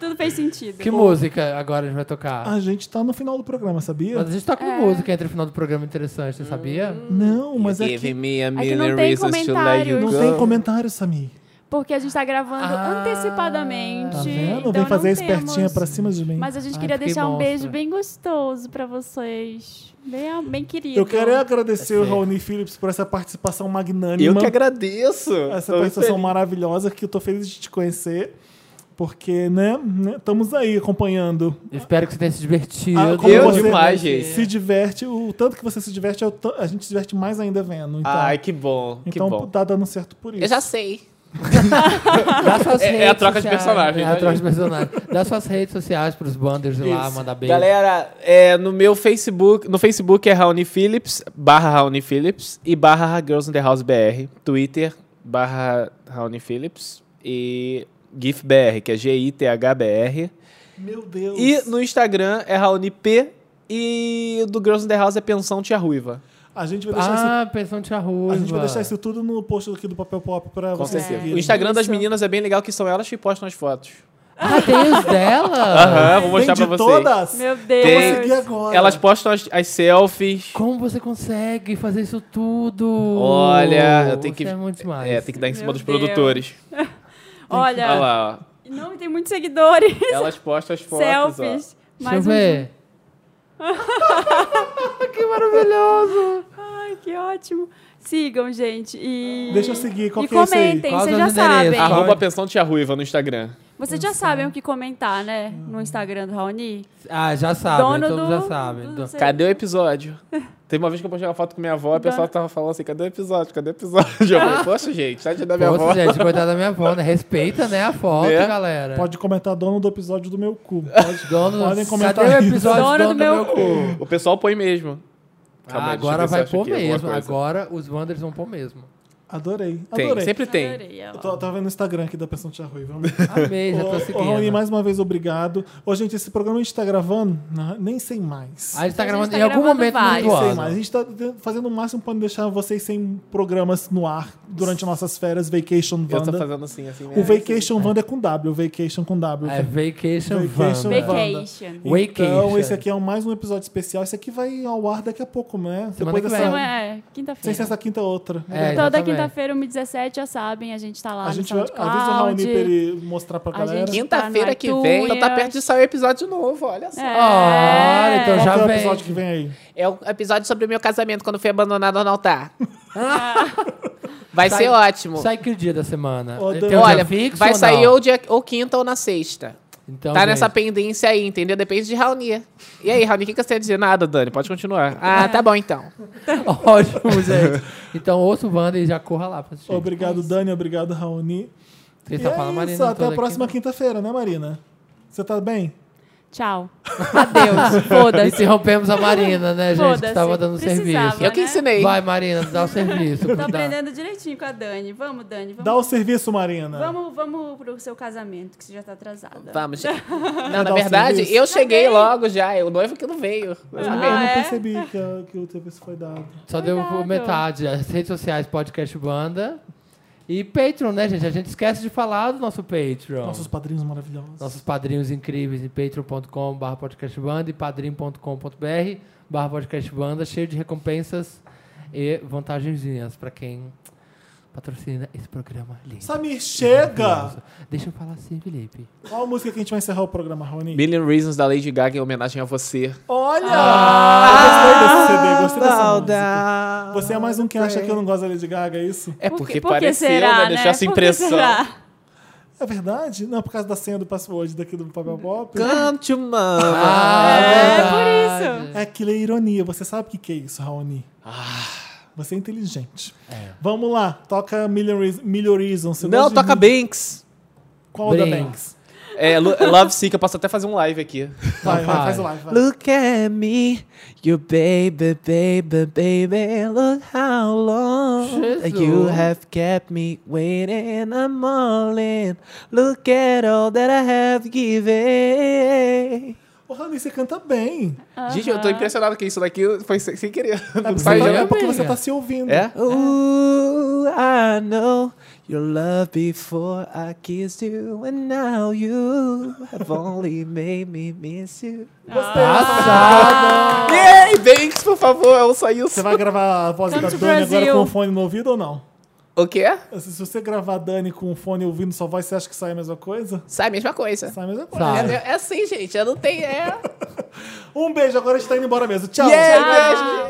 Speaker 3: Tudo fez sentido.
Speaker 4: Que música agora a gente vai tocar?
Speaker 2: A gente tá no final do programa, sabia?
Speaker 4: Mas a gente toca uma música entre o final do programa interessante, você sabia?
Speaker 2: Não, mas é que
Speaker 1: me a
Speaker 3: million não tem reasons to let you
Speaker 2: não
Speaker 3: go.
Speaker 2: tem comentário, Samir.
Speaker 3: Porque a gente tá gravando
Speaker 4: Ah,
Speaker 3: antecipadamente.
Speaker 2: Tá vendo?
Speaker 3: Então
Speaker 2: Vem fazer a
Speaker 3: não
Speaker 2: espertinha
Speaker 3: temos-
Speaker 2: pra cima de mim.
Speaker 3: Mas a gente
Speaker 4: Ai,
Speaker 3: queria
Speaker 4: fiquei
Speaker 3: deixar um
Speaker 4: monstra.
Speaker 3: beijo bem gostoso pra vocês. Bem, bem querido.
Speaker 2: Eu quero é agradecer o
Speaker 4: certo.
Speaker 2: Raoni Phillips por essa participação
Speaker 6: Eu
Speaker 2: magnânima.
Speaker 6: que agradeço.
Speaker 2: Essa
Speaker 6: Tô muito
Speaker 2: participação
Speaker 6: feliz.
Speaker 2: maravilhosa que eu tô feliz de te conhecer. Porque, né, né, estamos aí acompanhando.
Speaker 4: Eu Espero que você tenha se divertido.
Speaker 2: Ah, como
Speaker 6: Eu
Speaker 2: você
Speaker 6: demais, gente.
Speaker 2: se diverte, o tanto que você se diverte, é o tan- a gente se diverte mais ainda vendo. Então,
Speaker 6: Ai, que bom. Que
Speaker 2: então
Speaker 6: bom.
Speaker 2: tá dando certo por isso.
Speaker 1: Eu já
Speaker 3: Tá
Speaker 1: sei.
Speaker 4: Dá suas
Speaker 6: É- é a
Speaker 4: redes
Speaker 6: troca de
Speaker 4: sociais.
Speaker 6: personagem,
Speaker 4: É
Speaker 6: né,
Speaker 4: a troca de personagem. Dá suas redes sociais pros banders ir lá,
Speaker 6: Isso.
Speaker 4: mandar beijo.
Speaker 6: Galera, é, no meu Facebook, no Facebook é Raoni Phillips, barra Raoni Phillips e barra Girls in the House BR, Twitter, barra Raoni Phillips e GIFBR, que é G-I-T-H-B-R.
Speaker 2: Meu Deus.
Speaker 6: E no Instagram é Raoni P e do Girls in the House é Pensão Tia Ruiva.
Speaker 2: A gente vai deixar isso.
Speaker 4: Ah, pensão de tia Ruiva.
Speaker 2: A gente vai deixar isso tudo no post aqui do Papel Pop pra
Speaker 6: Com
Speaker 2: vocês.
Speaker 6: certeza.
Speaker 2: seguirem.
Speaker 6: O Instagram das
Speaker 2: Isso.
Speaker 6: meninas é bem legal, que são elas que postam as fotos.
Speaker 4: Ah, tem os dela?
Speaker 6: Aham, vou mostrar
Speaker 2: Tem
Speaker 6: pra
Speaker 2: de
Speaker 6: vocês.
Speaker 2: todas?
Speaker 3: Meu
Speaker 2: Vou
Speaker 6: Tem-
Speaker 3: Deus.
Speaker 2: seguir agora.
Speaker 6: Elas postam as, as selfies.
Speaker 4: Como você consegue fazer isso tudo?
Speaker 6: Olha, eu tenho
Speaker 4: Você
Speaker 6: que.
Speaker 4: é muito demais.
Speaker 6: É, tem que dar em cima
Speaker 3: Meu
Speaker 6: dos
Speaker 3: Deus.
Speaker 6: produtores. Olha
Speaker 3: Olha,
Speaker 6: lá, ó.
Speaker 3: não tem muitos seguidores. <laughs>
Speaker 6: Elas postam as fotos,
Speaker 3: Selfies.
Speaker 4: Deixa eu
Speaker 3: um-
Speaker 4: ver.
Speaker 3: que maravilhoso! Ai, que ótimo. Sigam, gente. E...
Speaker 2: Deixa eu seguir, qual
Speaker 3: e
Speaker 2: que é esse aí?
Speaker 3: comentem,
Speaker 4: Qual
Speaker 3: vocês
Speaker 4: é o
Speaker 3: já
Speaker 4: endereço?
Speaker 6: ó.
Speaker 3: sabem.
Speaker 6: Arroba Pensão Tia Ruiva no Instagram.
Speaker 3: Vocês já sabem o que comentar, né? No Instagram do Raoni.
Speaker 4: Ah, já sabe,
Speaker 3: Dono
Speaker 4: todos
Speaker 3: do-
Speaker 4: já sabem.
Speaker 3: do-
Speaker 6: Cadê o episódio? Teve uma vez que eu postei uma foto com minha avó, o pessoal tava falando assim, cadê o episódio? Cadê o episódio? Eu falei, poxa, gente, tá de dar minha
Speaker 4: Poxa,
Speaker 6: avó.
Speaker 4: gente, coitada da minha avó, né? Respeita, né, a foto,
Speaker 6: Né?
Speaker 4: galera.
Speaker 2: Pode comentar dono do episódio do meu cu. Pode,
Speaker 4: Dono,
Speaker 2: podem comentar
Speaker 4: cadê o
Speaker 2: isso.
Speaker 4: episódio
Speaker 3: Dono
Speaker 4: dono,
Speaker 3: do
Speaker 4: do
Speaker 3: meu
Speaker 4: meu cu?
Speaker 6: O pessoal põe mesmo. Calma
Speaker 4: Ah,
Speaker 6: aí, deixa eu
Speaker 4: agora
Speaker 6: ver se eu
Speaker 4: vai
Speaker 6: acho
Speaker 4: pôr
Speaker 6: aqui alguma
Speaker 4: mesmo.
Speaker 6: coisa.
Speaker 4: Agora os Wanders vão pôr mesmo.
Speaker 2: Adorei,
Speaker 6: Tem,
Speaker 2: adorei.
Speaker 6: sempre tem.
Speaker 3: Adorei ela.
Speaker 2: Eu tô, tava vendo o Instagram aqui da Pensão Tia
Speaker 4: <laughs>
Speaker 2: Rui. Vamos
Speaker 4: Amei, já tô
Speaker 2: Ô, ô, Rony,
Speaker 4: seguindo.
Speaker 2: mais uma vez, obrigado. Ô, gente, esse programa a gente tá gravando, né? nem sei mais.
Speaker 4: A gente tá
Speaker 3: A gente
Speaker 4: gravando
Speaker 3: tá
Speaker 4: em algum
Speaker 3: gravando
Speaker 4: momento
Speaker 3: vários.
Speaker 4: do
Speaker 3: Não
Speaker 2: Sei
Speaker 4: ano.
Speaker 2: mais. A gente tá te- fazendo o máximo pra não deixar vocês sem programas no ar durante nossas férias, Vacation
Speaker 6: Eu tô
Speaker 2: Vanda.
Speaker 6: fazendo assim, assim
Speaker 2: O
Speaker 6: mesmo.
Speaker 2: Vacation Vanda é com W, o Vacation com W.
Speaker 4: É Vacation, né?
Speaker 2: Vacation
Speaker 4: Wanda.
Speaker 2: Wanda.
Speaker 3: Vacation.
Speaker 4: Vacation.
Speaker 2: Então, esse aqui é mais um episódio especial. Esse aqui vai ao ar daqui a pouco, né?
Speaker 4: Semana
Speaker 2: Depois
Speaker 4: que
Speaker 2: dessa.
Speaker 4: vem.
Speaker 3: Então é
Speaker 2: Sem ser
Speaker 3: quinta-feira.
Speaker 2: essa quinta, outra.
Speaker 4: É,
Speaker 3: Toda
Speaker 4: exatamente.
Speaker 3: Quinta-feira, 1h17, já sabem, a gente tá lá
Speaker 2: a
Speaker 3: no
Speaker 2: gente vai, avisa o
Speaker 3: SoundCloud.
Speaker 2: Raoni pra ele mostrar pra
Speaker 3: A
Speaker 2: galera.
Speaker 3: gente-
Speaker 6: Quinta-feira
Speaker 3: Tá no
Speaker 6: que vem. Então tá
Speaker 3: iTunes.
Speaker 6: perto de sair o episódio novo, olha só.
Speaker 3: É.
Speaker 4: Olha, então
Speaker 2: Qual
Speaker 4: já
Speaker 2: que é o
Speaker 4: vem.
Speaker 2: episódio que vem aí?
Speaker 6: É o episódio sobre o meu casamento quando fui abandonado no altar. Vai
Speaker 4: Sai-
Speaker 6: ser ótimo.
Speaker 4: Sai que dia da semana?
Speaker 2: Ô,
Speaker 4: Tem
Speaker 2: Dan-
Speaker 4: um dia
Speaker 6: Olha,
Speaker 4: fixo
Speaker 6: vai
Speaker 4: ou
Speaker 6: sair
Speaker 4: não?
Speaker 6: ou, dia, ou quinta ou na sexta.
Speaker 4: Então,
Speaker 6: tá
Speaker 4: gente,
Speaker 6: nessa pendência aí, entendeu? Depende de Raoni. E aí, Raoni, o que que você tem a dizer? Nada, Dani, pode continuar. Ah, tá bom então.
Speaker 4: <laughs> Ótimo, gente. Então ouça o Wanda e já corra lá pra assistir.
Speaker 2: Obrigado, Dani. Obrigado, Raoni. E
Speaker 4: Ele tá
Speaker 2: é
Speaker 4: falando, Marina,
Speaker 2: isso, até
Speaker 4: toda
Speaker 2: a próxima
Speaker 4: aqui.
Speaker 2: quinta-feira, né, Marina? Você tá bem?
Speaker 3: Tchau.
Speaker 4: <laughs>
Speaker 3: Adeus. Foda-se.
Speaker 4: Interrompemos a Marina, né, gente? Que
Speaker 3: Foda-se.
Speaker 4: tava dando
Speaker 3: Precisava.
Speaker 4: serviço.
Speaker 6: Eu que
Speaker 3: né?
Speaker 6: ensinei.
Speaker 4: Vai, Marina, dá o serviço.
Speaker 3: Tô
Speaker 4: dá.
Speaker 3: aprendendo direitinho com a Dani. Vamos, Dani. Vamos,
Speaker 2: Dá um- o serviço, Marina.
Speaker 3: vamos, vamos pro seu casamento, que você já tá atrasada.
Speaker 6: Vamos. gente. Não,
Speaker 2: Quer dar
Speaker 6: na
Speaker 2: um
Speaker 6: verdade,
Speaker 2: serviço?
Speaker 6: eu cheguei
Speaker 3: Cadê?
Speaker 6: logo já. é O noivo que não veio. Mas não
Speaker 3: Ah,
Speaker 2: Eu
Speaker 6: veio.
Speaker 2: não
Speaker 3: é?
Speaker 2: percebi que, a- que o serviço foi dado.
Speaker 4: Só deu
Speaker 3: Cuidado.
Speaker 4: metade. As redes sociais, podcast Banda. E Patreon, né, gente? A gente esquece de falar do nosso Patreon.
Speaker 2: Nossos padrinhos maravilhosos.
Speaker 4: Nossos padrinhos incríveis em patreon.com barra podcastbanda e padrim.com.br barra podcastbanda, cheio de recompensas e vantagenzinhas pra quem patrocina esse programa lindo.
Speaker 2: Samir, chega!
Speaker 4: Deixa eu falar assim, Felipe.
Speaker 2: Qual a música que a gente vai encerrar o programa, Raoni?
Speaker 1: Million Reasons da Lady Gaga em homenagem a você.
Speaker 2: Olha! Ah, gostei desse CD, gostei dessa música. Você é mais um que acha que eu não gosto da Lady Gaga, é isso?
Speaker 1: É
Speaker 3: Por
Speaker 1: porque
Speaker 3: que- por que
Speaker 1: pareceu,
Speaker 3: será,
Speaker 1: né? Deixou essa
Speaker 3: Por que
Speaker 1: impressão.
Speaker 3: será?
Speaker 2: É verdade? Não, por causa da senha do password daqui do Papel Pop.
Speaker 1: Cante, mano.
Speaker 4: Ah,
Speaker 3: É por isso.
Speaker 2: É aquilo é ironia. Você sabe o que, que é isso, Raoni? Você é inteligente. Vamos lá, toca Million, Reas- Million Reasons. Você
Speaker 1: Não,
Speaker 2: gosta de
Speaker 1: toca
Speaker 2: mil-
Speaker 1: Banks.
Speaker 2: Qual da
Speaker 4: Bem.
Speaker 2: Banks?
Speaker 1: É, Lu- Love Sick, eu posso até fazer um live aqui.
Speaker 2: Vai, vai,
Speaker 4: Então vai.
Speaker 2: faz o live. vai.
Speaker 1: Look at me, you baby, baby, baby. Look how long
Speaker 4: Jesus.
Speaker 1: you have kept me waiting. I'm all in. Look at all that I have given.
Speaker 2: Ô, Raoni, você canta bem.
Speaker 1: Gente, eu tô impressionado que isso daqui foi sem, sem querer. Não
Speaker 2: Você
Speaker 1: sai
Speaker 2: tá-
Speaker 1: já.
Speaker 2: é porque
Speaker 4: amiga.
Speaker 2: você tá se ouvindo.
Speaker 1: É? Ooh, I know your love before I kissed you, and now you have only made me miss you.
Speaker 4: Passada!
Speaker 1: Yay, Banks, por favor, ouça isso.
Speaker 2: Você vai gravar a voz
Speaker 3: Come
Speaker 2: da
Speaker 3: to
Speaker 2: Dani agora
Speaker 3: Brasil.
Speaker 2: com o fone no ouvido ou não?
Speaker 1: O quê?
Speaker 2: Se se você gravar a Dani com o fone ouvindo sua voz, você acha que sai a mesma coisa?
Speaker 6: Sai a mesma coisa.
Speaker 2: Sai a mesma coisa.
Speaker 4: Sabe?
Speaker 6: É, é assim, gente. Eu não tenho. É...
Speaker 2: Um beijo, agora a gente tá indo embora mesmo. Tchau.
Speaker 6: é,
Speaker 1: Yay, beijo, gente.